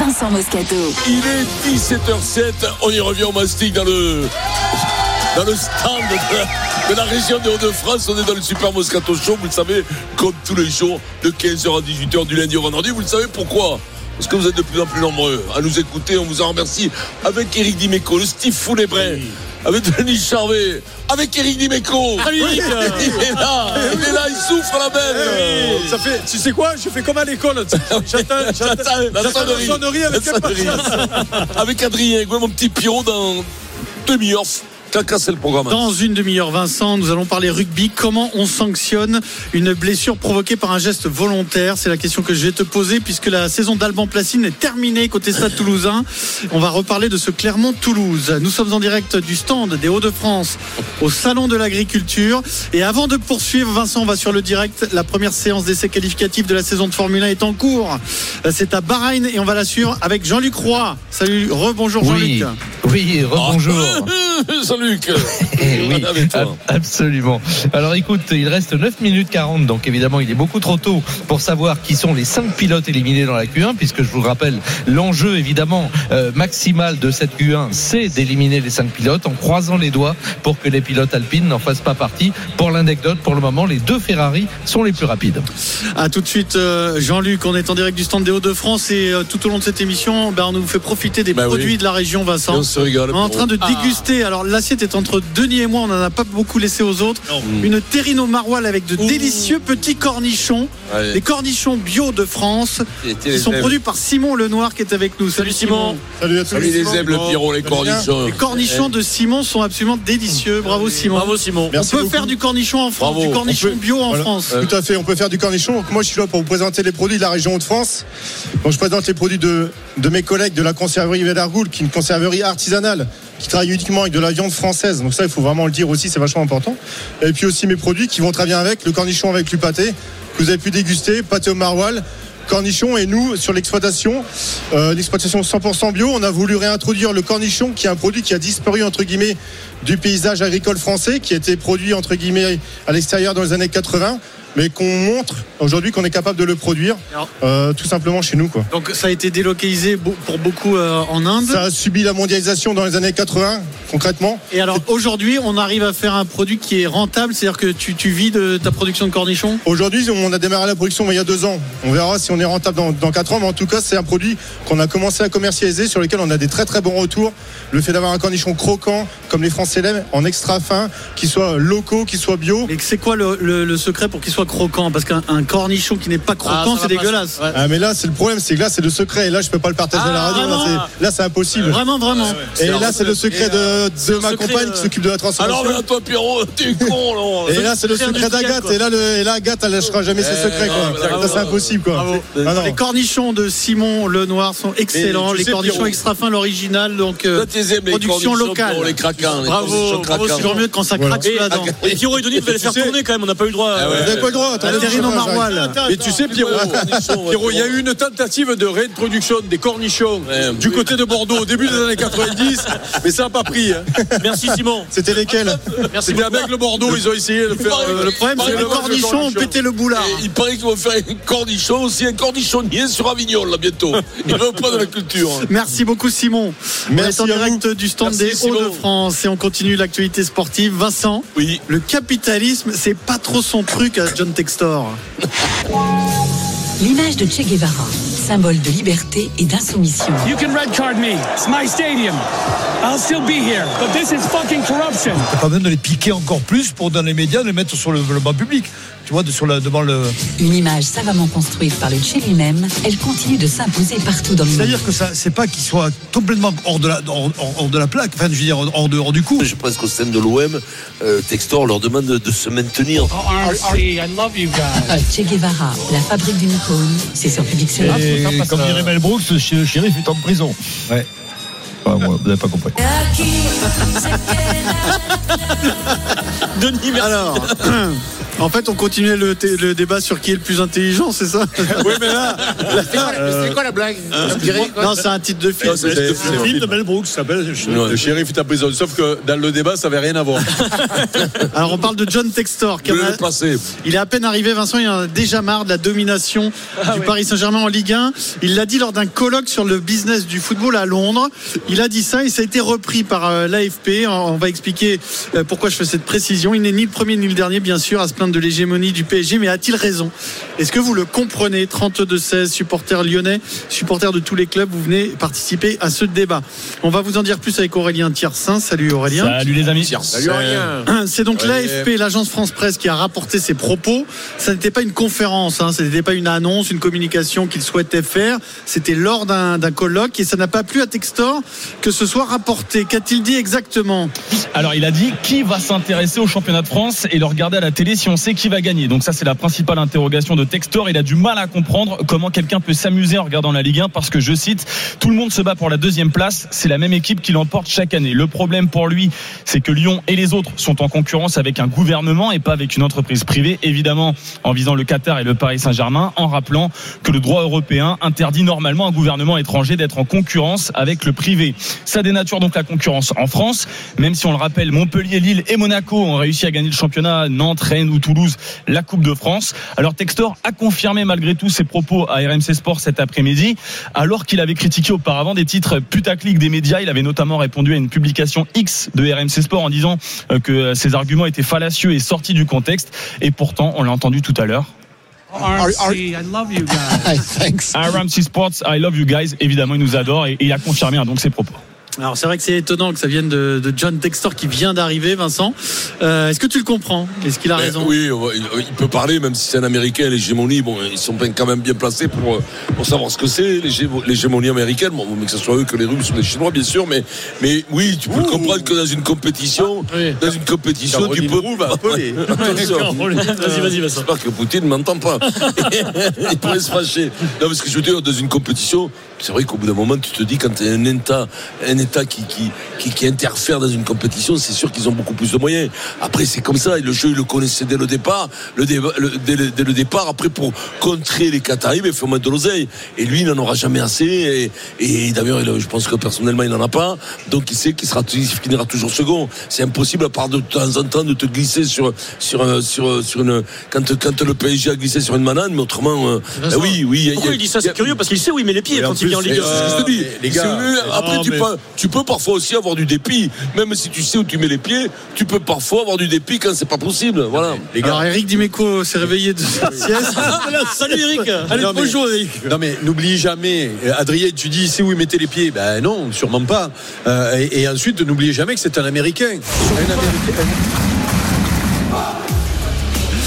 Vincent Moscato.
Il est 17h07, on y revient au mastic dans le, dans le stand de la, de la région des Hauts-de-France. On est dans le Super Moscato Show, vous le savez, comme tous les jours, de 15h à 18h du lundi au vendredi. Vous le savez pourquoi parce que vous êtes de plus en plus nombreux à nous écouter, on vous en remercie. Avec Eric Dimeco, le Steve Foulébret, avec Denis Charvet, avec Eric Dimeco.
Salut,
il
Eric.
est là, il est là, il souffre la bête.
Eh Ça fait, tu sais quoi Je fais comme à l'école. J'attends j'attends-
La
j'attends la
sonnerie.
sonnerie avec
La sonnerie.
impatience.
Avec Adrien, ouais, mon petit Pierrot dans demi-heure. T'as cassé le programme.
Dans une demi-heure, Vincent, nous allons parler rugby. Comment on sanctionne une blessure provoquée par un geste volontaire C'est la question que je vais te poser puisque la saison d'Alban Placine est terminée côté Stade Toulousain. On va reparler de ce Clermont-Toulouse. Nous sommes en direct du stand des Hauts-de-France au Salon de l'Agriculture. Et avant de poursuivre, Vincent, on va sur le direct. La première séance d'essais qualificatifs de la saison de Formule 1 est en cours. Euh, C'est à Bahreïn et on va la suivre avec Jean-Luc Roy. Salut, rebonjour
Oui,
Jean-Luc. Ah,
oui, rebonjour.
Jean-Luc.
Eh oui, ab- absolument. Alors écoute, il reste 9 minutes 40, donc évidemment il est beaucoup trop tôt pour savoir qui sont les 5 pilotes éliminés dans la Q1, puisque je vous le rappelle, l'enjeu évidemment euh, maximal de cette Q1, c'est d'éliminer les 5 pilotes en croisant les doigts pour que les pilotes alpines n'en fassent pas partie. Pour l'anecdote, pour le moment, les deux Ferrari sont les plus rapides.
À tout de suite, euh, Jean-Luc. On est en direct du stand des Hauts-de-France et euh, tout au long de cette émission, ben, on vous fait profiter des
Bah oui.
produits de la région, Vincent.
Et on se régale,
est
Pierrot.
en train de
Ah.
déguster. Alors, l'assiette est entre Denis et moi. On n'en a pas beaucoup laissé aux autres.
Hmm.
Une terrine au maroilles avec de délicieux petits cornichons.
Ouais.
Des cornichons bio de France
C'était
qui
les
sont
ailes.
produits par Simon Lenoir qui est avec nous. Salut, Simon.
Salut à tous. Salut les ailes, le Pierrot, les cornichons.
Les cornichons de Simon sont absolument délicieux. Bravo, Simon.
Bravo, Simon.
On
Merci
peut
beaucoup.
faire du cornichon en France,
Bravo.
du cornichon
On peut-
bio en
Voilà.
France.
Euh,
Euh,
Tout à fait, on peut faire du cornichon. Donc moi, je suis là pour vous présenter les produits de la région Hauts-de-France. Donc je présente les produits de, de mes collègues de la conserverie Védargoul, qui est une conserverie artisanale, qui travaille uniquement avec de la viande française. Donc ça, il faut vraiment le dire aussi, c'est vachement important. Et puis aussi mes produits qui vont très bien avec, le cornichon avec du pâté, que vous avez pu déguster, pâté au maroilles. Cornichon et nous sur l'exploitation, euh, l'exploitation 100% bio, on a voulu réintroduire le cornichon qui est un produit qui a disparu entre guillemets du paysage agricole français, qui a été produit entre guillemets à l'extérieur dans les années 80, mais qu'on montre aujourd'hui qu'on est capable de le produire euh, tout simplement chez nous. Quoi.
Donc ça a été délocalisé bo- pour beaucoup euh, en Inde.
Ça a subi la mondialisation dans les années 80 concrètement.
Et alors aujourd'hui, on arrive à faire un produit qui est rentable, c'est-à-dire que tu, tu vis de ta production de cornichons
Aujourd'hui, on a démarré la production il y a deux ans. On verra si on est rentable dans, dans quatre ans, mais en tout cas, c'est un produit qu'on a commencé à commercialiser, sur lequel on a des très très bons retours. Le fait d'avoir un cornichon croquant, comme les Français l'aiment, en extra fin, qui soit locaux, qui soit bio.
Et c'est quoi le, le- le secret pour qu'il soit croquant Parce qu'un un cornichon qui n'est pas
Ah,
croquant, c'est dégueulasse. Ah,
Ah, mais là, c'est le problème, c'est que là, c'est le secret. Et là, je peux pas le partager à la radio.
vraiment
Là, c'est- là, c'est impossible.
Vraiment, vraiment.
Et là, c'est le secret de, de ma compagne qui s'occupe de la transformation.
euh,
Ah
Alors, là, toi, Pierrot, t'es con, là.
Et là, c'est le secret d'Agathe. Et là, le- et là, Agathe, elle lâchera jamais ses
Eh,
secrets.
non,
quoi.
bravo.
Ça, c'est impossible. Quoi. Ah, non.
Les cornichons de Simon Lenoir sont excellents.
tu
Les
sais,
cornichons
Pierrot.
extra fin, l'original, donc euh,
Toi, t'es aimé, les
production
cornichons
locale.
pour les craquins, les cornichons
bravo, bravo,
craquins.
c'est toujours mieux quand ça craque sous la dent.
Et, et Pierrot et Denis, vous allez faire tourner quand même, on n'a pas eu le droit. euh,
Ah ouais. Vous avez pas le droit,
attendez,
Terrine au
je-
maroilles.
Mais tu sais, Pierrot, Pierrot, il y a eu une tentative de réintroduction des cornichons du côté de Bordeaux au début des années 90, mais ça n'a pas pris. hein.
Merci Simon.
C'était lesquels
C'était avec le Bordeaux, ils ont essayé de faire. euh,
Le problème, c'est que les cornichons ont pété le boulard.
Il paraît qu'ils vont faire un cornichon aussi, un cornichonnier sur Avignon, là, bientôt. Ils veulent pas de la culture.
Merci beaucoup Simon.
Merci
on est en
à vous.
direct du stand
Merci,
des
Simon.
Hauts-de-France et on continue l'actualité sportive. Vincent,
oui.
le capitalisme, c'est pas trop son truc à John Textor.
L'image de Che Guevara, symbole de liberté et d'insoumission.
You can red card me. It's my stadium. I'll still be here. But this is fucking corruption.
T'as pas besoin de les piquer encore plus pour dans les médias les mettre sur le, le banc public.
tu vois, de- sur le, devant le.
Une image savamment construite par le Tché lui-même, elle continue de s'imposer partout dans le monde.
C'est-à-dire que ça, c'est pas qu'il soit complètement hors de la, hors, hors- hors de la plaque, enfin, je veux dire, hors, hors de- hors du coup.
Je pense qu'au sein de l'OM, euh, Textor leur demande de, de se maintenir.
Oh,
I love you guys. Oh, Che Guevara, la fabrique d'une cône, c'est sur
oh.
Public Sénat.
Et comme dirait Mel Brooks, le shérif est en prison.
Ouais.
Enfin, moi, vous n'avez pas compris.
Denis,
Alors, en fait, on continuait le, t- le débat sur qui est le plus intelligent, c'est ça
Oui, mais là, c'est quoi la blague
Euh, Non, c'est un titre de film.
Non, c'est- c'est- c'est un film de
Mel Brooks, s'appelle.
Non, le shérif est en prison. Sauf que dans le débat, ça avait rien à voir.
Alors on parle de John Textor. qui en
Je
a-
l'ai passé.
Il est à peine arrivé, Vincent, il en a déjà marre de la domination du Paris Saint-Germain en Ligue 1. Il l'a dit lors d'un colloque sur le business du football à Londres. Il a dit ça et ça a été repris par euh, l'AFP. On on va expliquer euh, pourquoi je fais cette précision. Il n'est ni le premier ni le dernier, bien sûr, à se plaindre de l'hégémonie du PSG, mais a-t-il raison Est-ce que vous le comprenez 32-16, supporters lyonnais, supporters de tous les clubs, vous venez participer à ce débat. On va vous en dire plus avec Aurélien Tiersin. Salut Aurélien.
Salut les amis.
Salut, Aurélien. C'est donc l'AFP, l'agence France Presse, qui a rapporté ses propos. Ça n'était pas une conférence, hein, ce n'était pas une annonce, une communication qu'il souhaitait faire. C'était lors d'un d'un colloque et ça n'a pas plu à Textor que ce soit rapporté. Qu'a-t-il dit exactement
Alors il a dit qui va s'intéresser au championnat de France et le regarder à la télé si on sait qui va gagner. Donc ça c'est la principale interrogation de Textor. Il a du mal à comprendre comment quelqu'un peut s'amuser en regardant la Ligue 1 parce que je cite tout le monde se bat pour la deuxième place. C'est la même équipe qui l'emporte chaque année. Le problème pour lui c'est que Lyon et les autres sont en concurrence avec un gouvernement et pas avec une entreprise privée. Évidemment en visant le Qatar et le Paris Saint-Germain en rappelant que le droit européen interdit normalement à un gouvernement étranger d'être en concurrence avec le privé. Ça dénature donc la concurrence en France, même si on le rappelle, Montpellier, Lille et Monaco ont réussi à gagner le championnat, Nantes, Rennes ou Toulouse, la Coupe de France. Alors Textor a confirmé malgré tout ses propos à RMC Sport cet après-midi, alors qu'il avait critiqué auparavant des titres putaclic des médias. Il avait notamment répondu à une publication X de RMC Sport en disant euh, que ses arguments étaient fallacieux et sortis du contexte. Et pourtant, on l'a entendu tout à l'heure.
RMC, I love you guys.
RMC Sports, I love you guys. Évidemment, il nous adore et, et il a confirmé hein, donc ses propos.
Alors c'est vrai que c'est étonnant que ça vienne de, de John Textor qui vient d'arriver, Vincent. Euh, Est-ce que tu le comprends Est-ce qu'il a
Mais
raison
Oui, on va- il il peut parler, même si c'est un américain, l'hégémonie, bon, ils sont bien- quand même bien placés pour, euh, pour savoir ce que c'est, l'hégémo- l'hégémonie américaine. Bon, mais que ce soit eux que les Russes ou les Chinois, bien sûr, mais, mais oui, tu peux comprendre que dans une compétition, dans une compétition,
Ah, Caroline
tu peux.
Roux va appeler.
Attention.
Caroline. Vas-y, vas-y, vas-y.
J'espère que Poutine ne m'entend pas. il pourrait se fâcher. Non, parce que je veux dire, dans une compétition, c'est vrai qu'au bout d'un moment, tu te dis, quand il y a un État, un État qui, qui, qui, qui interfère dans une compétition, c'est sûr qu'ils ont beaucoup plus de moyens. Après, c'est comme ça. Et Le jeu, ils le connaissaient dès le départ. Le déba- le- dès, le, dès le départ, après, pour contrer les Qataris, mais il faut mettre de l'oseille. Et lui, il n'en aura jamais assez. Et, et d'ailleurs, il a- je pense que personnellement, il n'en a pas. Donc, il sait qu'il sera, il finira toujours second. C'est impossible, à part de temps en temps, de te glisser sur, sur, un- sur, sur une, quand, quand le PSG a glissé sur une manane, mais autrement, euh, bah oui, oui. il y a-
Pourquoi
il y a-
il dit ça C'est curieux parce qu'il sait où il met les pieds quand il vient en euh, Ligue 1.
c'est ce que je te dis. C'est
euh,
mieux. Après, tu, peux, tu peux parfois aussi avoir du dépit. Même si tu sais où tu mets les pieds, tu peux parfois avoir du dépit quand c'est pas possible. Voilà. Hein?
Les gars.
Alors Eric Dimeco s'est réveillé de sa sieste.
Salut Eric
Non, mais- Non mais n'oublie jamais, Euh, Adrien, tu dis c'est où il mettait les pieds Ben non, sûrement pas. Euh, et, et ensuite, n'oubliez jamais que c'est un Américain.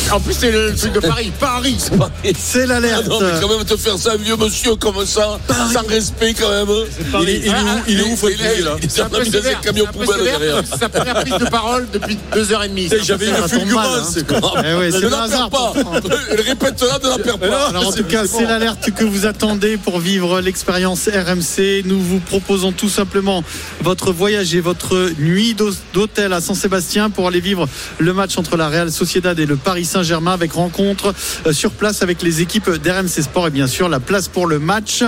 En plus, c'est le truc de Paris. Paris, c'est Paris.
C'est l'alerte.
Ah non, mais quand même, te faire ça, un vieux monsieur comme ça, sans respect quand même.
Paris.
Il est, il est où,
Ah,
il est où,
il-
Frédéric,
il est-
là Il
c'est
s'est
un peu
mis dans un
sévère,
camion
c'est un peu
poubelle
sévère,
derrière.
c'est sa première prise de parole depuis deux heures et demie.
Putain, J'avais
Ça
une
tombe mal, hein.
fulgurance. quoi.
Eh ouais, c'est
Ne
le
la
hasard Eh
perds pas. Répète-la, ne la perds pas.
Alors en tout cas, Euh, c'est l'alerte que vous attendez pour vivre l'expérience RMC. Nous vous proposons tout simplement votre voyage et votre nuit d'hô- d'hôtel à Saint-Sébastien pour aller vivre le match entre la Real Sociedad et le Paris Saint-Germain avec rencontre euh, sur place avec les équipes d'RMC Sport et bien sûr la place pour le match.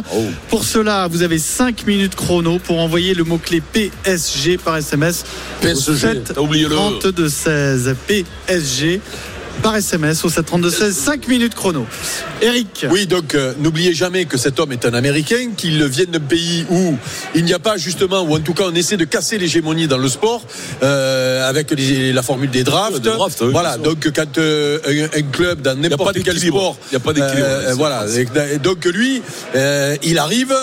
Pour cela, vous avez 5 minutes chrono pour envoyer le mot-clé PSG par SMS. au
PSG,
7
t'as oublié le-
32 16 PSG par SMS au 732 16 5 minutes chrono. Eric.
Oui, donc euh, n'oubliez jamais que cet homme est un Américain, qu'il vienne d'un pays où il n'y a pas justement, ou en tout cas on essaie de casser l'hégémonie dans le sport euh, avec les- la formule des drafts.
Des drafts, oui,
voilà,
bien sûr.
donc quand euh, un, un club dans
pas
n'importe quel
d'équilibre.
sport,
Il y a pas d'équilibre,
euh,
c'est
voilà,
vrai.
Et- et donc lui, euh, il arrive.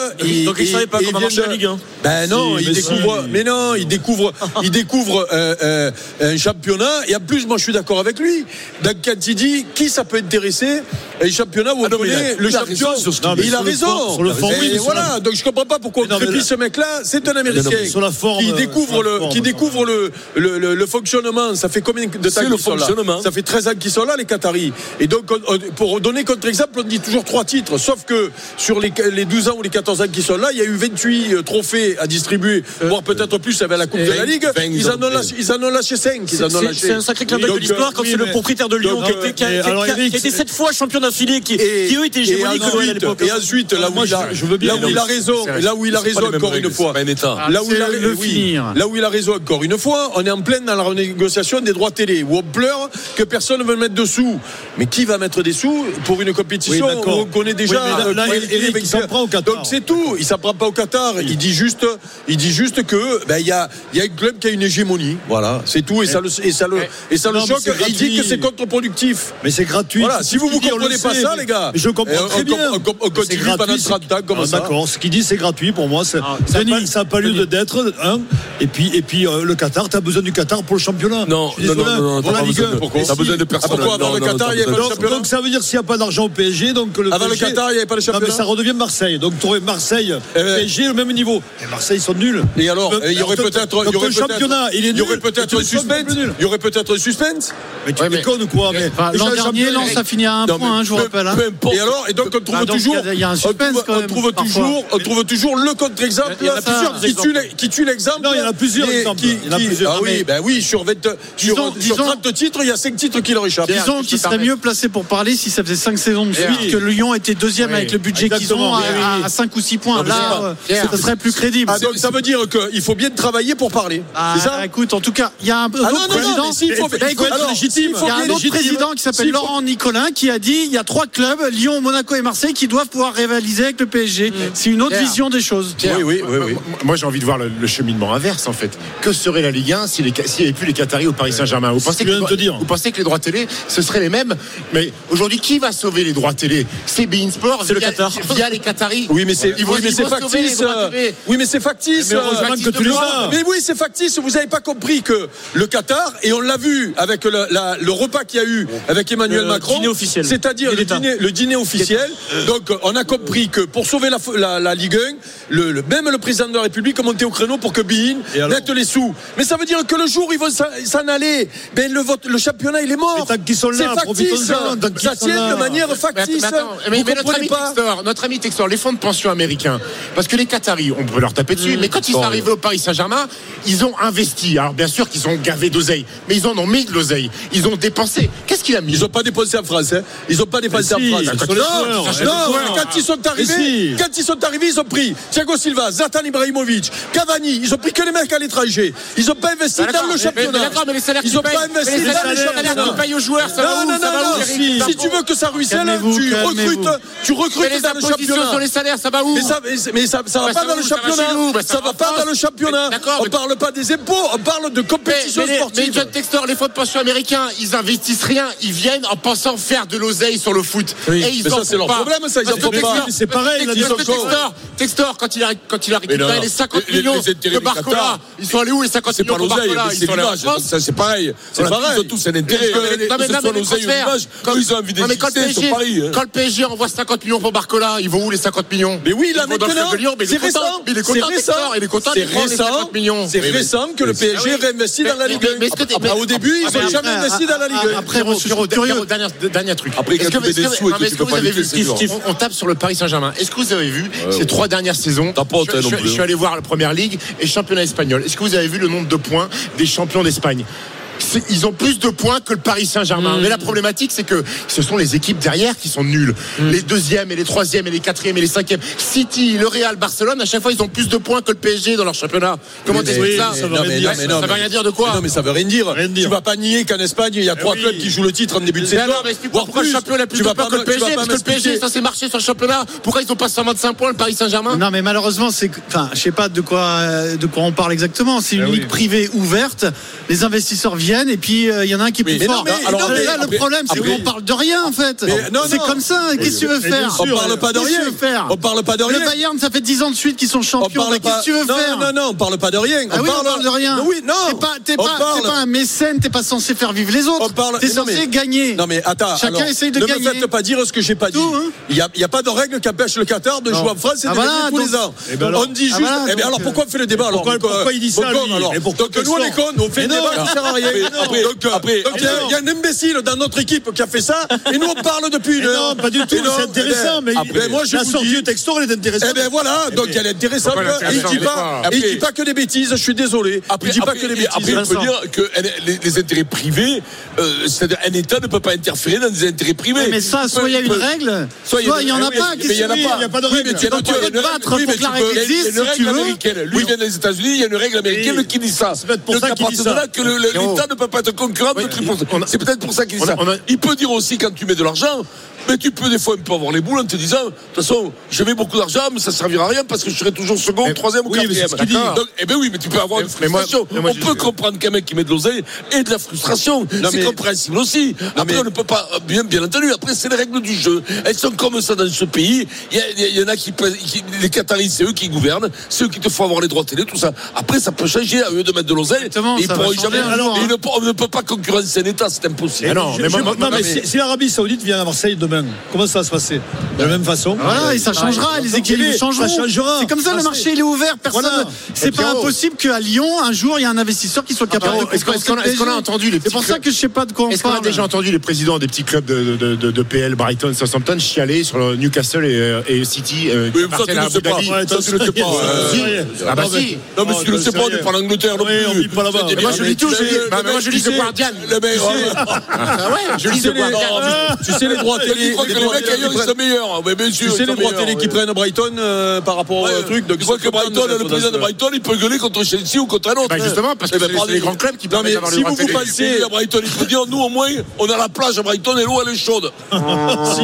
donc il savait pas comment
vient
marchait
de-
la Ligue, hein.
Ben non,
Si,
il
mais
découvre.
si.
Mais non, il découvre. il découvre euh, euh, un championnat. Et en plus, moi, je suis d'accord avec lui. Donc quand il dit qui ça peut intéresser, et le championnat, vous
Ah non, mais
prenez
il a-
le
il a
champion.
raison sur ce qu'il
Et
dit.
il a
Sur le
raison.
fond, sur le fond,
Et
oui, mais sur
voilà,
la-
donc je comprends pas pourquoi
Mais non,
on
mais
crépille
là-
ce mec-là. C'est un
Mais non,
Américain
mais sur la forme,
qui
euh,
découvre
sur la
le,
forme,
qui découvre le, le, le- le fonctionnement. Ça fait combien de temps
C'est
qu'ils
le
sont là
fonctionnement.
Ça fait 13 ans qu'ils sont là, les Qataris. Et donc, on- on- pour donner contre-exemple, on dit toujours trois titres. Sauf que sur les, les 12 ans ou les 14 ans qui sont là, il y a eu 28 euh, trophées à distribuer,
Euh,
voire peut-être plus avec la Coupe de la Ligue. Ils en ont lâché, ils en ont lâché euh, 5.
C'est- C'est un sacré clin d'œil de l'histoire quand c'est le propriétaire de Lyon qui
euh,
était- qui a- qui a- qui a été sept fois champion d'affilée, qui qui, eux étaient hégémoniques
et
au OL à
ensuite,
l'époque.
et ensuite, là où
Moi,
il a,
je- je veux bien,
là où
mais
il a
non,
raison,
c'est-
là où il a
c'est pas
raison
les mêmes
encore une
règles,
fois,
c'est pas un État.
là où
Ah, C'est
il a,
le
oui,
finir.
là où il a raison encore une fois, on est en pleine dans la renégociation des droits télé où on pleure que personne ne veut mettre de sous. Mais qui va mettre des sous pour une compétition
Oui, d'accord.
où on connaît déjà
Oui, mais là-
euh,
là,
qui
Eric,
est l'équipe
il s'en
vainqueur.
prend au Qatar.
Donc c'est tout, il s'en prend pas au Qatar. Il dit juste, il dit juste que ben il y a, il y a un club qui a une hégémonie. Voilà, c'est tout et ça le et ça le et ça le
Non, mais
choque.
c'est
Et il dit
gratuit.
que c'est contre-productif.
Mais c'est gratuit.
Voilà,
c'est
si
ce
vous
qu'il
vous
dit, on le
comprenez pas
sait,
ça,
mais-
les gars. Eh,
mais Je comprends
Et euh, on-
très
on-
bien.
on- on continue
C'est
pendant
gratuit,
30 ans comme
Ah,
ça. Ah,
D'accord, ce qu'il dit, c'est gratuit pour moi. c'est- ça n'a pas- ça n'a pas lieu de- d'être. hein. Et puis, et puis euh, le Qatar, tu as besoin du Qatar pour le championnat.
Non,
Je suis
non,
désolé,
non, non, non,
pour
t'as
la
pas
Ligue
besoin de-
1.
pourquoi
Et
T'as
si-
besoin de personne.
Ah, pourquoi
Non, non, non, t'as besoin de
Donc-
personne.
Donc ça veut dire s'il n'y a pas d'argent au PSG, donc le
Avant le
PSG
Qatar, il n'y avait pas le
Non, mais
championnat.
ça redevient Marseille. Donc tu aurais Marseille, PSG, le même niveau. Mais Marseille, ils sont nuls.
Eh Et alors,
Donc-
euh, il y aurait
donc,
peut-être, il y
donc,
aurait
le championnat,
peut-être,
il est
il y aurait
nul, et tu
peut-être un
les sommes
suspense,
plus nuls.
il y aurait peut-être un suspense.
Mais tu déconnes ou quoi mais-
Enfin, L'an
Déjà,
dernier,
championnat-
Lens a fini à un
Non,
point,
mais
hein, je vous
peu-
rappelle. hein.
peu importe. Et alors, et donc on trouve
Bah, donc,
toujours,
il y a- il y a un
on
suspense
trouve-
quand
on
même,
trouve
parfois.
toujours, on trouve toujours le contre-exemple
Il y en a plusieurs, des
qui tue
exemples.
les- qui tue l'exemple.
Non, il y en a plusieurs
et
exemples.
qui-
Il y en a
qui-
plusieurs.
Ah oui,
Mais-
ben oui, sur 20 sur
Disons-
sur
disons-
30 titres, il y a 5 titres qui leur échappent.
Disons qu'il serait mieux placé pour parler si ça faisait 5 saisons de
Pierre.
suite que Lyon était deuxième
Oui,
avec le budget qu'ils
exactement.
ont
Oui, oui,
à,
oui.
5 ou 6 points.
Non, mais c'est
Là,
pas-
euh,
Pierre.
ça serait plus crédible.
Ah, donc ça veut dire qu'il faut bien travailler pour parler.
Ah,
c'est ça
écoute, en tout cas, il y a un
non,
autre
Ah non, non,
président.
mais s'il faut-
Bah,
il faut
écoute,
être légitime.
Il y a un
Faut bien
autre
légitime.
président qui s'appelle
S'il faut-
Laurent Nicolin qui a dit il y a trois clubs, Lyon, Monaco et Marseille, qui doivent pouvoir rivaliser avec le
Mm.
PSG. C'est une autre
Pierre.
vision des choses.
Pierre, moi- moi- Moi, j'ai envie de voir le, le cheminement inverse, en fait. Que serait la Ligue 1 s'il n'y avait plus les Qataris au Paris Saint-Germain vous, pensez que les droits- vous pensez que les droits télé, ce seraient les mêmes Mais aujourd'hui, qui va sauver les droits télé C'est Bein Sport
C'est le
via,
Qatar.
via les Qataris.
Oui, mais c'est
Ils vont-
oui, mais
ils
c'est
vont sauver les
factice.
droits
euh,
télé.
Oui, mais c'est factice.
Mais heureusement
euh,
que tu
de
le
moi.
vois.
Mais oui, c'est factice. Vous n'avez pas compris que le Qatar et on l'a vu avec le, la- le repas qu'il y a eu avec Emmanuel
Le
Macron,
dîner officiel.
c'est-à-dire
Il
le
est temps.
dîner, le dîner officiel. Donc, on a compris que pour sauver la, la- la Ligue 1, le, le- même le président de la République a monté au créneau pour que Bein mette les sous. Mais ça veut dire que le jour où ils vont s'en- s'en aller, ben le, vote, le championnat il est mort.
Mais tant qu'ils sont là,
c'est factice.
profitons-en, tant qu'ils
Ça
sont
tient
là.
de manière
Mais attends,
factice.
Mais, attends, mais-
Vous
mais notre,
comprenez
ami
pas
Textor, notre ami Textor, les fonds de pension américains, parce que les Qataris, on peut leur taper
Mmh,
dessus, mais quand ils sont arrivés au Paris Saint-Germain, ils ont investi. Alors bien sûr qu'ils ont gavé d'oseille, mais ils en ont mis de l'oseille. Ils ont dépensé. Qu'est-ce qu'il a mis
Ils n'ont pas dépensé en France. Hein. Ils n'ont pas dépensé
Mais si,
en France.
ce sont
Non,
les joueurs, ce
non,
sont les joueurs.
quand ils sont arrivés,
Mais si.
quand ils sont arrivés, ils ont pris Thiago Silva, Zlatan Ibrahimovic, Cavani. Ils ont pris que les mecs à l'étranger. Ils n'ont pas investi
Bah,
dans
d'accord,
le
mais-
championnat.
mais d'accord, mais les salaires
ils
qu'ils
n'ont pas
payent,
investi
mais les
dans le
salaires- les
championnat.
salaires qu'ils payent aux joueurs, ça
non,
va où,
non,
ça va
non,
où,
non.
Eric
Si, si tu veux que ça ruisselle,
Calmez-vous,
tu recrutes,
calmez-vous.
tu recrutes
Mais les
dans le
impositions
championnat.
sur les salaires, ça va où
Mais ça, mais ça- mais ça, ça va
Bah, ça
pas
va
dans le
où, ça va
championnat.
chez nous, bah, ça
ça
va
va
en
pas
France.
dans le championnat.
Mais d'accord,
On
mais-
parle pas des impôts, on parle de compétition
mais, les- mais
sportive.
John Textor, les fonds de pension américains, ils investissent rien, ils viennent en pensant faire de l'oseille sur le foot.
Oui,
et ils
mais
en
ça, c'est
font
leur
pas.
problème, ça, ils
Parce
en font
que
pas.
Textor-
C'est
parce
pareil, là,
que
ils en font.
Textor, Textor, quand il a, quand il a récupéré
Mais non, non.
les 50
Les- les-
millions
les intérêts
de
des
Barcola,
Qatars,
ils sont allés où les 50
C'est
millions
pas
de
l'oseille,
Barcola
mais
Ils
c'est
sont allés en
l'image.
France.
Ça, c'est pareil. C'est
Voilà,
pareil.
ils
Ils
ont
ont tous un intérêt.
Non, mais- non, mais- non, mais
Que ce soit
les
l'oseille ou
transferts.
l'image,
Quand-
eux, ils ont envie
Non, mais quand le
d'exister, ils
PSG
sont pareils, hein.
Quand le PSG envoie 50 millions pour Barcola, ils vont où les 50 millions
Mais oui,
Ils
là
vont dans le
maintenant,
club de Lyon, mais il est
c'est
content.
récent.
Il est
C'est
content,
récent.
Textor, il est content,
C'est
il prend les 50
récent.
millions.
C'est récent que le PSG
Ah oui.
réinvestit dans la
Mais-
Ligue
mais- mais est-ce que
1.
t'es- mais-
Après, Au début, ils
Après,
n'ont jamais
après,
investi dans la Ligue 1.
Pierrot, Pierrot, Pierrot, dernier, dernier truc.
Après,
Est-ce
quand
que,
tu mets
est-ce
des
que-
sous et
non,
tu
mais est-ce
peux
que vous
pas
avez
lutter,
vu
c'est dur.
on, on tape sur le Paris Saint-Germain. Est-ce que vous avez vu ces trois dernières saisons
pas
je,
honte,
je-
non plus. hein.
je suis allé voir la première ligue et championnat espagnol. Est-ce que vous avez vu le nombre de points des champions d'Espagne C'est- ils ont plus de points que le Paris
Hmm.
Saint-Germain. Mais la problématique, c'est que ce sont les équipes derrière qui sont nulles.
Hmm.
Les deuxièmes et les troisièmes et les quatrièmes et les cinquièmes. City, le Real, Barcelone, à chaque fois, ils ont plus de points que le PSG dans leur championnat. Comment
Mais-
t'expliques
mais-
ça
mais- non, mais- non, mais- non,
Ça veut
mais-
rien dire de quoi Eh
Non, mais ça veut rien dire. Tu vas pas nier qu'en Espagne, il y a trois
oui.
clubs qui jouent le titre en début de
mais
saison.
alors, mais explique-moi
voire
pourquoi le
plus.
championnat a plus
Tu
de
vas
points
pas
que le
me- tu vas
PSG
pas
Parce que le PSG,
m'expliquer.
ça s'est marché sur le championnat. Pourquoi ils ont pas 125 points, le Paris Saint-Germain
Non, mais malheureusement, c'est que-
Eh
enfin, je sais pas de quoi, euh, de quoi on parle exactement. C'est une ligue privée ouverte. Les investisseurs viennent et puis euh, il y en a un qui est
Oui.
plus
Mais non,
fort.
mais-
Alors,
non, mais-
là, le
après-
problème, c'est
après-
qu'on parle de rien en fait.
Mais non,
C'est
non.
comme ça. hein.
Et-
Qu'est-ce que tu veux
et bien
faire
sûr, on parle pas de
Qu'est-ce que tu
rien.
veux faire
On parle pas de rien.
Le Bayern, ça fait 10 ans de suite qu'ils sont
On
champions.
parle
mais Qu'est-ce
pas.
que tu veux
non,
faire
non, non, on parle pas de rien.
ah oui, on parle de rien.
Mais Oui, non.
T'es pas, t'es
On
pas,
parle-
t'es pas un mécène, t'es pas censé faire vivre les autres.
On parle-
T'es
mais non,
censé
mais-
gagner.
Non mais attends,
Chacun
alors,
essaye de
ne
gagner. hein.
me faites pas dire ce que j'ai pas dit. Il n'y a, il y a pas de règle qui empêche le Qatar de
Non.
jouer en France et
Ah
de
voilà,
gagner tous
donc-
les ans.
Eh ben alors-
on dit
Ah
juste.
voilà,
eh bien alors
donc,
pourquoi on fait le débat alors
pourquoi-
Donc, euh,
pourquoi il dit ça,
bon,
lui
alors.
Et pourquoi
Donc nous on est
Textor
cons, on fait le
Mais
débat,
non.
ça sert à rien.
Mais non.
Après, donc, euh,
Après-
donc, il y a-
Mais non.
il y, a un imbécile dans notre équipe qui a fait ça et nous on parle depuis.
Mais
une heure.
non, pas du tout,
Et non,
c'est intéressant,
eh ben,
mais il-
après, moi je
la
vous
sortie
dis-
du Textor, elle est intéressante.
Eh ben voilà, donc
Mais-
elle est intéressante.
Pourquoi elle est
Il dit
intéressante
pas,
Après-
il dit pas que des bêtises. Je suis désolé.
Après,
Il dit pas
après,
que des
et
bêtises.
après, on peut
Vincent.
dire que elle- les, les intérêts privés, euh, c'est-à-dire un État ne peut pas interférer dans des intérêts privés.
Ouais, mais ça, soit il y a une
Peut-
règle,
soit
soit il y en a
oui,
pas,
mais
qu'est-ce
il y en
que- oui, il y
a
a
pas
pas de
Oui, mais
règle.
tu-
Donc,
tu-
on peut
il y a une
te
règle- oui,
battre pour
mais
que la
tu peux-
règle
il y a
existe,
une
si
règle
tu veux.
américaine. Lui vient des États-Unis, il y a une règle américaine qui dit ça.
C'est peut-être pour
Donc,
ça
à
qu'il
partir
dit
de là
ça.
que le- le-
Frérot.
l'État ne peut pas être concurrent de triple. C'est peut-être pour ça qu'il dit
on a-
ça.
on a-
Il peut dire aussi quand tu mets de l'argent. Mais tu peux des fois un peu avoir les boules en te disant, de toute façon, je mets beaucoup d'argent, mais ça servira à rien parce que je serai toujours second, troisième ou
oui, mais c'est
quatrième.
ce qu'il dit.
Donc, eh ben oui, mais tu peux avoir une
Mais moi-
frustration.
mais moi,
On
je-
peut comprendre qu'un mec qui met de l'oseille et de la frustration.
Non,
C'est
mais-
compréhensible aussi. Après, on ne peut pas, euh, bien, bien entendu, après, c'est les règles du jeu. Elles sont comme ça dans ce pays. Il y, a- il y a- il y en a qui, pe- qui- les Qataris, c'est eux qui gouvernent, c'est eux qui te font avoir les droits télé, tout ça. Après, ça peut changer à eux de mettre de l'oseille.
Exactement,
Et Ils
ça va
pourront
changer
jamais,
un jour,
et
hein.
ils ne pour- on ne peut pas concurrencer un État, c'est impossible.
Ah
Mais je- je- Eh non, mais si, si l'Arabie Saoudite vient à Marseille demain, comment ça va se passer De la même façon
Voilà, et ça changera,
Ah,
les
donc,
équilibres
ça
changeront.
changera.
C'est comme ça, le
Ah,
marché il est ouvert. Personne.
Voilà. Et
C'est pas
Pierrot.
impossible qu'à Lyon, un jour, il y ait un investisseur qui soit capable de.
Est-ce qu'on- est-ce qu'on a- est-ce qu'on a
concurrencer
entendu les
C'est pour
petits
ça que je sais pas de quoi on
Est-ce qu'on a
parle.
déjà entendu les présidents des petits clubs de, de- de- de PL, Brighton, Southampton chialer sur le Newcastle et, euh, et City euh, qui
Oui, mais ça, tu
appartiennent
ne
à
le sais
Abu
pas.
Dhabi
Ça, tu ne le sais pas. euh,
Si.
Ah, bah si. Non, mais si tu ne le sais pas, on n'est pas en Angleterre non plus. C'est des-
Moi, je lis tout, je
Le-
lis-
le
bah,
mec
moi, je
qui
lis ce
sait-
Guardian.
Le mec,
Tu sais-
Ah, ouais.
Tu sais les- Tu sais les droits télé.
Ah, Tu crois que les
droits
mecs
télé
ailleurs,
qui
ils sont
prennent-
meilleurs. Mais bien sûr,
Tu sais
ils
les
sont
droits
meilleurs,
télé qui
oui.
prennent Brighton euh, par rapport au truc. Donc
Tu vois que Brighton, le président de Brighton, il peut gueuler contre Chelsea ou contre un autre.
Bah, justement, parce que
Eh ben,
c'est les-
pardon.
les grands clubs qui
Non,
permettent
mais
d'avoir le
si
droit
vous
de télé.
vous pensez à Brighton, il faut dire, nous, au moins, on a la plage à Brighton et l'eau, elle est chaude.
Ah.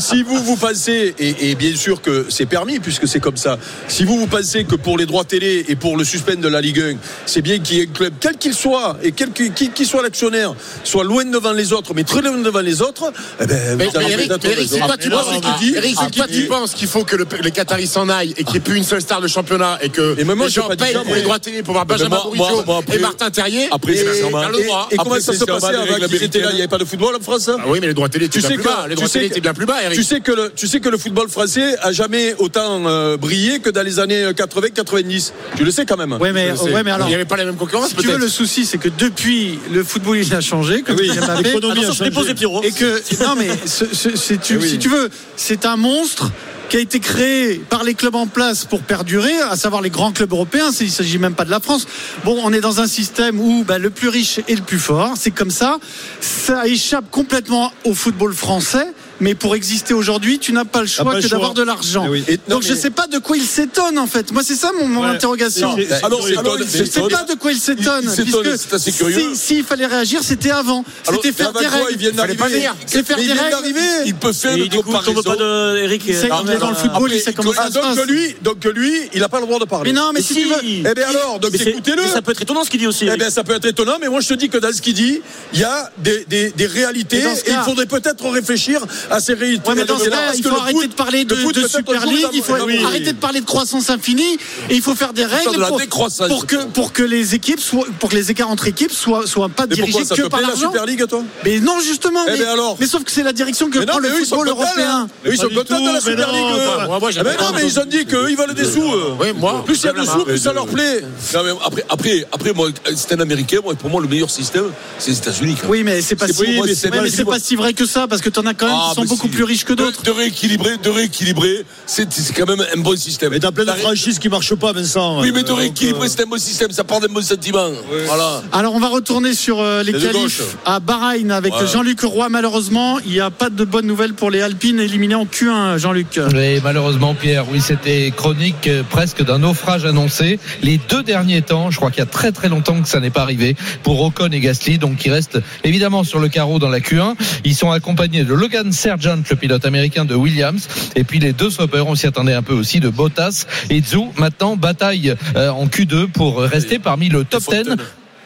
si vous vous pensez, et, et bien sûr que c'est permis puisque c'est comme ça, si vous vous pensez que pour les droits télé et pour le suspens de la Ligue 1, c'est bien qu'il y ait un club, quel qu'il soit, et quel que- qui, qui soit l'actionnaire, soit loin devant les autres, mais très loin devant les autres, eh ben,
Mais,
vous avez
mais Eric,
peut-être
mais Eric,
raison.
si toi tu
Moi,
penses,
c'est
ah,
qui dit-
Eric, si
ah,
toi,
qui
tu
dit-
penses qu'il faut que le- les Qataris s'en aillent et qu'il n'y ait plus une seule star de championnat et que
moi,
les
j'ai
gens
pas dit
payent
ça,
pour les
mais-
droits télé pour voir
Mais
Benjamin
moi, moi,
Bourigeaud
moi, après-
et Martin Terrier.
Après,
et,
c'est normal.
Carlo Droit.
Et- et comment
Après,
ça
c'est
se passait
normal, les
avant
règles
qu'ils étaient là Il n'y
américaines.
avait pas de football en France hein
Ah oui, mais les droits télé, étaient
tu
bien
sais
plus
que-
bas. Les
tu
droits
sais
télé
que-
étaient bien plus bas, Eric.
Tu sais que le, tu sais que le football français a jamais autant euh, brillé que dans les années 80-90. Tu le sais quand même.
Ouais, mais,
Tu le sais.
ouais, mais alors.
Il n'y avait pas la même concurrence,
Si tu veux,
peut-être.
le souci, c'est que depuis, le football, il a changé. Comme
Oui,
disait Mbappé.
l'économie
Attention,
a
je dépose
changé.
les pyros. Et que, non, mais ce- ce- c'est- tu-
Eh oui.
si tu veux, c'est un monstre qui a été créé par les clubs en place pour perdurer, à savoir les grands clubs européens. c'est- Il s'agit même pas de la France. Bon, on est dans un système où bah, le plus riche est le plus fort. C'est comme ça. Ça échappe complètement au football français. Mais pour exister aujourd'hui, tu n'as pas le choix
pas le
que
choix.
d'avoir de l'argent.
Eh oui.
Et- non,
Donc je
mais-
sais pas de quoi il s'étonne en fait. Moi, c'est ça mon, mon
Ouais.
interrogation.
C'est- c'est-
Alors,
c'est-
alors,
Je sais pas de quoi il s'étonne.
Il s'étonne,
puisque
c'est assez curieux.
si- S'il fallait réagir, c'était avant.
Alors,
C'était faire
avant
des
quoi,
règles.
ils viennent
Fallait pas
d'arriver.
venir. C'est faire
Mais ils
des
viennent
règles.
d'arriver. Il peut faire une
du coup,
comparaison.
tombe pas de euh, Eric.
Il sait qu'on est dans le football, il sait comment ça
Ah,
se passe.
donc lui, donc lui, il n'a pas le droit de parler.
Mais non, mais
Mais
si
si.
tu veux.
Eh bien alors, donc
Mais c'est-
écoutez-le.
mais Ça peut être étonnant ce qu'il dit aussi.
Eh
Eric.
bien, ça peut être étonnant, mais moi je te dis que dans ce qu'il dit, il y a des, des, des réalités
Mais
et,
dans ce cas-
il faudrait peut-être réfléchir à ces réalités.
Ouais, mais dans ce
Parce
cas, il
que
faut
le
arrêter
foot-
de parler de,
le foot
de
peut-être
Super
un jour
League, il faut
d'avoir-
arrêter de parler de croissance infinie et il faut faire des
faire
règles
de la
pour,
décroissance.
pour que, pour que les équipes soient, pour que les écarts entre équipes soient, soient pas
Mais pourquoi
dirigés
ça
que
te
par
plaît la
l'argent.
Super League, toi
Mais non, justement.
Eh
mais,
ben alors.
mais sauf que c'est la direction que
Mais non,
prend
mais
le
eux, ils sont
football
contents, là.
européen.
Eux, ils sont
pas du
contents de la
tout, mais
Super League.
non,
eux.
moi, moi, j'aime
Ah, Mais
pas.
non, mais ils ont dit qu'eux, ils veulent des sous. eux.
Oui, moi.
Plus il y a de
problème,
sous,
hein.
plus ça leur plaît.
Non, mais après, après, après, moi, c'est un Américain. Moi, pour moi, le meilleur système, c'est les États-Unis. quand même.
Oui, mais c'est pas,
C'est
si,
pour moi,
ouais,
c'est
mais
pas-
c'est pas si vrai que ça, parce que t'en as quand même
Ah,
qui sont
mais
beaucoup
si.
plus riches que d'autres.
De, de rééquilibrer, de rééquilibrer, c'est c'est quand même un bon système.
Mais t'as plein de
La ré-
franchises qui marchent pas, Vincent.
Oui, mais de
Euh, donc,
rééquilibrer, c'est un bon système. Ça part d'un bon sentiment. Voilà.
Alors on va retourner sur euh, les
Les deux
qualifs
gauches.
à Bahreïn avec
Ouais.
Jean-Luc Roy. Malheureusement, il n'y a pas de bonnes nouvelles pour les Alpines éliminés en Q1, Jean-Luc.
Oui, malheureusement, Pierre, oui, c'était chronique euh, presque d'un naufrage annoncé. Les deux derniers temps, je crois qu'il y a très très longtemps que ça n'est pas arrivé pour Ocon et Gasly, donc qui restent évidemment sur le carreau dans la Q1. Ils sont accompagnés de Logan Sergent, le pilote américain de Williams, et puis les deux stoppeurs, on s'y attendait un peu aussi, de Bottas et Zhou. Maintenant, bataille euh, en Q2 pour rester parmi le top 10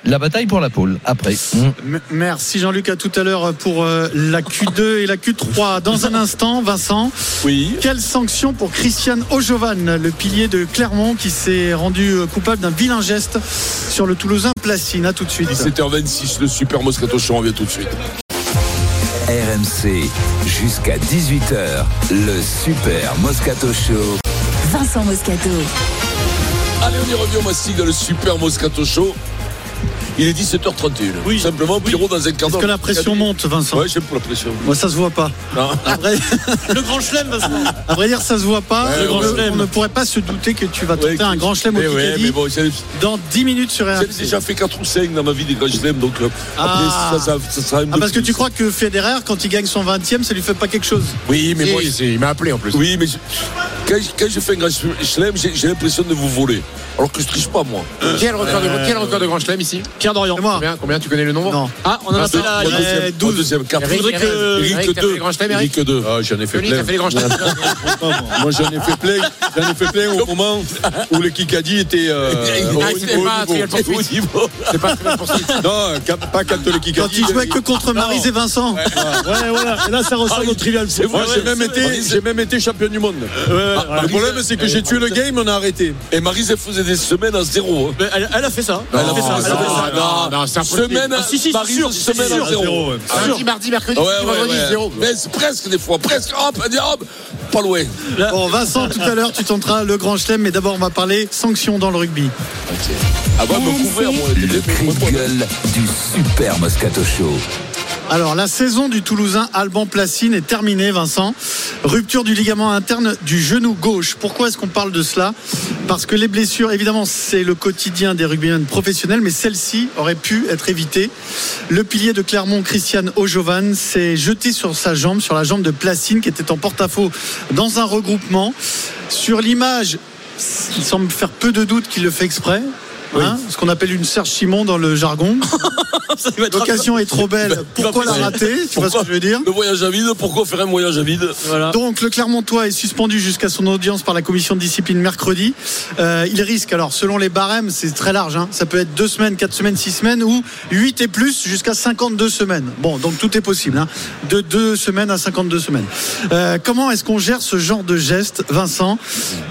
la bataille pour la poule après. Mm.
M- Merci Jean-Luc, à tout à l'heure pour euh, la Q2 et la Q3. Dans un instant, Vincent,
oui.
quelle sanction pour Christian Ojovan, le pilier de Clermont qui s'est rendu euh, coupable d'un vilain geste sur le Toulousain Placine À tout de suite.
17h26, le super Moscato Show, on vient tout de suite.
RMC, jusqu'à 18h, le Super Moscato Show.
Vincent Moscato. Allez, on y revient au Mastic dans le super Moscato Show. Il est 17h31. Simplement, Pierrot dans un quart
Est-ce
d'heure.
que la pression monte, Vincent
Ouais, j'ai pour la pression.
Moi, ça se voit pas.
Non.
Après,
Le grand chelem, Vincent.
à vrai dire, ça se voit pas.
Ouais,
On
grand
ne-
chelem.
on ne pourrait pas se douter que tu vas tenter un grand chelem au
Eh ouais,
Kikadi
mais bon, j'ai-
dans 10 minutes sur
J'ai
RMC.
déjà fait 4 ou 5 dans ma vie des grands chelems, donc euh,
Ah.
après, ça, ça, ça sera une
Ah, parce que
bonne-
tu crois que Federer, quand il gagne son 20e, ça lui fait pas quelque chose
Oui, mais
Si,
moi.
si, il m'a appelé en plus.
Oui, mais je- quand, je, quand je fais un grand chelem, j'ai j'ai l'impression de vous voler. Alors que je triche pas, moi.
Quel record de, quel record de grand chelem ici
Pierre Dorian.
euh, Combien, combien Tu connais le nombre
Non.
Ah, on en a appelé à
Moi, deuxième, moi, deuxième, quatre. euh,
Eric, Eric, Eric,
Eric,
t'as fait
deux.
les grands chelems,
Eric,
Eric
deux. Ah, j'en ai fait
Denis,
plein.
t'as fait les grands chelems.
Moi j'en ai fait plein, j'en ai fait plein au moment où le Kikadi était euh, au,
Ah, c'était
au
pas
niveau.
Trivial Pursuit.
C'est pas Non, cap- pas quand le Kikadi.
Quand il jouait que contre Marise et Vincent. Ouais, voilà. Et là, ça ressemble au trivial.
Ah, C'est vrai, j'ai même été, j'ai même été champion du monde. Ah,
voilà.
Le problème, c'est que j'ai tué le game, on a arrêté.
Et Marise Euh, faisait des semaines à zéro. hein.
Elle, elle a fait ça.
Elle a
Non,
fait ça, elle a fait ça.
non, non, c'est impossible.
Semaine à-
Ah, si, si, c'est
Paris,
sûr, c'est
semaine
sûr.
à zéro.
Zéro, ouais. Lundi, mardi, mercredi,
Ouais,
jeudi,
ouais,
vendredi,
ouais.
zéro.
Mais c'est presque des fois, presque, hop, on dit, hop, pas loin.
Bon, Vincent, tout à l'heure, tu tenteras le grand chelem, mais d'abord, on va parler sanctions dans le rugby.
Ah bah, me couvert, moi.
Le cri de gueule du Super Moscato Show.
Alors, la saison du Toulousain Alban Placine est terminée, Vincent. Rupture du ligament interne du genou gauche. Pourquoi est-ce qu'on parle de cela Parce que les blessures, évidemment, c'est le quotidien des rugbymen professionnels, mais celle-ci aurait pu être évitée. Le pilier de Clermont, Christian Ojovan, s'est jeté sur sa jambe, sur la jambe de Placine, qui était en porte-à-faux dans un regroupement. Sur l'image, il semble faire peu de doute qu'il le fait exprès. hein, ce qu'on appelle une Serge Simon dans le jargon. L'occasion est trop belle. Pourquoi la rater Tu vois ce que je veux dire
Le voyage à vide, pourquoi faire un voyage à vide
donc le Clermontois est suspendu jusqu'à son audience par la commission de discipline mercredi. Euh, il risque, alors selon les barèmes, c'est très large, hein, ça peut être deux semaines, quatre semaines, six semaines ou 8 et plus jusqu'à 52 semaines. Bon, donc tout est possible, hein, de deux semaines à 52 semaines. Euh, comment est-ce qu'on gère ce genre de geste, Vincent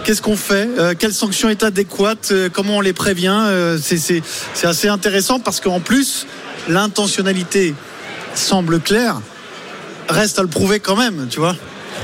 Qu'est-ce qu'on fait Euh, Quelle sanction est adéquate Euh, Comment on les prévient Euh, c'est- C'est c'est assez intéressant parce qu'en plus, l'intentionnalité semble claire reste à le prouver quand même, tu vois.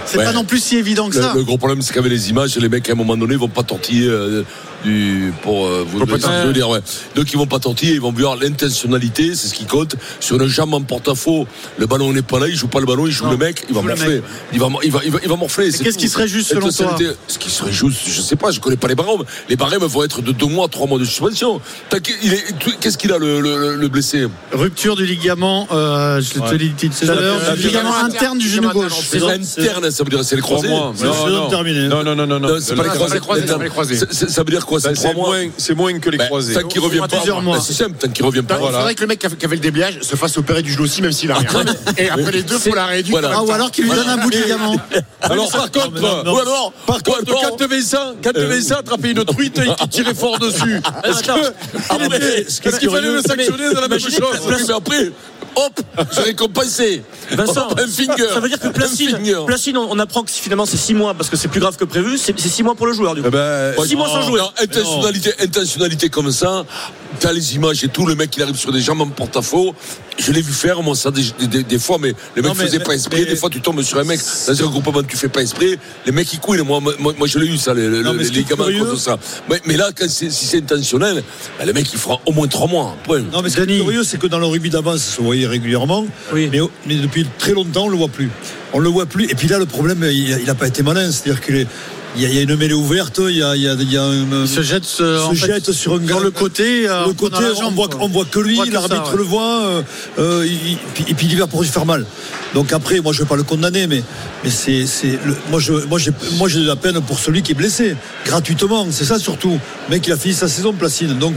C'est
Ouais.
pas non plus si évident que
Le,
ça.
le gros problème, c'est qu'avec les images, les mecs, à un moment donné, vont pas tortiller euh, du, pour euh, vous
pas
donner-
tortiller.
je veux dire, ouais. Donc, ils vont pas tortiller, ils vont voir l'intentionnalité, c'est ce qui compte. Sur une jambe en porte-à-faux, le ballon n'est pas là, il joue pas le ballon, il joue le mec, il va
joue le
morfler.
mec.
Il va, il va, il va, il va morfler. c'est
qu'est-ce
tout.
qui serait juste selon toi
Intentionnalité. Ce qui serait juste, je sais pas, je connais pas les barèmes. Les barèmes vont être de deux mois, trois mois de suspension. T'as qu'il- il est- tout- Qu'est-ce qu'il a, le, le- le blessé
Rupture du ligament, euh, je te
Ouais.
l'ai dit tout à l'heure, du ligament interne du genou gauche.
C'est interne, ça veut dire c'est les croisés.
Trois mois.
C'est-
Non, non. Non, non, non, non, non.
c'est pas les croisés.
c'est pas les croisés.
C'est- c'est- Ça veut dire quoi
Ben,
C'est trois
c'est
mois.
moins- c'est moins que les
Ben,
croisés.
Tant qu'il revient pas.
Plusieurs mois.
Ben, C'est simple, tant qu'il revient
Il
pas.
faudrait que le mec qui a fait- qui avait le déblage se fasse opérer du genou aussi, même s'il a rien. Et après les deux, faut la réduire.
Voilà.
en même temps.
Alors par contre,
Non, non.
ou alors, par contre, quand tu ça, quand
euh,
tu ça, attraper une truite et qui tirait fort dessus.
Ah,
Est-ce que, est-ce que- est-ce qu'il fallait le sanctionner dans la même chose
Oui, mais après, hop, je vais compenser.
Vincent,
Hop, un finger.
ça veut dire que
Un
Placine,
finger.
Placine, on, on apprend que finalement c'est 6 mois parce que c'est plus grave que prévu, c'est 6 mois pour le joueur du
Eh
coup. 6
ben,
mois sans jouer.
Eh ben, euh, Non, intentionnalité, intentionnalité comme ça. T'as les images et tout. Le mec, il arrive sur des jambes en porte-à-faux. Je l'ai vu faire, moi, ça, des, des- des fois, mais les mecs
Non, mais-
faisaient pas
mais-
esprit. des fois, tu tombes sur un mec, dans un groupement, tu fais pas esprit. Les mecs, ils couillent. Moi, moi, moi, je l'ai eu, ça, les,
Non,
les-
mais ce
les
qui est
gamins, à cause
curieux-
de ça. Mais, mais là, quand c'est- si c'est intentionnel, bah, le mec, il fera au moins trois mois. Point.
Non, mais ce qui est curieux, c'est que dans le rugby d'avant, ça se voyait régulièrement. Mais, mais depuis très longtemps, on le voit plus. On le voit plus. Et puis là, le problème, il n'a pas été malin. C'est-à-dire qu'il est- il y, a- il y a une mêlée ouverte, il y a, il y a- il y a un-
Il se jette, euh,
se
en fait,
jette sur, un
sur
gars-
le côté, euh,
le côté,
dans la
on,
jambe,
voit,
quoi.
on voit que lui,
On voit que
l'arbitre
ça, ouais.
le voit, euh, euh, il- il- puis- et puis il va pour lui faire mal. Donc après, moi, je ne vais pas le condamner, mais, mais c'est, c'est le- moi, je, moi, j'ai, moi, j'ai de la peine pour celui qui est blessé, gratuitement, c'est ça surtout. Le mec, il a fini sa saison, Placine. Donc,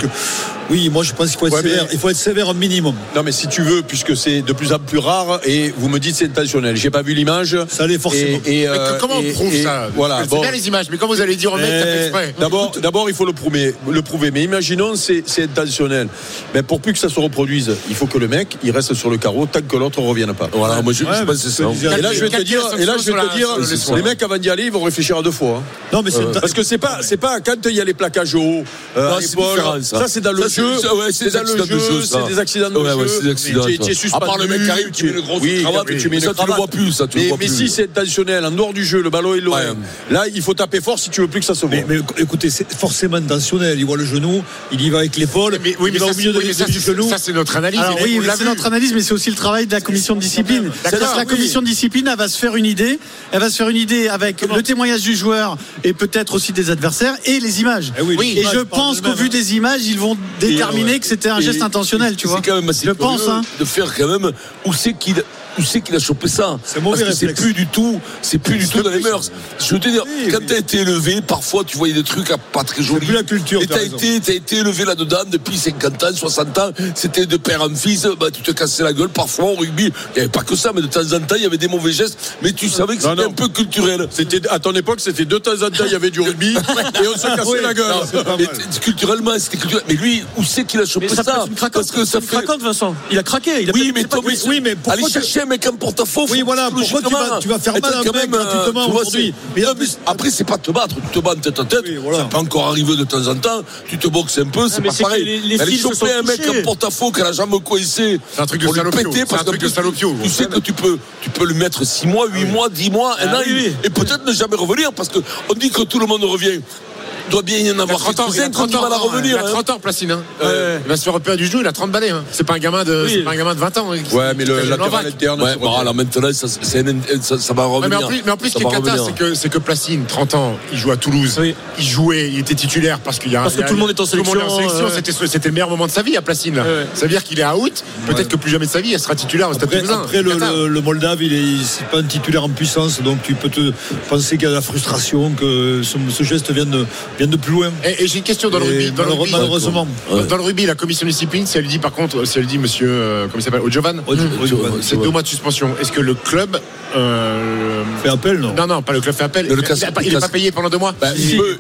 Oui, moi je pense qu'il faut être
Ouais, mais-
sévère. Il faut être sévère au minimum.
Non, mais si tu veux, puisque c'est de plus en plus rare, et vous me dites c'est intentionnel. J'ai pas vu l'image. Ça l'est
forcément.
Et,
Mais
et, euh,
comment on
et-
prouve
et-
ça
Voilà.
C'est bien les images, mais comment vous allez dire au mec,
Mais
t'as fait exprès
Eh, D'abord, d'abord, il faut le prouver. Le prouver. Mais imaginons, c'est, c'est intentionnel. Mais pour plus que ça se reproduise, il faut que le mec, il reste sur le carreau tant que l'autre ne revienne pas. Voilà. Moi, je,
Ouais,
je
mais
pense que
c'est
c'est
ce que disait
ça. Et là, je vais te
Calculer
dire,
la
et là, je
sanction
vais te
sur
dire,
la- sur le laissement.
les mecs avant d'y aller, ils vont réfléchir à deux fois. hein.
Non, mais c'est une-
parce que c'est pas, c'est pas quand il y a les plaquages au haut, euh,
Non,
à
c'est
l'épaule.
différent, ça.
ça. c'est dans le
Ça, c'est-
jeu,
ça, ouais, c'est des
c'est dans le
accidents de
jeu,
jeu, ça.
c'est des accidents de
Ouais, ouais,
jeu.
c'est des accidents,
Tu es- tu es
ça.
suspendu,
À part le mec qui arrive, tu mets une grosse
oui,
cravate,
oui.
tu mets une
Ça,
cravate.
mais,
Mais- mais
Mais
si
si c'est intentionnel, en dehors du jeu, le ballon est loin. Là, il faut taper fort si tu veux plus que ça se voit.
Mais, mais écoutez, c'est forcément intentionnel. Il voit le genou, il y va avec l'épaule,
Mais oui,
il
mais
va
ça,
au milieu
c'est-
de
oui, mais ça,
du
c'est-
genou.
ça, c'est notre analyse.
Alors
Et
oui,
on l'a
c'est
vu.
notre analyse, mais c'est aussi le travail de la commission de discipline. C'est-à-dire que la
oui.
commission de discipline, elle va se faire une idée. Elle va se faire une idée avec le témoignage du joueur et peut-être aussi des adversaires et les images.
Eh oui, les
et
images
je
parlent
pense qu'au
d'elles-mêmes,
hein.
vu des images, ils vont déterminer que c'était un geste intentionnel, tu vois.
C'est quand même assez
je pense,
curieux
hein.
de faire quand même où c'est qu'il où c'est qu'il a chopé ça.
mauvais
Parce que c'est
réflexe.
plus du tout, c'est plus du tout dans les mœurs. Je veux te dire, quand t'as été élevé, parfois tu voyais des trucs à pas très jolis.
plus la culture,
Et
t'as
t'as
raison.
été, t'as été élevé là-dedans depuis 50 ans, 60 ans. C'était de père en fils. Bah, tu te cassais la gueule. Parfois au rugby, il n'y avait pas que ça, mais de temps en temps, il y avait des mauvais gestes. Mais tu savais que c'était un peu culturel.
C'était à ton époque, c'était de temps en temps, il y avait du rugby et on se cassait la gueule.
Mais t- culturellement, c'était culturel. Mais lui, où c'est qu'il a chopé
Mais ça peut
ça
être une craquante,
Parce que ça
une
fait.
craquante, Vincent. Il a craqué. Il a
Oui,
peut-être-
mais,
c'est pas-
Thomas, aller chercher un mec en porte-à-faux.
Oui, voilà, pourquoi tu vas- tu vas faire mal à un mec gratuitement aujourd'hui
Après, c'est pas te battre. Tu te bats en tête à tête. Ça peut encore arriver de temps en temps. Tu te boxes un peu, c'est
Ah, mais
pas
c'est que
pareil.
les- les
Mais aller
styles se
choper
sont
un mec
touchés.
en porte-à-faux qui a la jambe coincée.
C'est un truc de
pour lui
salopio.
péter,
C'est
parce
un
qu'en
truc de
plus,
salopio,
Tu sais que tu peux tu peux le mettre 6 mois, 8 mois, 10 mois, un
Ah
an.
oui, oui.
Et peut-être ne jamais revenir parce que on dit que tout le monde revient. Doit bien y en avoir
30 ans, il a
30
30 ans,
va la
hein,
revenir.
il a
hein.
30 ans, Placine. hein. Euh, Il va se faire repérer du genou, il a 30 balais. hein. C'est pas un gamin de, c'est pas un gamin de 20 ans. hein, qui-
Ouais, mais
qui
le
fait
latéral
Novak.
interne. Ouais, bon, alors maintenant, ça, c'est un- un- ça, ça va
Ouais,
revenir.
mais en plus, mais en plus, ce
Oh,
qui
Ça
est
va
cata,
revenir.
c'est que, c'est que Placine, 30 ans, il joue à Toulouse. Il jouait, il était titulaire parce qu'il y a
Parce
il
que
y a-
tout le monde est en
tout monde
sélection, euh,
C'était, ce- c'était le meilleur moment de sa vie à Placine. là. Ça veut dire qu'il est à out. Peut-être que plus jamais de sa vie, il sera titulaire au Stade
Après,
Toulousain.
après, le,
Cata.
le- le Moldave, il est, il- c'est pas un titulaire en puissance, donc tu peux te penser qu'il y a de la frustration, que ce, ce geste vient de, vient de plus loin.
Et, et j'ai une question dans le
Et
rugby. Dans le
malheure-
rugby
malheureusement.
Dans- Dans le rugby, la commission de discipline, si elle dit par contre, si elle dit monsieur, euh, comment il s'appelle, Ojovan, c'est deux mois de suspension. Est-ce que le club euh,
fait appel non
Non, non, pas le club fait appel.
Le
Il
casse-
n'est pas,
le
il est
casse-
pas payé pendant deux mois.
Bah, il peut-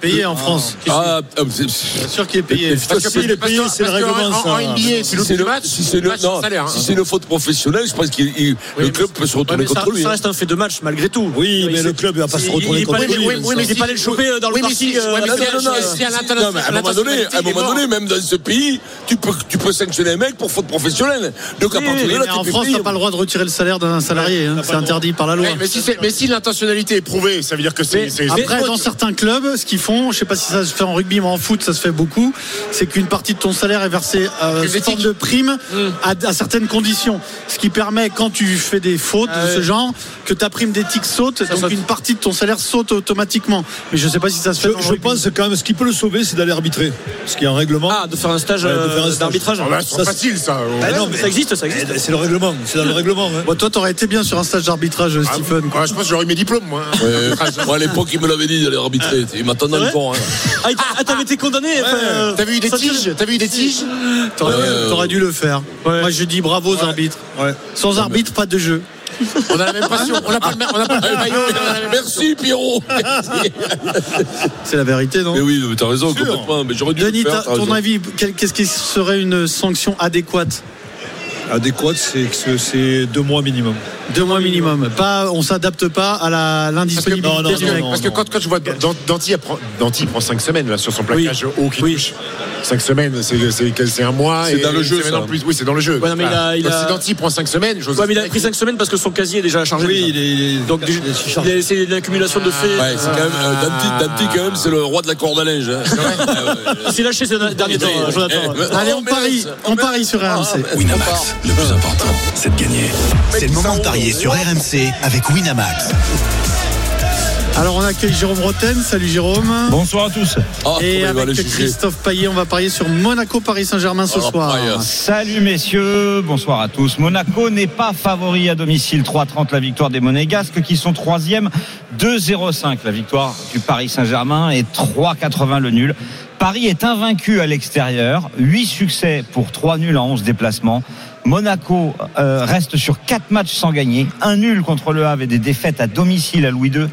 Ah, ah, c'est-
Bien sûr qu'il est payé.
Parce que-
il est payé,
parce que-
c'est le
parce que
règlement.
en- en
ça.
NBA, tu
Si
loupes
c'est
le
le-
match,
si c'est le-
match sans
non,
salaire, hein.
si c'est une faute professionnelle, je pense que le club peut se retourner
Ouais, mais ça-
contre lui.
Ça
hein.
reste un fait de match malgré tout.
Oui, mais le club, il va pas se retourner contre lui,
Oui, mais il n'est pas allé le choper euh, dans le
Oui, mais si-
parking.
ouais, mais
euh,
Non,
si-
non, non,
si- si à l'international-
non, mais à un moment donné, à un
il est
moment
mort.
donné, même dans ce pays, tu peux, tu peux sanctionner un mec pour faute professionnelle. Donc à
Oui,
partir de là,
mais en
tu
France, t'as pas le droit de retirer le salaire d'un salarié. hein. C'est interdit par la loi.
Ouais, Eh, mais si c'est- mais si l'intentionnalité est prouvée, ça veut dire que c'est. c'est-
Après,
c'est-
dans certains clubs, ce qu'ils font, je sais pas si ça se fait en rugby, mais en foot, ça se fait beaucoup, c'est qu'une partie de ton salaire est versée euh, sous forme de prime à, à certaines conditions. Ce qui permet, quand tu fais des fautes de ce genre, que ta prime d'éthique saute, donc une partie de ton salaire saute automatiquement. Mais je sais pas si ça se fait.
Je, je pense que quand même, ce qui peut le sauver, c'est d'aller arbitrer. Parce qu'il y a un règlement. Ah,
de faire un stage euh, d'arbitrage.
Ah bah, c'est facile, ça.
Bah non, mais-
Ça existe, ça existe.
C'est le règlement, c'est dans le règlement. hein.
Bon, toi, t'aurais été bien sur un stage d'arbitrage, Stephen.
Ah, Ouais, je pense que j'aurais eu mes diplômes, moi.
Ouais, moi, à l'époque, il me l'avait dit d'aller arbitrer. Il m'attendait dans le pont. hein.
Ah, il t'a- ah, t'avais été condamné enfin, euh,
T'as vu des
ça, tu-
tiges T'as vu des tiges
T'aurais
ouais.
t'aurais dû le faire. Moi, je dis bravo aux arbitres. Sans arbitre, pas de jeu.
On a la même passion. On n'a pas le même on n'a pas le même maillot. on a la même-
Merci, Pierrot.
C'est la vérité, non
Mais oui, mais t'as raison, complètement. Mais j'aurais dû le
Denis,
faire,
ta-
t'as
ton
raison.
avis, quel- qu'est-ce qui serait une sanction adéquate
Adéquat, c'est que ce- c'est deux mois minimum.
Deux mois minimum. Pas, on s'adapte pas à la-
Parce que,
l'indisponibilité
parce
du
que-
mec.
parce que quand, quand je vois Dan- Danty, elle prend- Danty prend 5 semaines là, sur son plaquage haut qui touche. 5 semaines, c'est- c'est quel- c'est un mois.
C'est
et
dans le
une
jeu,
semaine
ça.
en plus. Oui, c'est dans le jeu.
Ouais, non, mais il a- il
Donc,
a-
Si Danty prend 5 semaines, j'ose
Ouais, mais il a pris 5 semaines parce que son casier est déjà chargé.
Oui,
déjà.
il est- il est-
Donc, du-
il est chargé.
il est- c'est l'accumulation de faits.
Ouais, c'est quand même, euh, Danti, Danti, quand même, c'est le roi de la corde à linge. hein.
Il s'est lâché ces derniers temps, hein, Jonathan.
Eh, mais-
Allez, on parie, on parie sur RMC.
Ah,
Winamax, le plus important, c'est de gagner. C'est le moment de parier sur RMC avec Winamax.
Euh, Alors, on accueille Jérôme Roten. Salut Jérôme.
Bonsoir à tous.
Ah,
Et avec Christophe Payet, on va parier sur Monaco Paris Saint-Germain ce
Ah,
soir.
Salut messieurs, bonsoir à tous. Monaco n'est pas favori à domicile. 3-30 la victoire des Monégasques qui sont troisième. 2-0-5 la victoire du Paris Saint-Germain et 3-80 le nul. Paris est invaincu à l'extérieur, 8 succès pour 3 nuls en 11 déplacements. Monaco euh, reste sur 4 matchs sans gagner, un nul contre le Havre et des défaites à domicile à Louis II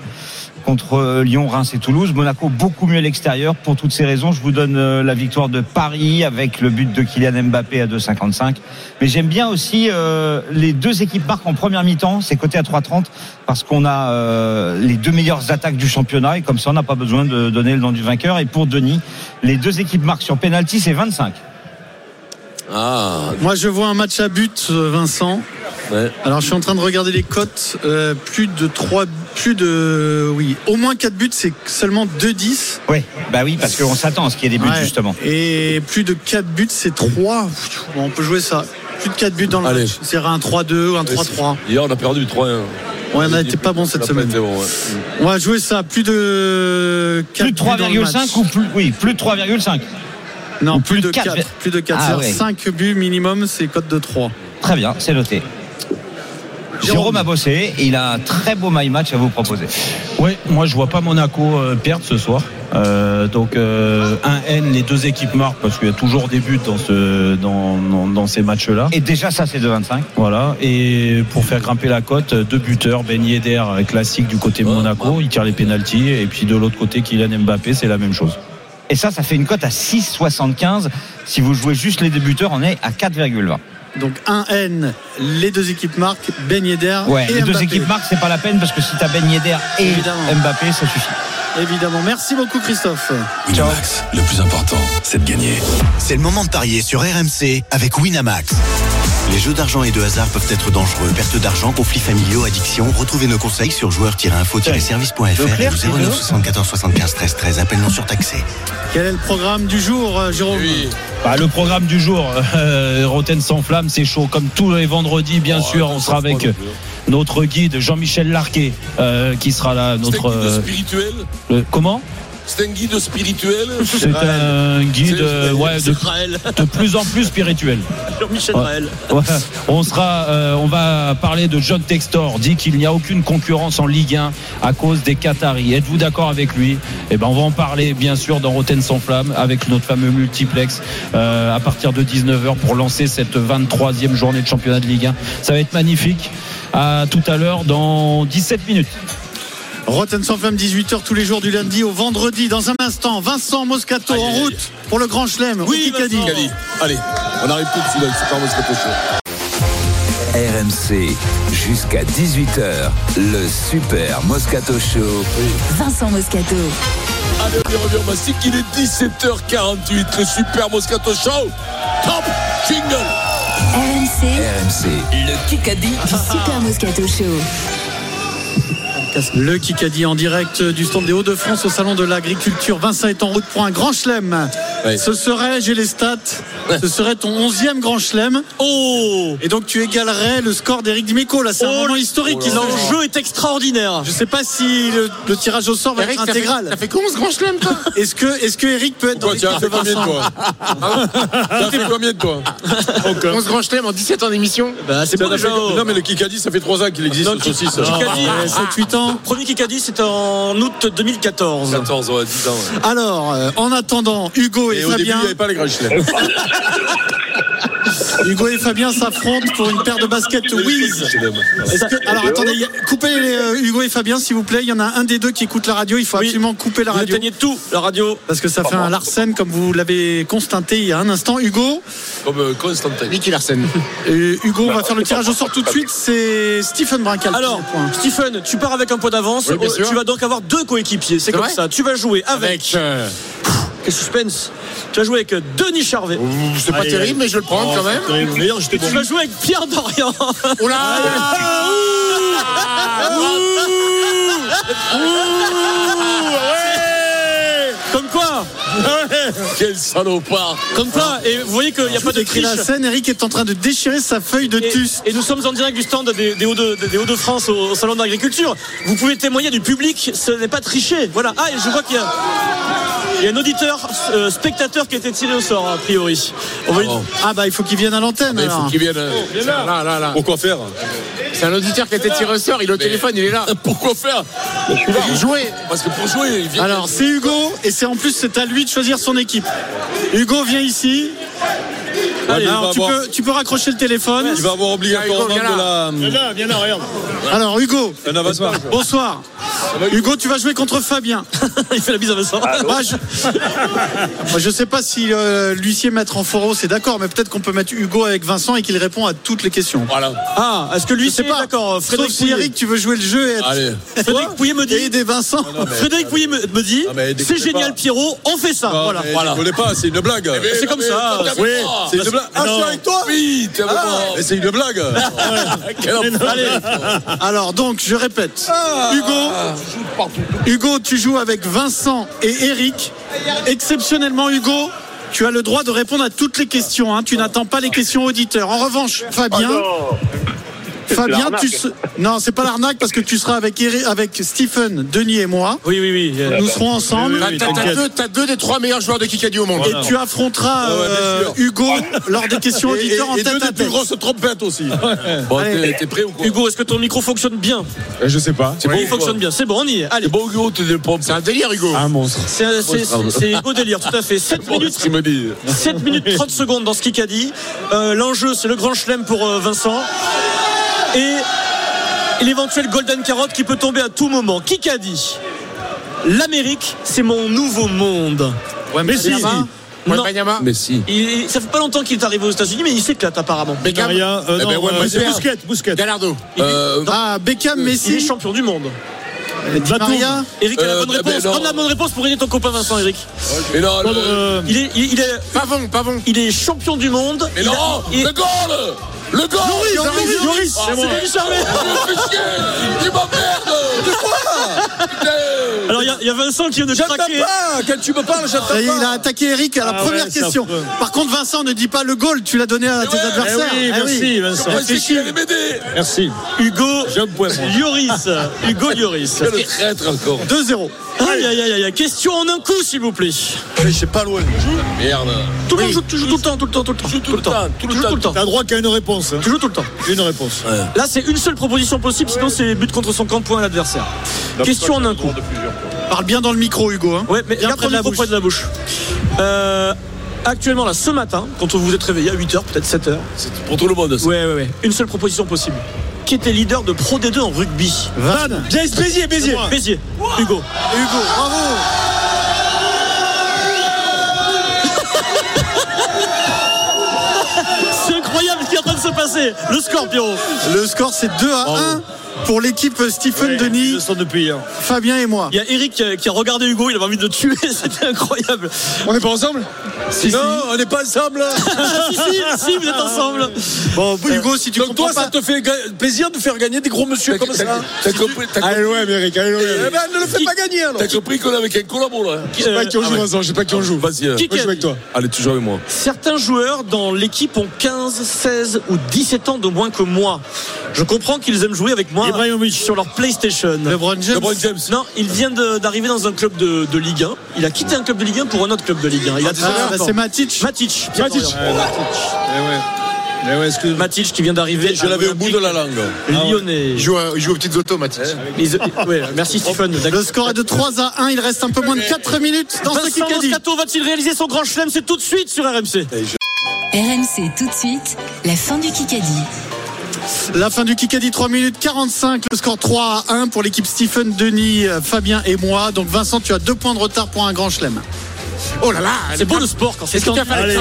contre euh, Lyon, Reims et Toulouse. Monaco beaucoup mieux à l'extérieur. Pour toutes ces raisons, je vous donne euh, la victoire de Paris avec le but de Kylian Mbappé à 2,55. Mais j'aime bien aussi euh, les deux équipes marquent en première mi-temps, c'est coté à 3,30 parce qu'on a euh, les deux meilleures attaques du championnat et comme ça on n'a pas besoin de donner le nom du vainqueur. Et pour Denis, les deux équipes marquent sur penalty, c'est 25.
Ah. Moi, je vois un match à but, euh, Vincent.
Ouais.
Alors, je suis en train de regarder les cotes. Euh, plus de 3, plus de. Oui, au moins 4 buts, c'est seulement 2-10.
Oui, bah oui, parce qu'on s'attend à ce qu'il y ait des buts,
Ouais.
justement.
Et plus de 4 buts, c'est 3. On peut jouer ça. Plus de 4 buts dans le
Allez.
match. C'est un 3-2 ou un 3-3.
Hier, on a perdu 3-1.
Ouais, on a été pas bon cette
On a pas
semaine.
été bon, ouais.
On va jouer ça. Plus de 4
Plus de 3,5 ou plus. Oui, plus de 3,5.
Non,
Ou
plus, de 4.
quatre.
Plus de 4.
Ah, ouais.
5 buts minimum, c'est cote de 3.
Très bien, c'est noté. Jérôme a bossé, il a un très beau my match à vous proposer.
Oui, moi je vois pas Monaco euh, perdre ce soir. Euh, donc euh, un N, les deux équipes marquent parce qu'il y a toujours des buts dans, ce, dans, dans- dans ces matchs-là.
Et déjà ça c'est 2,25.
Voilà. Et pour faire grimper la cote, euh, deux buteurs, Ben Yedder euh, classique du côté Monaco, il tire les pénalties et puis de l'autre côté Kylian Mbappé, c'est la même chose.
Et ça, ça fait une cote à 6,75. Si vous jouez juste les débuteurs, on est à 4,20.
Donc 1 N, les deux équipes marquent, Ben Yedder
Ouais,
et
les deux
Mbappé.
équipes marquent, c'est pas la peine parce que si t'as Ben Yedder et
Évidemment.
Mbappé, ça suffit.
Évidemment. Merci beaucoup, Christophe.
Winamax, le plus important, c'est de gagner. C'est le moment de parier sur RMC avec Winamax. Les jeux d'argent et de hasard peuvent être dangereux. Perte d'argent, conflits familiaux, addiction. Retrouvez nos conseils sur joueurs-info-service.fr et
Leclerc, c'est
au 09 74 75 13 13. Appel non surtaxé.
Quel est le programme du jour, euh, Jérôme
Bah, le programme du jour, euh, Roten sans flamme, c'est chaud comme tous les vendredis, bien sûr. On sera avec notre guide Jean-Michel Larquet, euh, qui sera là. Notre euh,
Spirituel
le- comment
C'est un guide spirituel
C'est un guide euh, ouais, de, de plus en plus spirituel.
Jean-Michel
Ouais.
Raël.
Ouais. On sera, euh, on va parler de John Textor, dit qu'il n'y a aucune concurrence en Ligue 1 à cause des Qataris. Êtes-vous d'accord avec lui Eh ben, on va en parler bien sûr dans Roten sans flamme avec notre fameux multiplex euh, à partir de 19h pour lancer cette 23e journée de championnat de Ligue 1. Ça va être magnifique. À tout à l'heure dans 17 minutes.
Rotten sans flamme, 18h tous les jours du lundi au vendredi. Dans un instant, Vincent Moscato en route pour le Grand Chelem. Oui, Kikadi.
Allez, on arrive tout de suite dans le Super Moscato Show.
RMC, jusqu'à 18h, le Super Moscato Show.
Vincent Moscato. Allez, on y revient, on mastique. Il est 17h48, le Super Moscato Show. Top Jingle
RMC,
RMC, le Kikadi.
Super Moscato Show.
Le Kikadi en direct du stand des Hauts-de-France au salon de l'agriculture. Vincent est en route pour un Grand Chelem.
Oui.
Ce serait, j'ai les stats, ce serait ton 11e Grand Chelem.
Oh
Et donc tu égalerais le score d'Éric Dimeco. Là, c'est un moment historique. qui se joue.
L'enjeu est extraordinaire.
Je sais pas si le, le tirage au sort va
Eric, ça
être
fait-
intégral.
ça
fait 11 grands chelems, toi Est-ce que, est-ce que Eric peut être dans
Tiens, fais
l'équipe de
combien de
Vincent
toi T'as fait combien de toi
Bah,
On se range
en 17 ans d'émission
Bah, c'est bon, déjà.
Non, mais le Kikadi, ça fait 3 ans qu'il existe,
Non,
ce saucisse.
Kikadi.
Ah, ouais.
7-8 euh, ans.
Premier Kikadi, c'était en août 2014.
14, ouais, 10 ans. ouais.
Alors, euh, en attendant, Hugo et,
Et au début, il
Fabien.
n'y avait pas les grands chelems.
Hugo et Fabien s'affrontent pour une paire de baskets Wiz. Est-ce que- alors attendez, il y a- coupez les, euh, Hugo et Fabien s'il vous plaît. Il y en a un des deux qui écoute la radio. Il faut absolument couper la
Vous
radio.
éteignez tout, la radio.
Parce que ça fait un Larsen comme vous l'avez constaté il y a un instant. Hugo,
Comme euh, Constantin.
Nicky Larsen. Hugo, on va faire le tirage au sort tout de suite. C'est Stephen Brincal.
Alors, Stephen, tu pars avec un point d'avance.
Oui, bien sûr.
tu vas donc avoir deux coéquipiers. C'est
C'est
comme
vrai
ça. Tu vas jouer avec.
Avec,
euh,
Pff, Quel suspense. Tu vas jouer avec euh, Denis Charvet.
c'est pas Allez, terrible, allez. mais je vais le prendre Oh, quand même. c'est terrible. D'ailleurs, j'étais
Et tu
bon.
vas jouer avec Pierre Dorian.
Oula
Comme quoi
Quel salopard
Comme quoi Et vous voyez qu'il n'y a
Je
pas
vous
de
décris
triche.
la scène, Eric est en train de déchirer sa feuille de
Et-
tuce.
Et, nous sommes en direct du stand des, des Hauts-de des Hauts-de-France au, au salon de l'agriculture. Vous pouvez témoigner du public, ce n'est pas triché. Voilà. Ah, et je vois qu'il y a, il y a un auditeur, euh, spectateur qui a été tiré au sort, a priori. On va lui-
Ah bah il faut qu'il vienne à
Ah,
l'antenne.
Il faut
alors.
qu'il vienne. euh,
Oh, là. Là, là, là.
Pourquoi faire
C'est un auditeur qui a été tiré au sort, il est au téléphone, il est là.
Pourquoi faire
Il est joué.
Parce que pour jouer, il vient.
Alors c'est Hugo et c'est en plus c'est à lui de choisir son équipe. Hugo vient ici.
Ouais,
Allez,
mais il
alors
va
tu,
avoir-
peux, tu peux raccrocher le téléphone.
Il va avoir obligatoirement de la.
Alors Hugo,
Un avantage.
bonsoir. Hugo, tu vas jouer contre Fabien.
Il fait la bise à Vincent.
Bah, je... Moi, je sais pas si euh, l'huissier maître Enforo c'est d'accord, mais peut-être qu'on peut mettre Hugo avec Vincent et qu'il répond à toutes les questions.
Voilà.
Ah, est-ce que l'huissier est d'accord euh, Frédéric
Sauf si-
Pouillet, Eric, tu veux jouer le jeu et être...
Allez. Frédéric Pouillet me dit.
Aider Vincent.
Frédéric Pouillet me, me
Ah,
dit c'est génial Pierrot, on fait ça. voilà.
Mais
Voilà.
Je connais pas, c'est une blague.
mais- C'est comme mais- ça. mais-
Oui,
Ah,
c'est une blague.
parce-
Ah,
non.
c'est avec toi Oui, t'es avec moi. Mais c'est une blague.
Mais non. Allez. Alors donc je répète. Hugo, Hugo, tu joues avec Vincent et Eric. Exceptionnellement Hugo. Tu as le droit de répondre à toutes les questions. hein. Tu n'attends pas les questions auditeurs. En revanche, Fabien, Fabien, tu se- non, c'est pas l'arnaque parce que tu seras avec Eri- avec Stephen, Denis et moi.
Oui, oui, oui.
Nous serons ensemble.
T'as- t'as- T'as deux, t'as deux des trois meilleurs joueurs de Kikadi au monde.
Et tu affronteras
Ah ouais, bien
euh,
sûr. Ah.
Hugo lors des questions
Et- et-
auditeurs en
et deux
tête
des
à
plus
tête.
grosses
trompettes aussi.
Bon,
Allez.
t'es- t'es prêt ou quoi
Hugo, est-ce que ton micro fonctionne bien
Euh, Je sais pas.
C'est bon, il fonctionne bien. C'est bon, on y est. Allez.
bon, Hugo, tu
C'est un délire, Hugo.
Un Ah, monstre.
C'est un- c'est- c'est- c'est beau délire, tout à fait. 7 minutes,
me dit.
7 minutes 30 secondes dans ce Kikadi. Euh, L'enjeu, c'est le grand chelem pour euh, Vincent. Et l'éventuel Golden Carotte qui peut tomber à tout moment. Kikadi. L'Amérique, c'est mon nouveau monde.
Ouais, mais si. Ouais, Banyama.
Mais si.
Il- ça fait pas longtemps qu'il est arrivé aux États-Unis, mais il s'éclate apparemment.
Beckham.
Maria,
Eh ben,
euh,
ouais, Messi. Busquets, Busquets. Gallardo.
Ah, Beckham,
Il est
Messi, Euh,
champion du monde.
Di Maria.
Eric a la bonne
Euh, ben
réponse.
non.
Donne la bonne réponse pour aider ton copain Vincent, Eric. euh,
Mais non, le-
Il est, il, il est,
Pavon, Pavon.
il est champion du monde.
Mais
Il a-
non,
il-
le goal Le goal
Lloris, Lloris, Lloris,
Ah,
c'est
bon.
Denis Charvet.
Je me fais chier Il m'emmerde Putain.
Alors il y a- il y, a Vincent qui vient de
J'attends
craquer.
pas Quand tu me parles, j'attends
Ça y est, il a
pas
attaqué Eric à la première question. Par contre, Vincent, ne dis pas le goal, tu l'as donné à tes adversaires.
Eh oui,
Eh
merci, Vincent.
Moi, c'est qui allait m'aider
Merci.
Hugo
J'aime point, moi.
Lloris. Hugo Lloris.
Quel traître encore
2-0.
Aïe aïe aïe aïe. Question en un coup s'il vous plaît.
Je sais pas loin.
Merde
Tout le temps, tu joues tout le temps, tout le temps, tout le temps, tout le temps, tout le temps, tout le temps.
T'as droit qu'à une réponse. hein.
Tu joues tout le temps.
Une réponse.
Là, c'est une seule proposition possible, sinon c'est but contre son camp, point à l'adversaire. Question en un coup.
Parle bien dans le micro, Hugo. hein.
Ouais, mais
Bien
bien près de la bouche. Près de la bouche. Euh, actuellement, là, ce matin, quand vous vous êtes réveillé à 8h, peut-être 7h.
C'est pour tout le monde, ça.
Ouais, ouais, ouais. Une seule proposition possible. Qui était leader de Pro D2 en rugby
Van.
James Bézier, Bézier. Bézier. Hugo.
Hugo, bravo.
C'est incroyable ce qui est en train de se passer. Le score, Pierrot.
Le score, c'est 2 à 1 pour l'équipe Stephen
Ouais, Ils
Denis,
le sont depuis hier.
Fabien et moi.
hein. Il y a Eric qui a- qui a regardé Hugo, il avait envie de le tuer, c'était incroyable.
On est pas ensemble
Si, si.
Non, on n'est pas ensemble.
Ah, si, si, si, vous êtes ensemble.
Bon, Hugo, si tu
Euh, Donc toi,
comprends
ça
pas.
te fait ga- plaisir de faire gagner des gros monsieur comme ça hein.
T'as compris,
Ah,
t'as compris,
Allez loin, Eric, allez loin.
Ah, Eh ben, ne le fais pas gagner alors.
t'as compris qu'on est avec un collabo là
Je sais pas qui on joue,
Vincent, je sais pas qui on joue. Vas-y, euh,
Qui
moi, je joue
quel-
avec toi. Allez, tu joues avec moi.
Certains joueurs dans l'équipe ont 15, 16 ou 17 ans de moins que moi. Je comprends qu'ils aiment jouer avec moi sur leur PlayStation.
LeBron James.
LeBron James.
Non, il vient de- d'arriver dans un club de, de Ligue 1. Il a quitté un club de Ligue 1 pour un autre club de Ligue 1. Il a
Ah, bah, c'est Matic.
Matic. Matic.
Eh ouais. Eh ouais, excuse
Matic qui vient d'arriver.
Je
à
l'avais au bout de la langue.
Lyonnais.
Il joue, à- il joue aux petites autos, Mathis.
Ils- ouais, merci Stephen.
Le score est de 3 à 1. Il reste un peu moins de 4 minutes dans ce
Vincent
Kikadi.
Moscato va-t-il réaliser son grand chelem C'est tout de suite sur RMC.
RMC tout de suite, la fin du Kikadi.
La fin du Kikadi, 3 minutes 45. Le score 3 à 1 pour l'équipe Stephen Denis, euh, Fabien et moi. Donc Vincent, tu as 2 points de retard pour un grand chelem.
Oh là là
C'est beau le sport quand c'est tendu.
Allez,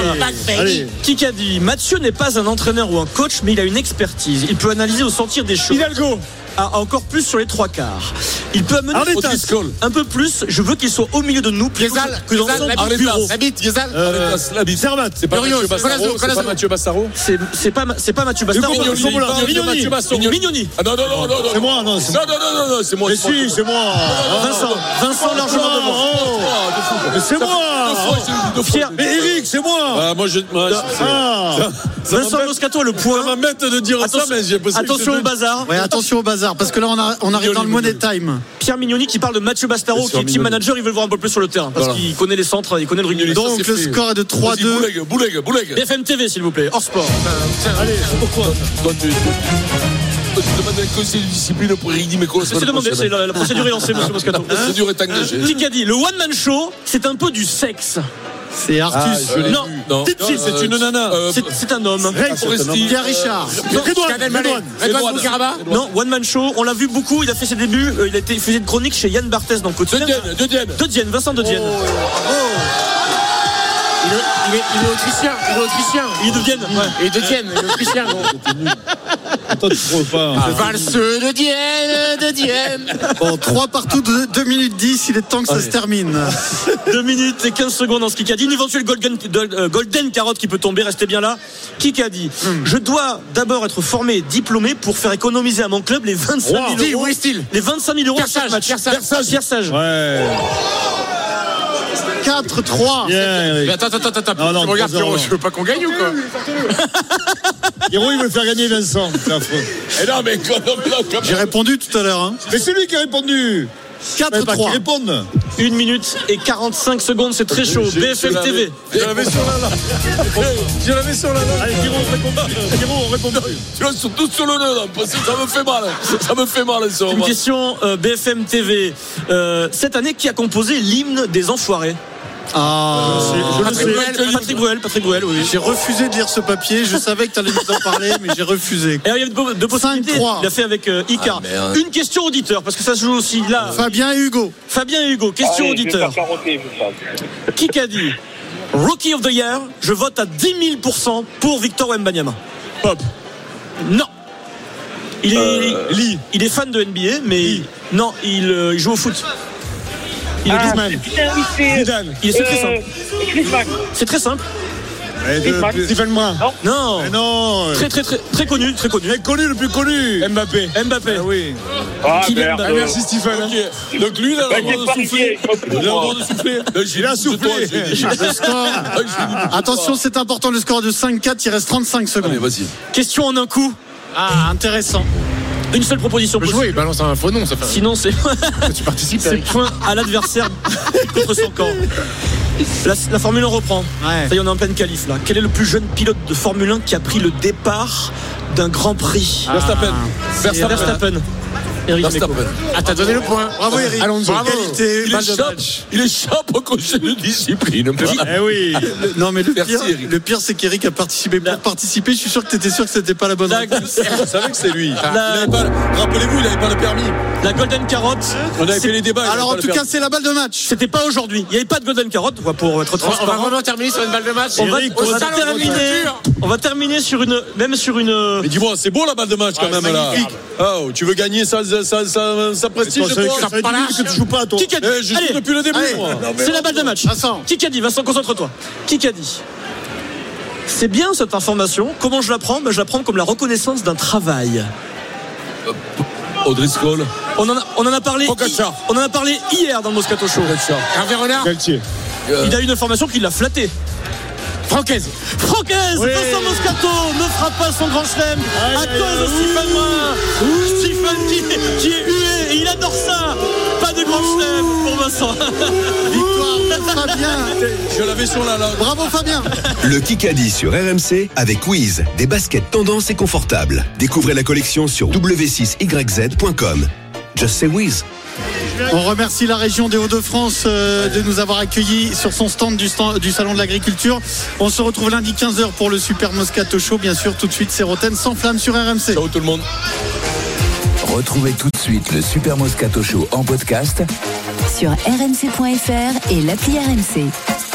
allez.
Qui qu'a dit Mathieu n'est pas un entraîneur ou un coach, mais il a une expertise. Il peut analyser au sentir des choses.
Hidalgo.
Ah, encore plus sur les trois quarts. Il peut amener
Arletas.
au discours. un peu plus. Je veux qu'il soit au milieu de nous plutôt
Ghezal,
que dans
Ghezal,
son
la bite,
bureau.
la bite, Ghezal.
Euh,
Arrête, la bite.
Zermatt.
C'est pas
Berrios,
Mathieu Bassaro.
Colazo,
C'est pas
Colazo.
Mathieu Bassaro.
C'est c'est pas c'est pas Mathieu Bastard.
Mignoni,
c'est
il parle de
Mignoni.
Mathieu Bassaro.
Mignoni.
Ah non, non, non, non, non.
C'est moi, non, c'est
Non, non, non, non, non, c'est moi.
Mais
c'est moi.
si, c'est moi.
Vincent, Vincent largement devant.
Oh, Mais c'est moi.
Pierre,
Mais Eric, c'est moi.
Ah, moi, je. moi, je-
Ah.
Vincent Moscato a le point.
Ça m'embête de dire ça, mais j'ai possible.
Attention au bazar.
Ouais, attention au bazar, parce que là, on, a- on arrive dans le Money Time.
Pierre Mignoni qui parle de Mathieu Bastaro,
Bien
qui
sûr,
est team
Mignoni.
manager, il veut le voir un peu plus sur le terrain parce
Voilà.
qu'il connaît les centres, il connaît le rugby.
Donc,
c'est
le
fait.
score est de
Vas-y,
3-2.
Bouleg, Euh, Bouleg, Bouleg.
BFM TV, s'il vous plaît, hors sport.
Toi, tu-
je demande un conseil de discipline pour Eric
Je
Dimeco. la
me suis
semaine
demandé,
prochaine.
c'est la, la procédure est lancée, monsieur Moscato.
La procédure est engagée.
Kikadi, le one-man show, c'est un peu du sexe. Ah,
C'est
Artus, je l'ai
non,
vu.
non.
Non.
Titi,
Euh,
c'est une nana.
euh,
C'est- c'est un homme.
Ray Ah, c'est un Foresti, homme.
Pierre
euh,
Richard.
Pierre- Redouane, Gad Elmaleh, Redouane. Redouane
Redouane.
Boukaraba.
Non, One Man Show. On l'a vu beaucoup. Il a fait ses débuts. euh, Il a été il faisait une chronique chez Yann Barthès dans Côte
Dodienne, Dodienne.
Dodienne, Vincent Dodienne.
Il est, il est- il est autrichien, il est autrichien.
Il est de Vienne, ouais.
Il est de Vienne, il est autrichien, gros.
Attends, tu trouves
Ah,
pas.
Ah,
hein.
Valseux de Vienne, de Vienne.
Ah. Bon, 3 partout, 2 minutes 10, il est temps que ça
Allez.
se termine.
2 minutes et 15 secondes en ce Kikadi. Une éventuelle golden, euh, golden carotte qui peut tomber, restez bien là. Kikadi,
Hmm.
je dois d'abord être formé, diplômé pour faire économiser à mon club les 25 000
Wow. Style,
euros.
oui, style.
Les 25 000 euros de chaque
Perçage,
match.
perçage.
Perçage, perçage.
4-3.
Mais attends, attends, attends, attends. tu me regardes, Pierrot, je veux pas qu'on gagne ou quoi
Pierrot, il veut faire gagner Vincent. C'est affreux.
Eh non, mais quoi, non, non, quand-
J'ai répondu tout à l'heure. hein.
Mais c'est lui qui a répondu. Mais pas qu'il
4-3.
réponde.
1 minute et 45 secondes, c'est très chaud.
J'ai- je
BFM
l'avais-
TV.
je l'avais sur la
Hein Je l'avais sur la langue.
Allez, Pierrot, on répond plus. Pierrot, on répond plus.
Tu vois, surtout sur le nœud, là, parce que ça me fait mal. Ça me fait mal, en ce
Une
moment.
question euh, BFM TV. Euh, cette année, qui a composé l'hymne des enfoirés
Ah,
Euh, Patrick Bruel, Patrick Bruel, Patrick Bruel, oui.
J'ai refusé de lire ce papier, je savais que tu allais nous en parler, mais j'ai refusé.
Et alors, il y a deux, deux possibilités.
5-3.
Il a fait avec euh, Icar.
Ah, merde.
Une question auditeur, parce que ça se joue aussi là.
Fabien et Hugo.
Fabien et Hugo, question auditeur. Qui qu'a dit Rookie of the Year, je vote à 10 000% pour Victor Wembanyama. Hop. Non. Il est, il, est fan de NBA, mais non, il, euh, il joue au foot. Il est Griezmann. Il est c'est très simple. C'est très simple.
Stephen Brun.
Non.
non.
Très très très très connu, très connu.
Très connu, le plus connu.
Mbappé.
Mbappé.
oui.
Ah,
Kylian
merde.
Mbappé.
Merci,
Stephen.
Ok. Donc lui, il a
Bah,
le
j'ai
droit de
parié,
souffler.
je comprends.
Il a le droit de souffler.
Il a soufflé.
Le score. Attention, c'est important le score de 5-4, il reste 35 secondes.
Question en un coup.
Ah, intéressant.
Une seule proposition possible.
Jouer, il balance un faux nom, ça fait.
Sinon, c'est.
Tu participes
C'est
avec.
point à l'adversaire contre son camp. La, la Formule 1 reprend.
Ouais.
Ça y est, on est en pleine qualif là. Quel est le plus jeune pilote de Formule 1 qui a pris le départ d'un Grand Prix
Verstappen.
Ah.
Verstappen. Verstappen. Eric
Verstappen.
Mecco.
Ah, t'as donné le point.
Bravo Eric.
Alonso.
Bravo. Qualité,
Il
balle de
échappe,
match.
il échappe au conseil de discipline.
Eh oui.
Le- Non mais le
Merci,
pire,
Eric.
le pire c'est qu'Eric a participé pour participer. Je suis sûr que t'étais sûr que c'était pas la bonne
La,
réponse.
Vous savez que c'est lui.
la-
Il avait pas le- Rappelez-vous, il n'avait pas le permis.
la Golden Carotte,
On avait
C'est-
fait les débats. il
Alors en
avait pas
tout
le
cas
permis.
c'est la balle de match.
c'était pas aujourd'hui. Il n'y avait pas de Golden Carotte quoi, pour euh, être
On on va
transparent.
vraiment terminer sur une balle de match.
On va, on
au
va
salon de
terminer,
culture.
on va terminer sur une, même sur une.
mais dis-moi, c'est beau la balle de match
Ah,
quand
Ouais,
même là.
magnifique.
Oh, tu veux gagner ça, ça, ça, ça, ça prestige
Attends, ça-
toi
ça fait dix minutes que tu joues pas, toi.
Qui qu'a dit
Eh, Je
Allez.
suis depuis le début.
Allez.
moi.
C'est la balle de match.
Vincent.
Qui qu'a dit Vincent, concentre-toi. Qui qu'a dit C'est bien cette information. Comment je la prends Ben, Je la prends comme la reconnaissance d'un travail.
Audrey Scholl.
On en a, on en a parlé.
Pogacar.
hi- on en a parlé hier dans le Moscato Show.
Hervé Renard.
Galtier.
Il a une information qui l'a flatté.
Francaise.
Francaise, Vincent Moscato ne frappe pas son grand chelem à cause de Stephen Brun. Stephen qui, qui est hué et il adore ça. Pas de grand chelem pour Vincent.
Victoire de Fabien.
Je l'avais sur la langue.
Bravo Fabien.
Le Kikadi sur RMC avec Wiz, des baskets tendance et confortables. Découvrez la collection sur w6yz.com. Just say Wiz.
On remercie la région des Hauts-de-France euh, de nous avoir accueillis sur son stand du, stand- du salon de l'agriculture. On se retrouve lundi 15h pour le Super Moscato Show. Bien sûr, tout de suite, c'est Roten sans flamme sur RMC.
Ciao tout le monde.
Retrouvez tout de suite le Super Moscato Show en podcast
Sur rmc.fr et l'appli RMC.